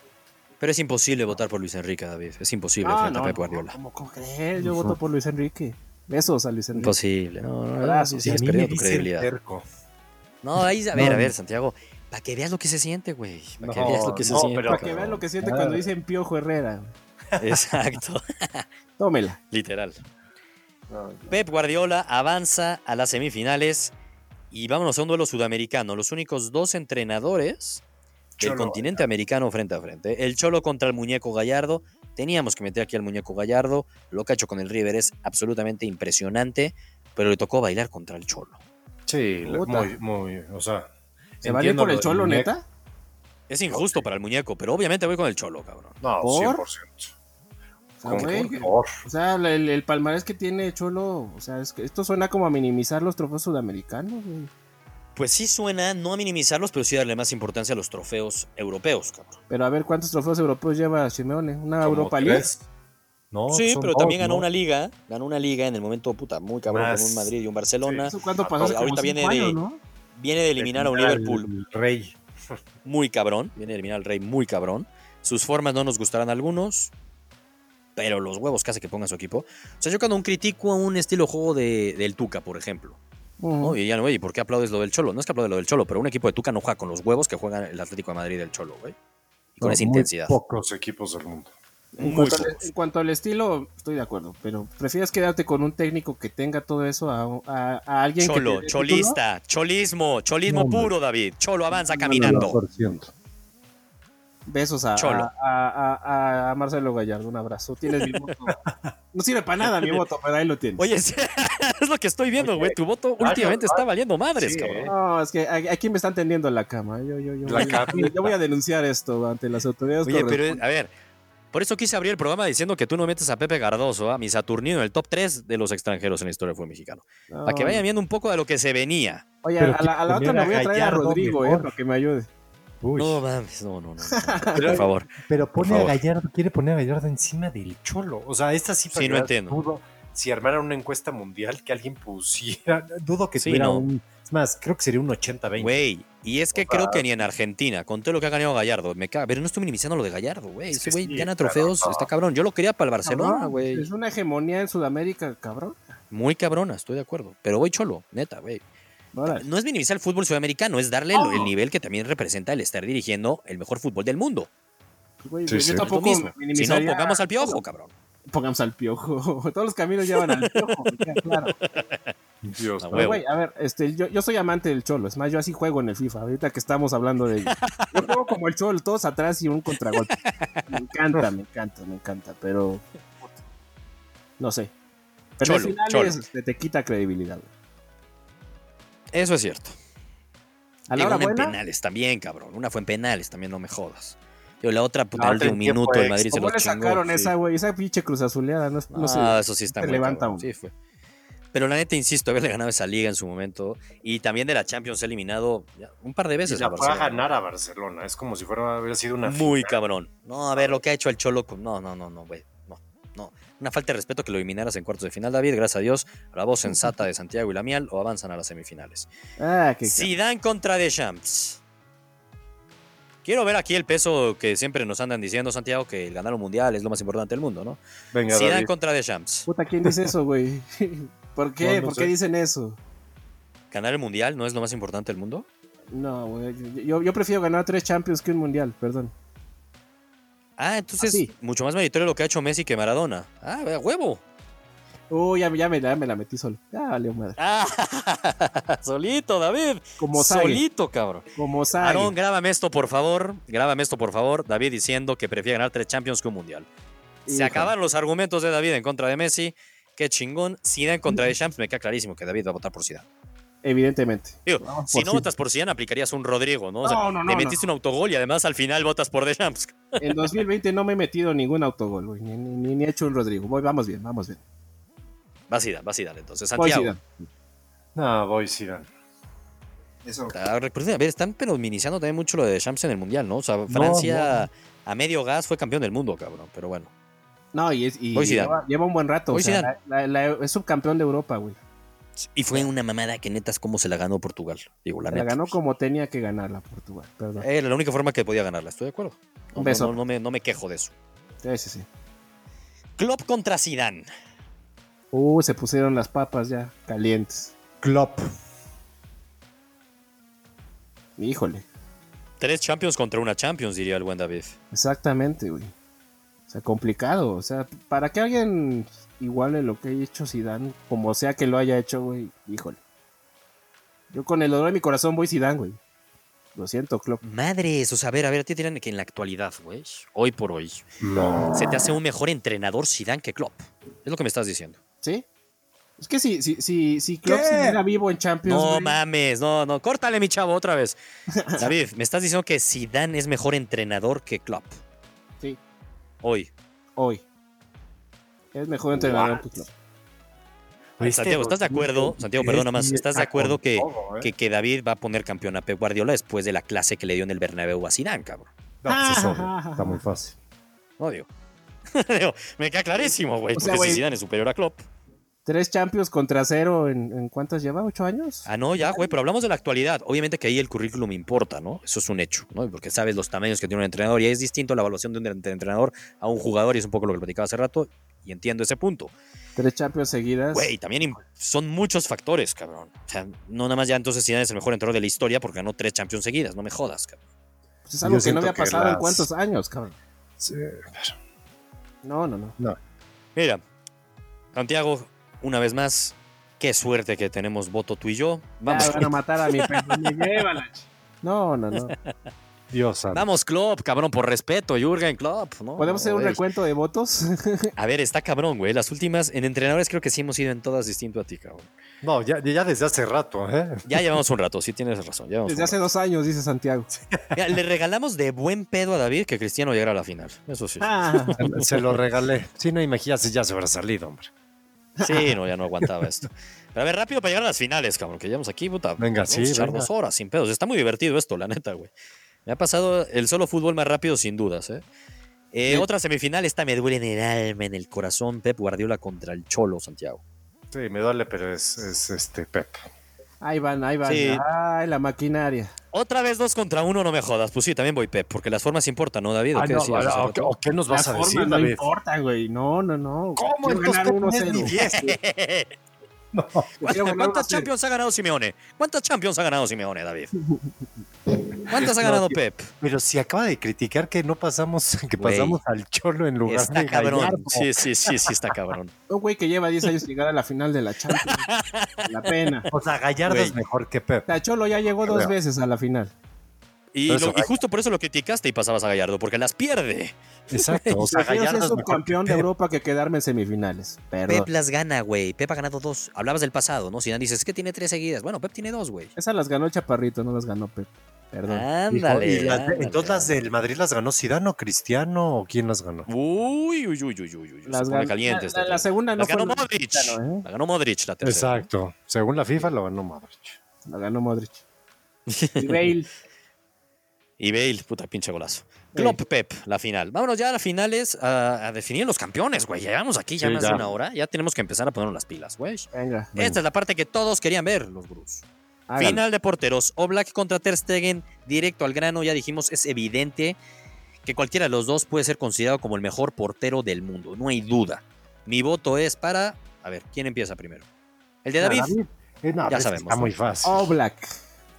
[SPEAKER 1] Pero es imposible votar por Luis Enrique, David. Es imposible
[SPEAKER 2] Ah,
[SPEAKER 1] frente a
[SPEAKER 2] no,
[SPEAKER 1] Pep
[SPEAKER 2] no,
[SPEAKER 1] Guardiola.
[SPEAKER 2] ¿Cómo, cómo crees? Yo
[SPEAKER 3] Ujú.
[SPEAKER 2] voto por Luis Enrique. Besos a Luis Enrique.
[SPEAKER 1] Imposible. No, no, no,
[SPEAKER 2] Abrazos,
[SPEAKER 1] sí,
[SPEAKER 2] y
[SPEAKER 1] sigues
[SPEAKER 3] A mí me
[SPEAKER 1] perdiendo tu
[SPEAKER 3] dicen
[SPEAKER 1] credibilidad.
[SPEAKER 3] terco.
[SPEAKER 1] No, ahí, a ver,
[SPEAKER 2] No,
[SPEAKER 1] a
[SPEAKER 2] no.
[SPEAKER 1] ver, Santiago, para que veas lo que se siente, güey. Para que
[SPEAKER 3] No,
[SPEAKER 1] veas lo que se
[SPEAKER 3] no,
[SPEAKER 1] siente.
[SPEAKER 3] pero-
[SPEAKER 2] Para que vean lo que siente
[SPEAKER 3] Claro.
[SPEAKER 2] cuando dicen Piojo Herrera.
[SPEAKER 1] Exacto,
[SPEAKER 2] Tómela.
[SPEAKER 1] literal.
[SPEAKER 3] No, no.
[SPEAKER 1] Pep Guardiola avanza a las semifinales y vámonos a un duelo sudamericano. Los únicos dos entrenadores del
[SPEAKER 3] Cholo,
[SPEAKER 1] continente americano frente a frente. El Cholo contra el Muñeco Gallardo. Teníamos que meter aquí al Muñeco Gallardo. Lo que ha hecho con el River es absolutamente impresionante, pero le tocó bailar contra el Cholo.
[SPEAKER 3] Sí, le-
[SPEAKER 2] Puta.
[SPEAKER 3] muy, muy, o sea.
[SPEAKER 2] ¿Se va a ir
[SPEAKER 3] entiendo
[SPEAKER 2] por
[SPEAKER 3] lo
[SPEAKER 2] el
[SPEAKER 3] del
[SPEAKER 2] cholo,
[SPEAKER 3] muñeco.
[SPEAKER 2] neta?
[SPEAKER 1] Es injusto para el Muñeco, pero obviamente voy con el Cholo, cabrón.
[SPEAKER 3] No,
[SPEAKER 2] ¿Por?
[SPEAKER 3] 100%.
[SPEAKER 2] O sea,
[SPEAKER 3] Con
[SPEAKER 2] Ah, güey,
[SPEAKER 3] favor.
[SPEAKER 2] o sea, el, el palmarés que tiene Cholo, o sea, es que esto suena como a minimizar los trofeos sudamericanos, güey.
[SPEAKER 1] Pues sí suena no a minimizarlos, pero sí darle más importancia a los trofeos europeos, cabrón.
[SPEAKER 2] Pero a ver cuántos trofeos europeos lleva Simeone, una
[SPEAKER 3] Como
[SPEAKER 2] Europa League.
[SPEAKER 3] tres. No,
[SPEAKER 1] sí,
[SPEAKER 3] son
[SPEAKER 1] pero
[SPEAKER 3] dos,
[SPEAKER 1] también ganó
[SPEAKER 3] ¿no?
[SPEAKER 1] una liga, ganó una liga en el momento puta, muy cabrón
[SPEAKER 3] Más.
[SPEAKER 1] con un Madrid y un Barcelona.
[SPEAKER 2] ¿Eso cuánto pasó?
[SPEAKER 1] Ah,
[SPEAKER 2] Hace como
[SPEAKER 1] ahorita
[SPEAKER 2] cinco
[SPEAKER 1] viene de-
[SPEAKER 2] años, ¿no?
[SPEAKER 1] Viene de eliminar a un
[SPEAKER 3] Eliminar al
[SPEAKER 1] Liverpool
[SPEAKER 3] Rey.
[SPEAKER 1] muy cabrón, viene de eliminar al Rey muy cabrón. Sus formas no nos gustarán a algunos, pero los huevos casi que ponga su equipo. O sea, yo cuando un critico a un estilo de juego de, del Tuca, por ejemplo,
[SPEAKER 2] Ujú.
[SPEAKER 1] ¿no? Y ya no, güey, ¿por qué aplaudes lo del Cholo? No es que aplaudes lo del Cholo, pero un equipo de Tuca no juega con los huevos que juega el Atlético de Madrid del Cholo, güey. Y con
[SPEAKER 3] No,
[SPEAKER 1] esa
[SPEAKER 3] muy
[SPEAKER 1] intensidad.
[SPEAKER 3] Pocos equipos del mundo.
[SPEAKER 2] En
[SPEAKER 1] Muy
[SPEAKER 2] cuanto, al,
[SPEAKER 1] pocos.
[SPEAKER 2] en cuanto al estilo, estoy de acuerdo, pero prefieres quedarte con un técnico que tenga todo eso a, a- a alguien que
[SPEAKER 1] Cholo,
[SPEAKER 2] te dé título?
[SPEAKER 1] cholista, cholismo, cholismo
[SPEAKER 3] No, hombre.
[SPEAKER 1] puro, David. Cholo avanza caminando.
[SPEAKER 3] 100%.
[SPEAKER 2] Besos a,
[SPEAKER 1] Cholo.
[SPEAKER 2] a- a- a- a Marcelo Gallardo, un abrazo. Tienes mi voto. No sirve para nada mi voto, pero ahí lo tienes.
[SPEAKER 1] Oye, es es lo que estoy viendo,
[SPEAKER 3] Oye,
[SPEAKER 1] güey. Tu voto últimamente está valiendo madres,
[SPEAKER 3] Sí,
[SPEAKER 1] cabrón.
[SPEAKER 3] eh.
[SPEAKER 2] no, es que a- aquí me están tendiendo la cama. Yo, yo, yo,
[SPEAKER 3] La
[SPEAKER 2] yo-
[SPEAKER 3] cama.
[SPEAKER 2] yo voy a denunciar esto ante las autoridades.
[SPEAKER 1] Oye, pero
[SPEAKER 2] correspondientes.
[SPEAKER 1] eh, a ver, por eso quise abrir el programa diciendo que tú no metes a Pepe Cardoso, a mi Saturnino, en el top 3 de los extranjeros en la historia del fútbol mexicano.
[SPEAKER 2] No,
[SPEAKER 1] Para que vayan viendo un poco de lo que se venía.
[SPEAKER 2] Oye,
[SPEAKER 3] Pero
[SPEAKER 2] a la, a la
[SPEAKER 3] que
[SPEAKER 2] otra me voy a traer a
[SPEAKER 3] Gallardo
[SPEAKER 2] Rodrigo, eh,
[SPEAKER 3] mejor.
[SPEAKER 2] para que me ayude.
[SPEAKER 3] Uy.
[SPEAKER 1] No mames, no, no, no. no,
[SPEAKER 3] Pero-
[SPEAKER 1] por favor.
[SPEAKER 3] Pero
[SPEAKER 1] Por
[SPEAKER 3] pone a
[SPEAKER 1] favor.
[SPEAKER 3] Gallardo, quiere poner a Gallardo encima del Cholo. O sea, esta sí,
[SPEAKER 1] Sí,
[SPEAKER 3] para
[SPEAKER 1] no
[SPEAKER 3] que
[SPEAKER 1] entiendo.
[SPEAKER 3] dudo, si armaran una encuesta mundial que alguien pusiera, dudo que
[SPEAKER 1] Sí,
[SPEAKER 3] tuviera
[SPEAKER 1] no.
[SPEAKER 3] un. Es más, creo que sería un 80-20.
[SPEAKER 1] Güey, y es que creo que ni en Argentina, con todo lo que ha ganado Gallardo, me caga. Pero no estoy minimizando lo de Gallardo, güey.
[SPEAKER 3] Es
[SPEAKER 1] Ese
[SPEAKER 3] que
[SPEAKER 1] güey
[SPEAKER 3] sí,
[SPEAKER 1] gana
[SPEAKER 3] pero
[SPEAKER 1] trofeos,
[SPEAKER 3] no.
[SPEAKER 1] está cabrón. Yo lo quería para el Barcelona,
[SPEAKER 2] Cabrón,
[SPEAKER 1] güey.
[SPEAKER 2] Es una hegemonía en Sudamérica, cabrón.
[SPEAKER 1] Muy cabrona, estoy de acuerdo. Pero voy cholo, neta, güey.
[SPEAKER 2] Órale.
[SPEAKER 1] No es minimizar el fútbol sudamericano, es darle el- el nivel que también representa el estar dirigiendo el mejor fútbol del mundo.
[SPEAKER 2] Güey,
[SPEAKER 3] Sí,
[SPEAKER 2] yo
[SPEAKER 3] sí. Es lo
[SPEAKER 1] Es lo
[SPEAKER 2] tampoco
[SPEAKER 1] mismo. Si no,
[SPEAKER 2] minimizaría-
[SPEAKER 1] pongamos al piojo, cabrón.
[SPEAKER 2] pongamos al piojo. Todos los caminos llevan al piojo, me queda claro.
[SPEAKER 3] Dios,
[SPEAKER 1] A
[SPEAKER 3] no.
[SPEAKER 1] huevo.
[SPEAKER 2] Pero, güey, a ver, este, yo, yo soy amante del cholo. Es más, yo así juego en el FIFA. Ahorita que estamos hablando de ello. Yo juego como el cholo, todos atrás y un contragolpe. Me encanta, me encanta, me encanta. Pero. No sé. Pero
[SPEAKER 1] Cholo,
[SPEAKER 2] al final
[SPEAKER 1] cholo.
[SPEAKER 2] es, este, te quita credibilidad. güey.
[SPEAKER 1] Eso es cierto.
[SPEAKER 2] A
[SPEAKER 1] Digo,
[SPEAKER 2] la hora
[SPEAKER 1] una en
[SPEAKER 2] buena.
[SPEAKER 1] penales también, cabrón. Una fue en penales también, no me jodas. Digo, la otra, puta,
[SPEAKER 3] La
[SPEAKER 1] al
[SPEAKER 3] otra
[SPEAKER 1] último
[SPEAKER 3] en tiempo
[SPEAKER 1] minuto el
[SPEAKER 3] extra.
[SPEAKER 1] Madrid se
[SPEAKER 2] ¿Cómo
[SPEAKER 1] lo
[SPEAKER 2] le
[SPEAKER 1] chingó.
[SPEAKER 2] sacaron
[SPEAKER 1] sí.
[SPEAKER 2] esa, güey? Esa pinche cruz azuleada. No, es- no
[SPEAKER 1] Ah,
[SPEAKER 2] sé.
[SPEAKER 1] eso sí está
[SPEAKER 2] se
[SPEAKER 1] muy
[SPEAKER 2] levanta
[SPEAKER 1] cabrón,
[SPEAKER 2] uno.
[SPEAKER 1] Sí, fue. Pero la neta, insisto, haberle ganado esa liga en su momento. Y también de la Champions ha eliminado ya un par de
[SPEAKER 3] Y
[SPEAKER 1] veces.
[SPEAKER 3] la
[SPEAKER 1] a
[SPEAKER 3] fue a
[SPEAKER 1] Barcelona.
[SPEAKER 3] ganar a Barcelona. Es como si fuera hubiera sido una.
[SPEAKER 1] Muy cabrón. No, a ver, lo que ha hecho el Cholo. con- No, no, no, no, güey. No, no. Una falta de respeto que lo eliminaras en cuartos de final, David. Gracias a Dios. A la voz sensata de Santiago y la miel o avanzan a las semifinales.
[SPEAKER 2] Ah, qué
[SPEAKER 1] Zidane contra Deschamps. Quiero ver aquí el peso que siempre nos andan diciendo, Santiago, que el ganar un mundial es lo más importante del mundo, ¿no?
[SPEAKER 3] Venga,
[SPEAKER 1] Zidane
[SPEAKER 3] David.
[SPEAKER 1] contra Deschamps.
[SPEAKER 2] Puta, ¿quién dice eso, güey? ¿Por qué?
[SPEAKER 3] No, no
[SPEAKER 2] ¿Por
[SPEAKER 3] sé.
[SPEAKER 2] qué dicen eso?
[SPEAKER 1] ¿Ganar el mundial no es lo más importante del mundo?
[SPEAKER 2] No, güey. Yo, yo prefiero ganar tres Champions que un Mundial, perdón.
[SPEAKER 1] Ah, entonces
[SPEAKER 2] Así.
[SPEAKER 1] mucho más meritorio lo que ha hecho Messi que Maradona. Ah, a huevo.
[SPEAKER 2] Uy, ya, ya me, ya me la metí solo. Ya, valió madre.
[SPEAKER 1] Ah, solito, David.
[SPEAKER 2] Como Sague.
[SPEAKER 1] solito, cabrón.
[SPEAKER 2] Como Sague.
[SPEAKER 1] Aarón, grábame esto, por favor. Grábame esto, por favor. David diciendo que prefiere ganar tres Champions que un Mundial. Se
[SPEAKER 2] Híjole.
[SPEAKER 1] acabaron los argumentos de David en contra de Messi. Qué chingón. Zidane contra Deschamps. Me queda clarísimo que David va a votar por Zidane.
[SPEAKER 2] Evidentemente.
[SPEAKER 1] Digo,
[SPEAKER 2] Vamos
[SPEAKER 1] si
[SPEAKER 2] por
[SPEAKER 1] no
[SPEAKER 2] Zidane.
[SPEAKER 1] votas por Zidane, aplicarías un Rodrigo, ¿no? O sea,
[SPEAKER 2] No, no, no,
[SPEAKER 1] le metiste un autogol y además al final votas por Deschamps.
[SPEAKER 2] En 2020 no me he metido ningún autogol, güey. Ni, ni- ni- ni he hecho un Rodrigo. Voy, vamos bien, vamos bien.
[SPEAKER 1] Va Zidane, va Zidane. Entonces,
[SPEAKER 2] Voy,
[SPEAKER 1] Santiago.
[SPEAKER 2] Zidane.
[SPEAKER 3] No, voy Zidane.
[SPEAKER 5] Eso.
[SPEAKER 1] Ah, recuerden, a ver, están pero minimizando también mucho lo de Deschamps en el Mundial, ¿no? O sea, Francia a medio gas fue campeón del mundo, cabrón. Pero bueno.
[SPEAKER 2] No, y, es, y
[SPEAKER 1] Voy, Zidane.
[SPEAKER 2] lleva, lleva un buen rato. o
[SPEAKER 1] Voy,
[SPEAKER 2] sea,
[SPEAKER 1] Zidane.
[SPEAKER 2] la- la- la- es subcampeón de Europa, güey.
[SPEAKER 1] Y fue una mamada que netas como se la ganó Portugal. Digo, la
[SPEAKER 2] La
[SPEAKER 1] neta.
[SPEAKER 2] ganó como tenía que ganarla Portugal, perdón.
[SPEAKER 1] Era la única forma que podía ganarla, estoy de acuerdo. No,
[SPEAKER 2] Un beso.
[SPEAKER 1] No, no, no me, no me quejo de eso.
[SPEAKER 2] Sí, sí, sí.
[SPEAKER 1] Klopp contra Zidane.
[SPEAKER 2] Uh, se pusieron las papas ya calientes.
[SPEAKER 3] Klopp.
[SPEAKER 2] Híjole,
[SPEAKER 1] Tres Champions contra una Champions, diría el buen David.
[SPEAKER 2] exactamente, güey. O sea, complicado. O sea, para que alguien iguale lo que ha hecho Zidane, como sea que lo haya hecho, güey, híjole. Yo con el dolor de mi corazón voy Zidane, güey. Lo siento, Klopp.
[SPEAKER 1] Madres, o sea, a ver, a ver, te dirán que en la actualidad, güey, hoy por hoy,
[SPEAKER 3] No.
[SPEAKER 1] se te hace un mejor entrenador Zidane que Klopp. Es lo que me estás diciendo.
[SPEAKER 2] ¿Sí? Es que si, si, si, si Klopp
[SPEAKER 3] ¿Qué?
[SPEAKER 2] siguiera vivo en Champions,
[SPEAKER 1] No
[SPEAKER 2] güey,
[SPEAKER 1] mames, no, no, córtale mi chavo otra vez. David, me estás diciendo que Zidane es mejor entrenador que Klopp.
[SPEAKER 2] Sí.
[SPEAKER 1] Hoy.
[SPEAKER 2] hoy. Es mejor entrenador que Klopp.
[SPEAKER 1] Santiago, ¿estás de acuerdo? Santiago, perdona más. ¿Estás de acuerdo que,
[SPEAKER 3] ¿eh?
[SPEAKER 2] ¿eh?
[SPEAKER 1] que, que David va a poner campeón a Pep Guardiola después de la clase que le dio en el Bernabéu a Zidane, cabrón?
[SPEAKER 3] pues, Está muy fácil.
[SPEAKER 1] No digo. Digo, me queda clarísimo, güey,
[SPEAKER 2] O
[SPEAKER 1] porque
[SPEAKER 2] sea,
[SPEAKER 1] si
[SPEAKER 2] güey.
[SPEAKER 1] Zidane es superior a Klopp.
[SPEAKER 2] Tres Champions contra cero en, en cuántas lleva, ocho años.
[SPEAKER 1] Ah, no, ya, güey, pero hablamos de la actualidad. Obviamente que ahí el currículum importa, ¿no? Eso es un hecho, ¿no? Porque sabes los tamaños que tiene un entrenador y es distinto la evaluación de un entre- entrenador a un jugador y es un poco lo que platicaba hace rato y entiendo ese punto.
[SPEAKER 2] Tres Champions seguidas.
[SPEAKER 1] Güey, también im- son muchos factores, cabrón. O sea, no nada más ya entonces Zidane es el mejor entrenador de la historia porque ganó tres Champions seguidas, no me jodas, cabrón.
[SPEAKER 2] Pues es algo
[SPEAKER 3] Yo
[SPEAKER 2] que no
[SPEAKER 3] siento
[SPEAKER 2] había
[SPEAKER 3] que
[SPEAKER 2] pasado en
[SPEAKER 3] las-
[SPEAKER 2] cuántos años, cabrón.
[SPEAKER 3] Sí, pero-
[SPEAKER 2] No, no, no.
[SPEAKER 1] Mira, Santiago, una vez más, qué suerte que tenemos voto tú y yo. Vamos,
[SPEAKER 2] Ya van a matar a mi perro. me llévala, ch- No, no, no.
[SPEAKER 3] Dios santo.
[SPEAKER 1] vamos Klopp, cabrón, por respeto, Jürgen Klopp, ¿no?
[SPEAKER 2] ¿Podemos hacer un
[SPEAKER 1] Güey.
[SPEAKER 2] recuento de votos?
[SPEAKER 1] A ver, está cabrón, güey. Las últimas, en entrenadores creo que sí hemos ido en todas distinto a ti, cabrón.
[SPEAKER 3] No, ya, ya desde hace rato, ¿eh?
[SPEAKER 1] Ya llevamos un rato, sí tienes razón. ya llevamos
[SPEAKER 2] Desde
[SPEAKER 1] un
[SPEAKER 2] hace
[SPEAKER 1] rato.
[SPEAKER 2] dos años, dice Santiago.
[SPEAKER 1] Mira, le regalamos de buen pedo a David que Cristiano llegara a la final. Eso sí.
[SPEAKER 2] Ah,
[SPEAKER 3] Se- Se lo regalé. Si no, imagínate, ya se habrá salido, hombre.
[SPEAKER 1] Sí, no, ya no aguantaba esto. Pero a ver, rápido para llegar a las finales, cabrón, que llevamos aquí, puta.
[SPEAKER 3] Venga,
[SPEAKER 1] vamos a
[SPEAKER 3] sí,
[SPEAKER 1] echar
[SPEAKER 3] venga.
[SPEAKER 1] dos horas sin pedos. Está muy divertido esto, la neta, güey. Me ha pasado el solo fútbol más rápido, sin dudas, ¿eh? Eh, Otra semifinal, esta me duele en el alma, en el corazón. Pep Guardiola contra el Cholo, Santiago.
[SPEAKER 3] Sí, me duele, pero es, es este Pep.
[SPEAKER 2] ahí van, ahí van.
[SPEAKER 1] Sí.
[SPEAKER 2] Ay, la maquinaria.
[SPEAKER 1] Otra vez dos contra uno, no me jodas. Pues sí, también voy Pep, porque las formas importan, ¿no, David? ¿O
[SPEAKER 3] Ah,
[SPEAKER 1] qué
[SPEAKER 3] no,
[SPEAKER 1] decías
[SPEAKER 3] ahora,
[SPEAKER 1] hace
[SPEAKER 3] ¿o
[SPEAKER 1] rato?
[SPEAKER 3] qué- o qué nos vas a
[SPEAKER 2] Las
[SPEAKER 3] decir,
[SPEAKER 2] formas no
[SPEAKER 3] David?
[SPEAKER 2] importa, güey. No, no, no.
[SPEAKER 3] ¿Cómo?
[SPEAKER 2] Quiero
[SPEAKER 3] Entonces,
[SPEAKER 2] ganar
[SPEAKER 3] Pep no es
[SPEAKER 2] 1-0.
[SPEAKER 3] ni 10. No.
[SPEAKER 2] Quiero ganar
[SPEAKER 1] ¿Cuántas
[SPEAKER 2] 1-0.
[SPEAKER 1] Champions ha ganado Simeone? ¿Cuántas Champions ha ganado Simeone, David? ¿Cuántas ha ganado Pep?
[SPEAKER 3] Pero si acaba de criticar que no pasamos, que
[SPEAKER 1] Güey.
[SPEAKER 3] pasamos al cholo en lugar
[SPEAKER 1] Está
[SPEAKER 3] de
[SPEAKER 1] cabrón.
[SPEAKER 3] Gallardo.
[SPEAKER 1] Sí, sí, sí, sí, está cabrón.
[SPEAKER 2] Un güey que lleva 10 años llegar a la final de la Champions. la pena.
[SPEAKER 3] O sea, Gallardo
[SPEAKER 1] Güey.
[SPEAKER 3] es mejor que Pep.
[SPEAKER 2] Tacholo ya llegó dos veces a la final.
[SPEAKER 1] Y,
[SPEAKER 3] Por eso,
[SPEAKER 1] lo- y
[SPEAKER 3] Gallardo.
[SPEAKER 1] justo por eso lo criticaste y pasabas a Gallardo, porque las pierde.
[SPEAKER 3] Exacto. O sea,
[SPEAKER 2] Prefiero ser
[SPEAKER 3] Gallardo es mejor que
[SPEAKER 2] subcampeón de
[SPEAKER 3] Pep.
[SPEAKER 2] Europa que quedarme en semifinales. Perdón.
[SPEAKER 1] Pep las gana, güey. Pep ha ganado dos. Hablabas del pasado, ¿no? Zidane dices, es que tiene tres seguidas. Bueno, Pep tiene dos, güey.
[SPEAKER 2] Esas las ganó el Chaparrito, no las ganó Pep. Perdón.
[SPEAKER 3] Hijo,
[SPEAKER 6] Ándale.
[SPEAKER 3] y las de-
[SPEAKER 6] ándale.
[SPEAKER 3] entonces las del Madrid las ganó Zidane o Cristiano o quién las ganó.
[SPEAKER 1] Uy, uy, uy, uy, uy, uy. se
[SPEAKER 2] Las
[SPEAKER 1] pone
[SPEAKER 2] gan-
[SPEAKER 1] caliente
[SPEAKER 2] la-
[SPEAKER 1] este
[SPEAKER 2] la- la
[SPEAKER 1] tema.
[SPEAKER 2] segunda no
[SPEAKER 1] Las
[SPEAKER 2] fue
[SPEAKER 1] ganó
[SPEAKER 2] lo-
[SPEAKER 1] Modric.
[SPEAKER 2] Cristiano, ¿eh?
[SPEAKER 1] La ganó Modric la tercera.
[SPEAKER 3] Exacto. Según la FIFA lo ganó Madrid.
[SPEAKER 2] La ganó Modric. Y Bale.
[SPEAKER 1] Y Bale, puta pinche golazo. Klopp Pep, la final. Vámonos ya a las finales a, a definir los campeones, güey. Llevamos aquí ya
[SPEAKER 3] Sí,
[SPEAKER 1] más
[SPEAKER 3] ya.
[SPEAKER 1] de una hora. Ya tenemos que empezar a ponernos las pilas, güey.
[SPEAKER 2] Venga.
[SPEAKER 1] Esta es la parte que todos querían ver, los gurús.
[SPEAKER 2] hágalo.
[SPEAKER 1] Final de porteros. Oblak contra Ter Stegen, directo al grano. Ya dijimos, es evidente que cualquiera de los dos puede ser considerado como el mejor portero del mundo. No hay duda. Mi voto es para... A ver, ¿quién empieza primero? El de David.
[SPEAKER 3] Eh, no,
[SPEAKER 1] Ya
[SPEAKER 3] es que
[SPEAKER 1] sabemos,
[SPEAKER 3] Está
[SPEAKER 1] ¿no?
[SPEAKER 3] muy fácil.
[SPEAKER 2] Oblak.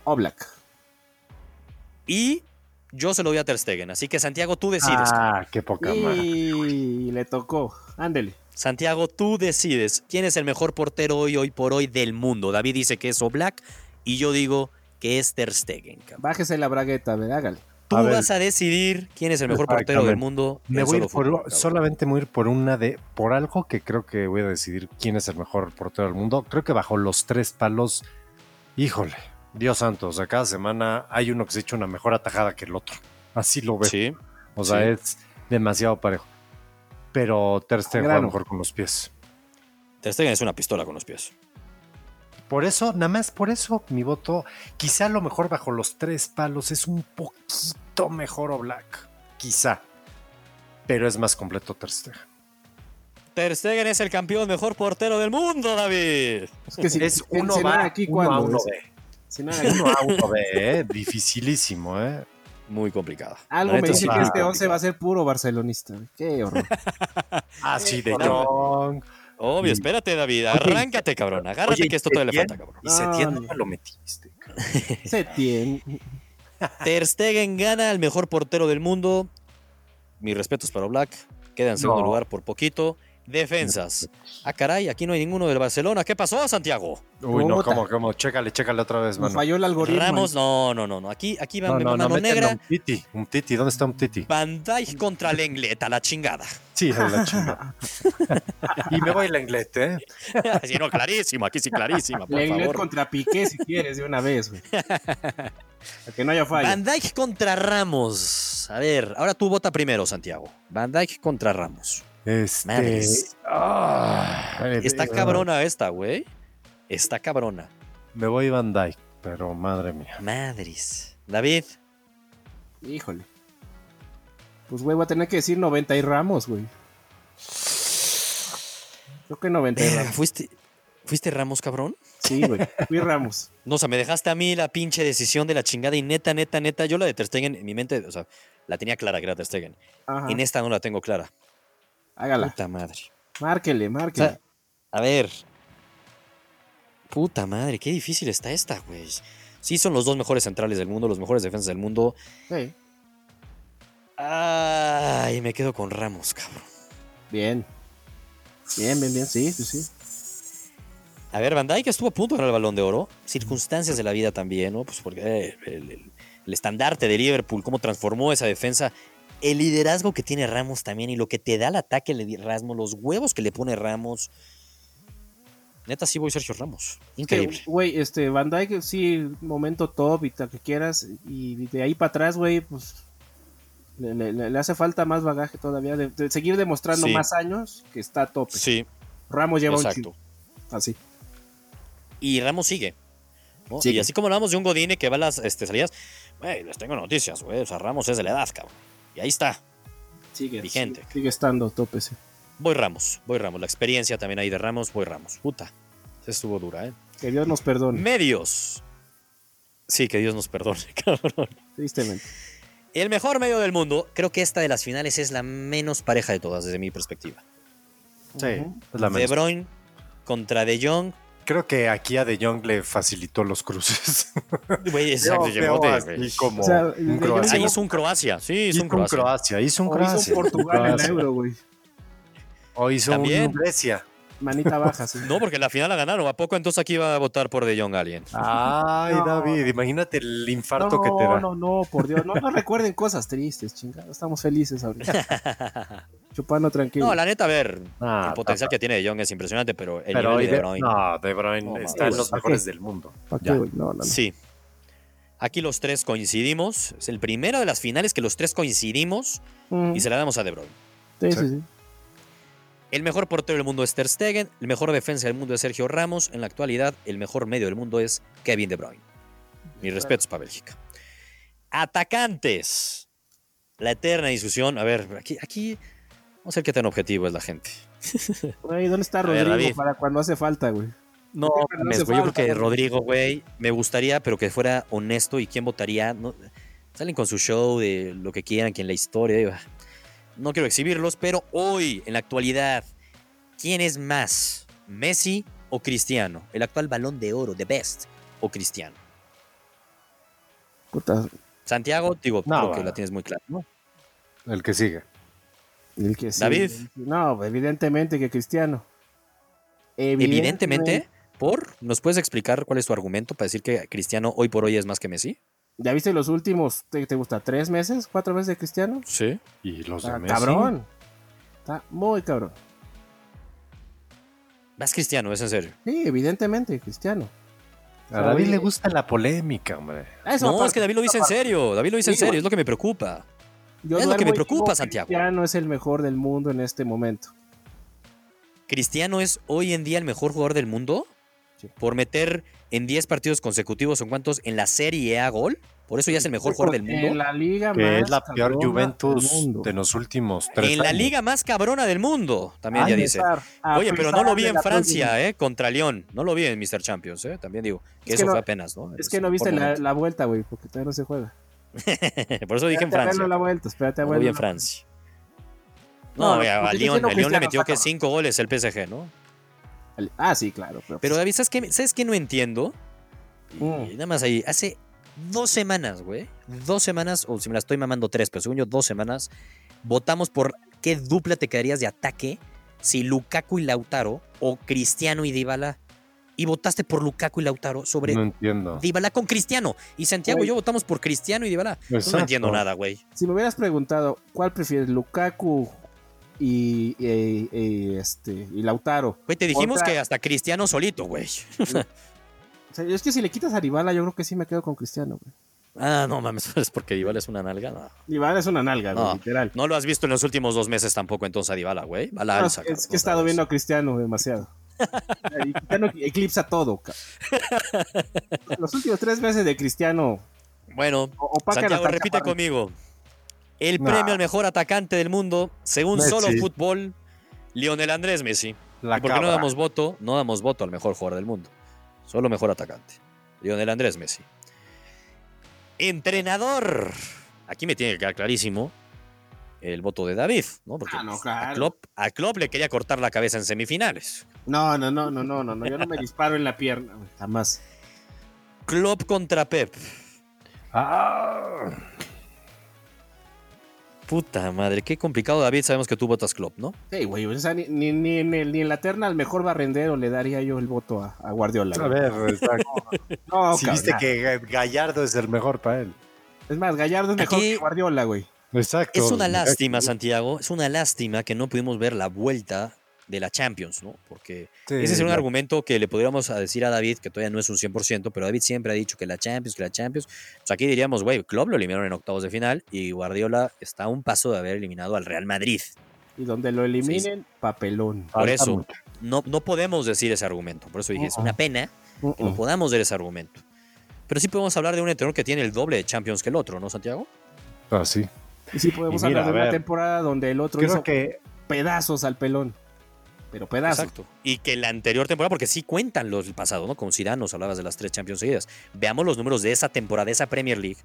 [SPEAKER 2] Oblak.
[SPEAKER 1] Y yo se lo doy a Ter Stegen. Así que, Santiago, tú decides.
[SPEAKER 3] ah, qué poca madre.
[SPEAKER 2] Y le tocó. Ándele.
[SPEAKER 1] Santiago, tú decides quién es el mejor portero hoy, hoy por hoy del mundo. David dice que es Oblak y yo digo que es Ter Stegen. cabrón.
[SPEAKER 2] Bájese la bragueta, a ver, hágale.
[SPEAKER 1] Tú
[SPEAKER 3] A ver.
[SPEAKER 1] vas a decidir quién es el mejor portero del
[SPEAKER 3] Exactamente.
[SPEAKER 1] mundo.
[SPEAKER 3] Me
[SPEAKER 1] en
[SPEAKER 3] voy a
[SPEAKER 1] solo
[SPEAKER 3] ir por-
[SPEAKER 1] fútbol, cabrón.
[SPEAKER 3] solamente me voy a ir por una de, por algo que creo que voy a decidir quién es el mejor portero del mundo. Creo que bajo los tres palos, híjole, Dios santo, o sea, cada semana hay uno que se echa una mejor atajada que el otro. Así lo veo.
[SPEAKER 1] Sí.
[SPEAKER 3] o sea,
[SPEAKER 1] sí.
[SPEAKER 3] es demasiado parejo. Pero Ter Stegen juega
[SPEAKER 2] Grano.
[SPEAKER 3] mejor con los pies.
[SPEAKER 1] Ter Stegen es una pistola con los pies.
[SPEAKER 3] Por eso, nada más por eso, mi voto, quizá a lo mejor bajo los tres palos es un poquito mejor o black. Quizá. Pero es más completo Ter Stegen.
[SPEAKER 1] Ter Stegen es el campeón mejor portero del mundo, David.
[SPEAKER 2] Es que si,
[SPEAKER 3] es
[SPEAKER 2] si-
[SPEAKER 3] uno
[SPEAKER 2] si no
[SPEAKER 3] va,
[SPEAKER 2] era aquí,
[SPEAKER 3] uno
[SPEAKER 2] ¿cuándo?
[SPEAKER 3] a uno
[SPEAKER 2] Es-
[SPEAKER 3] B.
[SPEAKER 2] si no era aquí.
[SPEAKER 3] Uno a uno B, ¿eh? Dificilísimo, ¿eh?
[SPEAKER 1] Muy complicado.
[SPEAKER 2] Algo
[SPEAKER 1] La
[SPEAKER 2] me
[SPEAKER 1] neta,
[SPEAKER 2] dice
[SPEAKER 1] sí,
[SPEAKER 2] que
[SPEAKER 1] muy
[SPEAKER 2] este 11
[SPEAKER 1] complicado.
[SPEAKER 2] va a ser puro barcelonista. Qué horror.
[SPEAKER 3] Así Ah, de
[SPEAKER 1] cabrón.
[SPEAKER 3] Jong.
[SPEAKER 1] Obvio, espérate, David. Arráncate, cabrón. Agárrate
[SPEAKER 3] Oye,
[SPEAKER 1] que esto todavía le
[SPEAKER 3] ¿quién?
[SPEAKER 1] falta, cabrón.
[SPEAKER 3] Y Setién
[SPEAKER 2] No,
[SPEAKER 3] no lo metiste.
[SPEAKER 2] Se tiene.
[SPEAKER 3] Ah.
[SPEAKER 1] Ter Stegen gana el mejor portero del mundo. Mis respetos para Black. Queda en segundo
[SPEAKER 3] No.
[SPEAKER 1] lugar por poquito. Defensas. Ah, caray, aquí no hay ninguno del Barcelona. ¿Qué pasó, Santiago?
[SPEAKER 3] Uy, no,
[SPEAKER 2] Puta.
[SPEAKER 3] como, como, chécale, chécale otra vez,
[SPEAKER 2] Nos
[SPEAKER 3] mano.
[SPEAKER 2] falló el algoritmo.
[SPEAKER 1] Ramos, no, no, no, no. Aquí, aquí va
[SPEAKER 3] No,
[SPEAKER 1] mi
[SPEAKER 3] no, no,
[SPEAKER 1] mano
[SPEAKER 3] métanle a
[SPEAKER 1] negra.
[SPEAKER 3] un titi, un titi, ¿dónde está un titi?
[SPEAKER 1] Van Dijk contra Lenglet, a la chingada.
[SPEAKER 3] Sí, a la chingada. y me voy a la inglés, ¿eh?
[SPEAKER 1] sí, no, clarísimo, aquí sí, clarísima, por
[SPEAKER 2] Lenglet
[SPEAKER 1] favor.
[SPEAKER 2] contra Piqué si quieres de una vez, güey. Para que no haya falla.
[SPEAKER 1] Van Dijk contra Ramos. A ver, ahora tú vota primero, Santiago. Van Dijk contra Ramos.
[SPEAKER 3] Este.
[SPEAKER 1] Madres.
[SPEAKER 3] ah,
[SPEAKER 1] Está
[SPEAKER 3] eh,
[SPEAKER 1] cabrona esta, güey. Está cabrona.
[SPEAKER 3] Me voy Van Dyke, pero madre mía.
[SPEAKER 1] Madres. David,
[SPEAKER 2] Híjole. Pues, güey, voy a tener que decir 90 y Ramos, güey. Creo que 90 y
[SPEAKER 1] verga,
[SPEAKER 2] Ramos.
[SPEAKER 1] ¿fuiste, ¿fuiste Ramos, cabrón?
[SPEAKER 2] Sí, güey. Fui Ramos.
[SPEAKER 1] No, o sea, me dejaste a mí la pinche decisión de la chingada y neta, neta, neta. Yo la de Ter Stegen, en mi mente, o sea, la tenía clara que era Ter Stegen.
[SPEAKER 2] Ajá.
[SPEAKER 1] En esta no la tengo clara.
[SPEAKER 2] Hágala.
[SPEAKER 1] Puta madre.
[SPEAKER 2] Márquele,
[SPEAKER 1] O sea,
[SPEAKER 2] márquele.
[SPEAKER 1] a ver. Puta madre, qué difícil está esta, güey. Sí, son los dos mejores centrales del mundo, los mejores defensas del mundo.
[SPEAKER 2] Sí.
[SPEAKER 1] Ay, me quedo con Ramos, cabrón.
[SPEAKER 2] Bien. Bien, bien, bien. Sí, sí, sí.
[SPEAKER 1] A ver, Van Dijk estuvo a punto de ganar el Balón de Oro. Circunstancias de la vida también, ¿no? Pues porque eh, el, el- el estandarte de Liverpool, cómo transformó esa defensa. El liderazgo que tiene Ramos también y lo que te da el ataque de Ramos, los huevos que le pone Ramos. Neta, sí voy Sergio Ramos. Increíble.
[SPEAKER 2] Que, Güey, este, Van Dyke, sí, momento top y tal que quieras. Y de ahí para atrás, güey, pues. Le, le- le- le hace falta más bagaje todavía. De, de seguir demostrando
[SPEAKER 1] Sí.
[SPEAKER 2] más años que está a tope.
[SPEAKER 1] Sí,
[SPEAKER 2] Ramos lleva un
[SPEAKER 1] exacto.
[SPEAKER 2] chingo. Así.
[SPEAKER 1] y Ramos sigue. ¿no?
[SPEAKER 2] Sigue.
[SPEAKER 1] Y así como hablamos de un Godine que va a las este, salidas, güey, les tengo noticias, güey. O sea, Ramos es de la edad, cabrón. Y ahí está.
[SPEAKER 2] Sigue.
[SPEAKER 1] Vigente.
[SPEAKER 2] Sigue, sigue estando a tope, sí.
[SPEAKER 1] Voy Ramos, voy Ramos. La experiencia también ahí de Ramos, voy Ramos. Puta. esa Estuvo dura, ¿eh?
[SPEAKER 2] Que Dios nos
[SPEAKER 3] Mm.
[SPEAKER 2] perdone,
[SPEAKER 1] Medios. Sí, que Dios nos perdone, cabrón.
[SPEAKER 2] tristemente.
[SPEAKER 1] El mejor medio del mundo, creo que esta de las finales es la menos pareja de todas, desde mi perspectiva.
[SPEAKER 3] Sí,
[SPEAKER 2] Ujú.
[SPEAKER 3] es la
[SPEAKER 1] De
[SPEAKER 3] menos.
[SPEAKER 1] Bruyne contra De Jong.
[SPEAKER 3] Creo que aquí a De Jong le facilitó los cruces.
[SPEAKER 1] Güey, exacto,
[SPEAKER 3] Veo-
[SPEAKER 1] llegó
[SPEAKER 3] veo
[SPEAKER 1] de-
[SPEAKER 3] así
[SPEAKER 1] güey.
[SPEAKER 3] como
[SPEAKER 2] O sea,
[SPEAKER 3] un
[SPEAKER 2] De Jong
[SPEAKER 3] Croacia.
[SPEAKER 1] Ahí hizo un Croacia, sí, hizo
[SPEAKER 3] Hizo
[SPEAKER 1] un Croacia.
[SPEAKER 3] hizo un
[SPEAKER 2] O hizo
[SPEAKER 3] Croacia.
[SPEAKER 2] un Portugal en la Euro, güey.
[SPEAKER 3] O hizo
[SPEAKER 1] También.
[SPEAKER 3] un Grecia.
[SPEAKER 2] Manita baja, sí.
[SPEAKER 1] No, porque la final la ganaron. ¿A poco entonces aquí va a votar por De Jong alguien?
[SPEAKER 3] Ay,
[SPEAKER 2] No.
[SPEAKER 3] David, imagínate el
[SPEAKER 2] No,
[SPEAKER 3] infarto que te da.
[SPEAKER 2] no, no, por Dios. No, no recuerden cosas tristes, chingada. Estamos felices ahorita. Chupando tranquilo.
[SPEAKER 1] No, la neta, a ver,
[SPEAKER 3] Ah,
[SPEAKER 1] el potencial que tiene De Jong es impresionante, pero el
[SPEAKER 3] Pero
[SPEAKER 1] nivel
[SPEAKER 3] hoy
[SPEAKER 1] de De Bruyne,
[SPEAKER 3] No, De Bruyne
[SPEAKER 1] No,
[SPEAKER 2] Pues
[SPEAKER 3] está en
[SPEAKER 1] mames.
[SPEAKER 3] los
[SPEAKER 2] ¿Para qué?
[SPEAKER 3] mejores del mundo.
[SPEAKER 2] ¿Para qué,
[SPEAKER 3] Ya.
[SPEAKER 2] güey? No, no, no.
[SPEAKER 1] Sí. Aquí los tres coincidimos. Es el primero de las finales que los tres coincidimos
[SPEAKER 2] Mm.
[SPEAKER 1] y se la damos a De Bruyne.
[SPEAKER 2] Sí,
[SPEAKER 3] Sí.
[SPEAKER 2] sí, sí.
[SPEAKER 1] El mejor portero del mundo es Ter Stegen, el mejor defensa del mundo es Sergio Ramos, en la actualidad el mejor medio del mundo es Kevin De Bruyne. Mis respetos para Bélgica. Atacantes. La eterna discusión. A ver, aquí, aquí vamos a ver qué tan objetivo es la gente.
[SPEAKER 2] Güey, ¿dónde está
[SPEAKER 1] A ver,
[SPEAKER 2] Rodrigo
[SPEAKER 1] David.
[SPEAKER 2] para cuando hace falta, güey?
[SPEAKER 1] No,
[SPEAKER 2] Siempre no
[SPEAKER 1] mames,
[SPEAKER 2] hace
[SPEAKER 1] güey, yo creo
[SPEAKER 2] falta,
[SPEAKER 1] que
[SPEAKER 2] ¿no?
[SPEAKER 1] Rodrigo, güey, me gustaría, pero que fuera honesto y quién votaría. No, salen con su show de lo que quieran, quien la historia. digo, ah, No quiero exhibirlos, pero hoy, en la actualidad, ¿quién es más? ¿Messi o Cristiano? El actual balón de oro, The Best, o Cristiano.
[SPEAKER 2] Puta,
[SPEAKER 1] Santiago, digo,
[SPEAKER 3] No,
[SPEAKER 1] creo que
[SPEAKER 3] bueno.
[SPEAKER 1] la tienes muy clara. ¿no?
[SPEAKER 3] El que sigue.
[SPEAKER 2] el que sí.
[SPEAKER 1] David.
[SPEAKER 2] No, pues, evidentemente que Cristiano.
[SPEAKER 1] Evidentemente, por, ¿nos puedes explicar cuál es tu argumento para decir que Cristiano hoy por hoy es más que Messi?
[SPEAKER 2] ¿Ya viste los últimos, te, te gusta, tres meses, cuatro meses de Cristiano?
[SPEAKER 1] Sí.
[SPEAKER 3] Y los
[SPEAKER 2] Está
[SPEAKER 3] de Pues, Messi.
[SPEAKER 2] cabrón. Está muy cabrón.
[SPEAKER 1] Más Cristiano, es en serio.
[SPEAKER 2] Sí, evidentemente, Cristiano.
[SPEAKER 3] A David le gusta la polémica, hombre.
[SPEAKER 2] Eso
[SPEAKER 1] No,
[SPEAKER 2] aparte,
[SPEAKER 1] es que David lo dice en serio. David lo dice en
[SPEAKER 2] Sí,
[SPEAKER 1] serio.
[SPEAKER 2] güey.
[SPEAKER 1] Es lo que me preocupa.
[SPEAKER 2] yo
[SPEAKER 1] es lo que me
[SPEAKER 2] duermo y
[SPEAKER 1] preocupa,
[SPEAKER 2] digo,
[SPEAKER 1] Santiago.
[SPEAKER 2] Cristiano es el mejor del mundo en este momento.
[SPEAKER 1] Cristiano es hoy en día el mejor jugador del mundo
[SPEAKER 2] Sí.
[SPEAKER 1] por meter en 10 partidos consecutivos en cuantos en la Serie A gol. Por eso ya es el mejor jugador del mundo.
[SPEAKER 2] En la liga
[SPEAKER 3] Que
[SPEAKER 2] más
[SPEAKER 3] es la peor
[SPEAKER 2] cabrona del
[SPEAKER 3] Juventus
[SPEAKER 2] mundo.
[SPEAKER 3] de los últimos tres
[SPEAKER 1] En la
[SPEAKER 3] años.
[SPEAKER 1] liga más cabrona del mundo, también
[SPEAKER 2] A
[SPEAKER 1] ya dice.
[SPEAKER 2] pesar- a
[SPEAKER 1] Oye, pero no
[SPEAKER 2] pesar
[SPEAKER 1] lo vi
[SPEAKER 2] de
[SPEAKER 1] en
[SPEAKER 2] la
[SPEAKER 1] Francia, ¿eh? Contra León. No lo vi en Mr. Champions, ¿eh? También digo. Que
[SPEAKER 2] Es que
[SPEAKER 1] eso
[SPEAKER 2] no-
[SPEAKER 1] fue apenas, ¿no?
[SPEAKER 2] Es que
[SPEAKER 1] eh.
[SPEAKER 2] no
[SPEAKER 1] por
[SPEAKER 2] viste la,
[SPEAKER 1] momento.
[SPEAKER 2] la vuelta, güey, porque todavía no se juega.
[SPEAKER 1] por eso dije en
[SPEAKER 2] Espérate a verlo
[SPEAKER 1] Francia.
[SPEAKER 2] la vuelta, espérate
[SPEAKER 1] No
[SPEAKER 2] a
[SPEAKER 1] lo
[SPEAKER 2] verlo
[SPEAKER 1] vi en
[SPEAKER 2] la-
[SPEAKER 1] Francia.
[SPEAKER 2] No,
[SPEAKER 1] No,
[SPEAKER 2] lo-
[SPEAKER 1] a
[SPEAKER 2] lo que está
[SPEAKER 1] León
[SPEAKER 2] haciendo
[SPEAKER 1] a León le
[SPEAKER 2] Cristiano
[SPEAKER 1] metió
[SPEAKER 2] está
[SPEAKER 1] que
[SPEAKER 2] cabrón.
[SPEAKER 1] 5 goles el PSG, ¿no?
[SPEAKER 2] Ah, sí, claro. Pero,
[SPEAKER 1] Pero David, ¿sabes qué, ¿sabes qué no entiendo? Y
[SPEAKER 2] Mm.
[SPEAKER 1] nada más ahí, hace dos semanas, güey. Dos semanas, o si me la estoy mamando tres, pero según yo, dos semanas, votamos por qué dupla te quedarías de ataque si Lukaku y Lautaro o Cristiano y Dybala. Y votaste por Lukaku y Lautaro sobre
[SPEAKER 3] No entiendo.
[SPEAKER 1] Dybala con Cristiano. Y Santiago
[SPEAKER 2] Güey.
[SPEAKER 1] y yo votamos por Cristiano y Dybala. No
[SPEAKER 3] Exacto.
[SPEAKER 1] entiendo nada, güey.
[SPEAKER 2] Si me hubieras preguntado cuál prefieres, Lukaku y, y- y, este, y Lautaro.
[SPEAKER 1] Güey, te dijimos
[SPEAKER 2] Contra-
[SPEAKER 1] que hasta Cristiano solito, güey.
[SPEAKER 2] O sea, es que si le quitas a Dybala, yo creo que sí me quedo con Cristiano. güey.
[SPEAKER 1] Ah, no mames, es porque Dybala es una nalga. No.
[SPEAKER 2] Dybala es una nalga, güey,
[SPEAKER 1] No.
[SPEAKER 2] literal.
[SPEAKER 1] No lo has visto en los últimos dos meses tampoco, entonces a Dybala, güey. A la
[SPEAKER 2] No,
[SPEAKER 1] alza,
[SPEAKER 2] es
[SPEAKER 1] cabrón,
[SPEAKER 2] que he estado
[SPEAKER 1] otra vez.
[SPEAKER 2] viendo a Cristiano demasiado. Y Cristiano eclipsa todo. cabrón. Los últimos tres meses de Cristiano
[SPEAKER 1] Bueno,
[SPEAKER 2] o- opacan
[SPEAKER 1] Santiago,
[SPEAKER 2] hasta
[SPEAKER 1] repite
[SPEAKER 2] Chaparro.
[SPEAKER 1] conmigo. El
[SPEAKER 3] No.
[SPEAKER 1] premio al mejor atacante del mundo, según
[SPEAKER 3] Messi.
[SPEAKER 1] solo fútbol, Lionel Andrés Messi.
[SPEAKER 3] La
[SPEAKER 1] ¿Y por qué no
[SPEAKER 3] cabra.
[SPEAKER 1] damos voto? No damos voto al mejor jugador del mundo. Solo mejor atacante. Lionel Andrés Messi. Entrenador. Aquí me tiene que quedar clarísimo el voto de David, ¿no? Porque
[SPEAKER 2] Ah, no,
[SPEAKER 1] pues, a,
[SPEAKER 2] claro.
[SPEAKER 1] Klopp, a Klopp le quería cortar la cabeza en semifinales.
[SPEAKER 2] No, no, no, no, no, no, no, yo no me disparo en la pierna, güey, jamás.
[SPEAKER 1] Klopp contra Pep.
[SPEAKER 3] Ah,
[SPEAKER 1] Puta madre, qué complicado, David. Sabemos que tú votas Klopp, ¿no?
[SPEAKER 2] Sí, güey, o sea, ni, ni, ni en el- ni en la terna al mejor barrendero le daría yo el voto a, a Guardiola.
[SPEAKER 3] a
[SPEAKER 2] güey.
[SPEAKER 3] ver, está-
[SPEAKER 2] No,
[SPEAKER 3] si
[SPEAKER 2] cabrón,
[SPEAKER 3] viste
[SPEAKER 2] nah.
[SPEAKER 3] que Ga- Gallardo es el mejor para él.
[SPEAKER 2] Es más, Gallardo es mejor
[SPEAKER 1] Aquí-
[SPEAKER 2] que Guardiola, güey.
[SPEAKER 3] Exacto.
[SPEAKER 1] Es una lástima, Santiago, es una lástima que no pudimos ver la vuelta de la Champions, ¿no? Porque
[SPEAKER 3] Sí,
[SPEAKER 1] ese es un
[SPEAKER 3] la-
[SPEAKER 1] argumento que le podríamos a decir a David, que todavía no es un 100%, pero David siempre ha dicho que la Champions, que la Champions. O sea, aquí diríamos, güey, Klopp lo eliminaron en octavos de final y Guardiola está a un paso de haber eliminado al Real Madrid.
[SPEAKER 2] Y donde lo eliminen, papelón.
[SPEAKER 1] Por
[SPEAKER 3] falta
[SPEAKER 1] eso,
[SPEAKER 3] Ah, mucho. Ah,
[SPEAKER 1] no, no podemos decir ese argumento. Por eso dije, es
[SPEAKER 2] Uh-uh.
[SPEAKER 1] una pena que no
[SPEAKER 2] Uh-uh.
[SPEAKER 1] podamos dar ese argumento. Pero sí podemos hablar de un entrenador que tiene el doble de Champions que el otro, ¿no, Santiago?
[SPEAKER 3] Ah, sí.
[SPEAKER 2] Y sí, podemos
[SPEAKER 3] Y mira,
[SPEAKER 2] hablar de
[SPEAKER 3] a
[SPEAKER 2] una
[SPEAKER 3] ver.
[SPEAKER 2] temporada donde el otro
[SPEAKER 3] Creo
[SPEAKER 2] hizo
[SPEAKER 3] que
[SPEAKER 2] pedazos al pelón. Pero pedazos.
[SPEAKER 1] Exacto. Y que la anterior temporada, porque sí cuentan los del pasado, ¿no? Con Zidane nos hablabas de las tres Champions seguidas. Veamos los números de esa temporada, de esa Premier League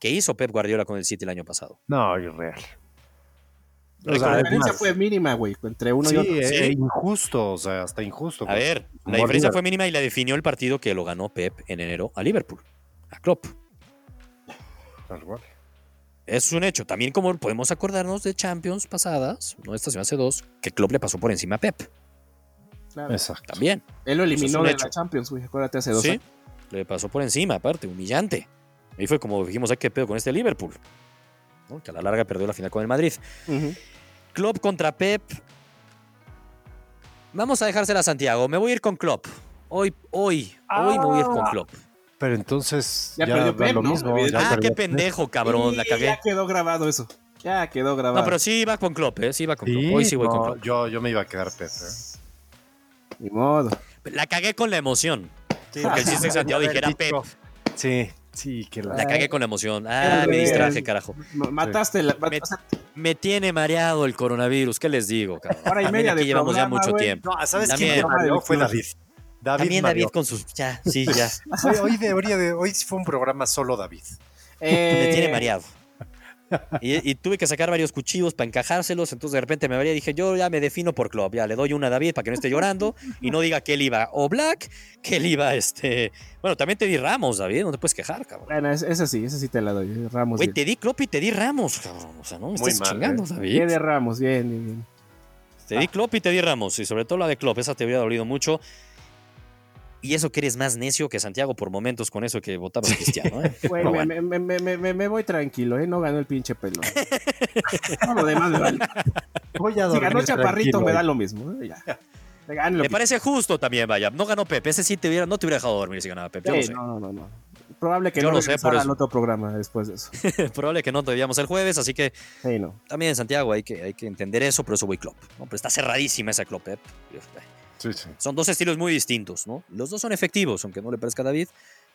[SPEAKER 1] que hizo Pep Guardiola con el City el año pasado.
[SPEAKER 3] no, irreal.
[SPEAKER 1] Récord
[SPEAKER 2] La
[SPEAKER 1] de
[SPEAKER 2] diferencia
[SPEAKER 1] puntos.
[SPEAKER 2] fue mínima, güey, entre uno
[SPEAKER 3] Sí,
[SPEAKER 2] y otro.
[SPEAKER 3] eh,
[SPEAKER 1] Sí.
[SPEAKER 3] eh, injusto, o sea, hasta injusto.
[SPEAKER 1] A
[SPEAKER 3] güey.
[SPEAKER 1] ver, la
[SPEAKER 3] Humor
[SPEAKER 1] diferencia
[SPEAKER 3] Liverpool.
[SPEAKER 1] fue mínima y la definió el partido que lo ganó Pep en enero a Liverpool, a Klopp.
[SPEAKER 3] Tal cual.
[SPEAKER 1] Es un hecho. También como podemos acordarnos de Champions pasadas, no esta sino hace dos, que Klopp le pasó por encima a Pep.
[SPEAKER 2] Claro.
[SPEAKER 3] Exacto.
[SPEAKER 1] También.
[SPEAKER 2] Él lo
[SPEAKER 1] Eso es
[SPEAKER 2] eliminó
[SPEAKER 1] un
[SPEAKER 2] de
[SPEAKER 1] hecho.
[SPEAKER 2] la Champions, güey, acuérdate hace dos
[SPEAKER 1] Sí,
[SPEAKER 2] años.
[SPEAKER 1] le pasó por encima, aparte, humillante. Y fue como dijimos, ¿a qué pedo con este Liverpool? ¿no? Que a la larga perdió la final con el Madrid.
[SPEAKER 2] Ujú.
[SPEAKER 1] Klopp contra Pep.
[SPEAKER 2] Ah.
[SPEAKER 1] Vamos a dejársela a Santiago. Me voy a ir con Klopp. Hoy, hoy, hoy me voy a ir con Klopp.
[SPEAKER 3] pero entonces
[SPEAKER 2] Ya
[SPEAKER 3] ya,
[SPEAKER 2] perdió
[SPEAKER 3] da
[SPEAKER 2] Pep,
[SPEAKER 3] lo
[SPEAKER 2] ¿no?
[SPEAKER 3] mismo. ya
[SPEAKER 1] Ah, qué
[SPEAKER 3] perdió Pep.
[SPEAKER 1] pendejo, cabrón,
[SPEAKER 2] Y
[SPEAKER 1] la cagué.
[SPEAKER 2] Ya quedó grabado eso. Ya quedó grabado.
[SPEAKER 1] No, pero sí iba con Klopp, ¿eh? Sí iba con
[SPEAKER 3] Sí,
[SPEAKER 1] Klopp. Hoy sí voy con
[SPEAKER 3] no,
[SPEAKER 1] Klopp.
[SPEAKER 3] yo, yo me iba a quedar Pep. ¿eh?
[SPEAKER 2] Ni modo.
[SPEAKER 1] La cagué con la emoción. Porque el chiste de
[SPEAKER 2] Ah,
[SPEAKER 1] Santiago dijera
[SPEAKER 3] Haber
[SPEAKER 1] Pep.
[SPEAKER 3] dicho- Sí, sí, que la...
[SPEAKER 1] La cagué con la emoción. Ah,
[SPEAKER 2] Qué
[SPEAKER 1] me distraje,
[SPEAKER 2] bien.
[SPEAKER 1] carajo.
[SPEAKER 2] M- Mataste la. mat-
[SPEAKER 1] Me-
[SPEAKER 2] o sea,
[SPEAKER 1] Me tiene mareado el coronavirus, ¿qué les digo, cabrón?
[SPEAKER 2] Hora y
[SPEAKER 1] También
[SPEAKER 2] media
[SPEAKER 1] aquí
[SPEAKER 2] de
[SPEAKER 1] llevamos ya
[SPEAKER 2] programa,
[SPEAKER 1] mucho
[SPEAKER 2] güey.
[SPEAKER 1] tiempo.
[SPEAKER 7] No, ¿sabes
[SPEAKER 1] También.
[SPEAKER 7] quién me mareó?
[SPEAKER 3] No, fue David. David
[SPEAKER 1] También
[SPEAKER 3] Mario.
[SPEAKER 1] David con sus. Ya, sí, ya.
[SPEAKER 3] Hoy, hoy de, hoy de- hoy fue un programa solo David.
[SPEAKER 2] eh,
[SPEAKER 1] me tiene mareado. Y, y tuve que sacar varios cuchillos para encajárselos, entonces de repente me mareé y dije, yo ya me defino por club, ya le doy una a David para que no esté llorando y no diga que él iba o Black, que él iba este... Bueno, también te di Ramos, David, no te puedes quejar, cabrón.
[SPEAKER 2] Bueno, es- esa sí, esa sí te la doy. Ramos.
[SPEAKER 1] Güey,
[SPEAKER 2] Bien. eh.
[SPEAKER 1] te di Klopp y te di Ramos, cabrón. O sea, no me
[SPEAKER 3] Muy
[SPEAKER 1] estás
[SPEAKER 3] mal,
[SPEAKER 1] chingando,
[SPEAKER 2] Bien
[SPEAKER 1] David.
[SPEAKER 2] de Ramos, bien, bien, bien. Ah.
[SPEAKER 1] Te di Klopp y te di Ramos, y sobre todo la de Klopp, esa te hubiera dolido mucho. Y eso que eres más necio que Santiago por momentos con eso que votabas a Cristiano, ¿eh?
[SPEAKER 2] Güey,
[SPEAKER 1] Pero
[SPEAKER 2] me,
[SPEAKER 1] bueno.
[SPEAKER 2] me- me- me- me- me voy tranquilo, ¿eh? No ganó el pinche pelón. No, lo demás me vale.
[SPEAKER 3] Voy a
[SPEAKER 2] Si ganó
[SPEAKER 3] dormir
[SPEAKER 2] Chaparrito,
[SPEAKER 3] tranquilo
[SPEAKER 2] me da
[SPEAKER 3] hoy.
[SPEAKER 2] lo mismo. ¿eh? Ya. Me gane lo
[SPEAKER 1] Me
[SPEAKER 2] que-
[SPEAKER 1] parece justo también, vaya. No ganó Pepe. Ese sí te hubiera, no te hubiera dejado dormir si ganaba Pepe. Yo lo
[SPEAKER 2] Sí,
[SPEAKER 1] sé.
[SPEAKER 2] no, no, no, no. Probable que
[SPEAKER 1] Yo
[SPEAKER 2] no
[SPEAKER 1] lo sé, por
[SPEAKER 2] regresara
[SPEAKER 1] eso.
[SPEAKER 2] al otro programa después de eso.
[SPEAKER 1] Probable que no te veíamos el jueves, así que
[SPEAKER 2] Sí, no.
[SPEAKER 1] también en Santiago hay que, hay que entender eso, pero eso voy Klopp. ¿no? Pero está cerradísima esa Klopp. ¿eh?
[SPEAKER 3] Sí, sí.
[SPEAKER 1] Son dos estilos muy distintos, ¿no? Los dos son efectivos, aunque no le parezca a David.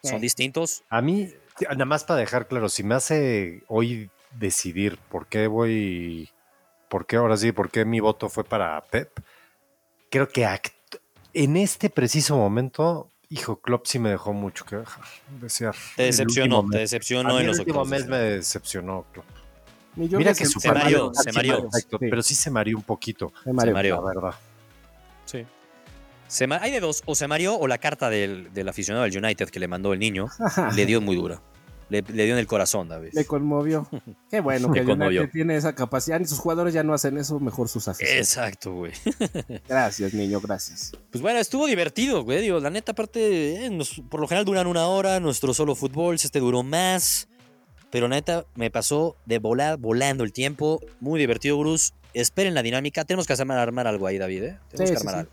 [SPEAKER 1] Son
[SPEAKER 2] Sí.
[SPEAKER 1] distintos.
[SPEAKER 3] A mí, nada más para dejar claro, si me hace hoy decidir por qué voy, por qué ahora sí, por qué mi voto fue para Pep, creo que act- en este preciso momento, hijo, Klopp sí me dejó mucho que dejar, desear.
[SPEAKER 1] Te
[SPEAKER 3] El
[SPEAKER 1] decepcionó,
[SPEAKER 3] último
[SPEAKER 1] te
[SPEAKER 3] mes.
[SPEAKER 1] decepcionó
[SPEAKER 3] A mí
[SPEAKER 1] en los
[SPEAKER 3] el último
[SPEAKER 1] octavos.
[SPEAKER 3] mes me decepcionó Klopp.
[SPEAKER 2] Ni yo
[SPEAKER 3] Mira
[SPEAKER 2] me
[SPEAKER 3] que
[SPEAKER 2] sent-
[SPEAKER 3] su
[SPEAKER 1] se mareó,
[SPEAKER 3] Superman-
[SPEAKER 1] se mareó.
[SPEAKER 3] Exacto,
[SPEAKER 2] Sí.
[SPEAKER 3] pero sí se mareó un poquito,
[SPEAKER 2] me mareó.
[SPEAKER 1] se mareó.
[SPEAKER 3] la verdad.
[SPEAKER 1] Sí. Se ma- hay de dos, o se mareó o la carta del, del aficionado del United que le mandó el niño le dio muy dura. Le, le dio en el corazón, David.
[SPEAKER 2] Me conmovió. Qué bueno que
[SPEAKER 1] Me conmovió.
[SPEAKER 2] United tiene esa capacidad. Y sus jugadores ya no hacen eso, mejor sus aficiones.
[SPEAKER 1] Exacto, güey.
[SPEAKER 2] Gracias, niño, gracias.
[SPEAKER 1] Pues bueno, estuvo divertido, güey. Digo, la neta, aparte, eh, nos- por lo general duran una hora, nuestro solo fútbol, este duró más. Pero neta, me pasó de volar, volando el tiempo. Muy divertido, Bruce. Esperen la dinámica. Tenemos que armar, armar algo ahí, David, ¿eh? Tenemos
[SPEAKER 2] Sí,
[SPEAKER 1] que
[SPEAKER 2] sí,
[SPEAKER 1] armar
[SPEAKER 2] sí.
[SPEAKER 1] algo.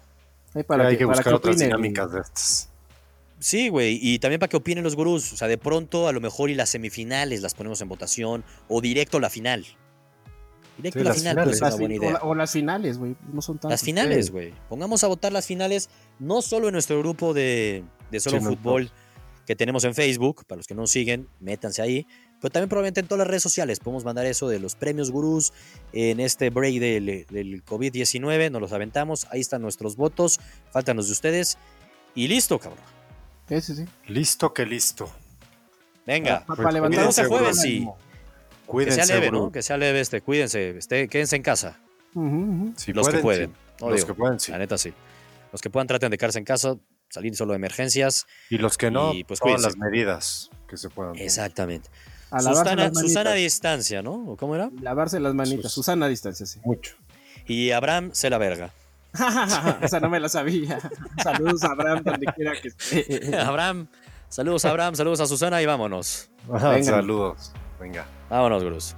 [SPEAKER 2] Ahí para
[SPEAKER 3] hay que,
[SPEAKER 2] para
[SPEAKER 3] buscar otras
[SPEAKER 2] opinen.
[SPEAKER 3] dinámicas de estas.
[SPEAKER 1] Sí, güey, y también para que opinen los gurús. O sea, de pronto a lo mejor y las semifinales las ponemos en votación o directo la final. Directo
[SPEAKER 3] Sí,
[SPEAKER 1] la
[SPEAKER 3] las
[SPEAKER 1] final puede
[SPEAKER 3] finales.
[SPEAKER 1] ser una
[SPEAKER 2] Las
[SPEAKER 1] buena
[SPEAKER 2] fin-
[SPEAKER 1] idea.
[SPEAKER 2] o, la- o las finales, güey. No son tantas.
[SPEAKER 1] Las finales, güey. Pongamos a votar las finales, no solo en nuestro grupo de, de Solo
[SPEAKER 3] Sí, no,
[SPEAKER 1] Fútbol que tenemos en Facebook, para los que no nos siguen, métanse ahí, pero también probablemente en todas las redes sociales. Podemos mandar eso de los premios gurús en este break del, del COVID-19, nos los aventamos, ahí están nuestros votos, faltan los de ustedes y listo, cabrón.
[SPEAKER 2] Sí, sí, sí.
[SPEAKER 3] Listo que listo.
[SPEAKER 1] Venga.
[SPEAKER 2] Pa-
[SPEAKER 3] Pues,
[SPEAKER 2] para levantar
[SPEAKER 3] cuídense,
[SPEAKER 2] un poco
[SPEAKER 3] jueves,
[SPEAKER 2] el
[SPEAKER 1] sí.
[SPEAKER 2] ánimo.
[SPEAKER 1] Que
[SPEAKER 3] Cuídense,
[SPEAKER 1] sea leve,
[SPEAKER 3] bro.
[SPEAKER 1] ¿no? Que sea leve este, cuídense, esté- quédense en casa,
[SPEAKER 2] Ujú, ujú.
[SPEAKER 3] Si
[SPEAKER 1] los que pueden.
[SPEAKER 3] sí.
[SPEAKER 1] No
[SPEAKER 3] los
[SPEAKER 1] digo,
[SPEAKER 3] que pueden, sí.
[SPEAKER 1] La neta sí. Los que puedan traten de quedarse en casa, salir solo de emergencias.
[SPEAKER 3] Y los que no,
[SPEAKER 1] Y, pues,
[SPEAKER 3] todas
[SPEAKER 1] cuídense.
[SPEAKER 3] las medidas que se puedan.
[SPEAKER 1] Exactamente.
[SPEAKER 2] A lavarse
[SPEAKER 1] Susana,
[SPEAKER 2] las manitas.
[SPEAKER 1] Susana a distancia, ¿no? ¿O ¿Cómo era?
[SPEAKER 2] Lavarse las manitas.
[SPEAKER 3] Sus-
[SPEAKER 2] Susana a distancia, sí.
[SPEAKER 3] Mucho.
[SPEAKER 1] Y Abraham se la verga.
[SPEAKER 2] Esa no me la sabía. Saludos a Abraham, donde quiera que esté.
[SPEAKER 1] Abraham, saludos a Abraham, saludos a Susana y vámonos.
[SPEAKER 3] Ajá,
[SPEAKER 2] Venga.
[SPEAKER 3] Saludos. Venga.
[SPEAKER 1] Vámonos, Gruz.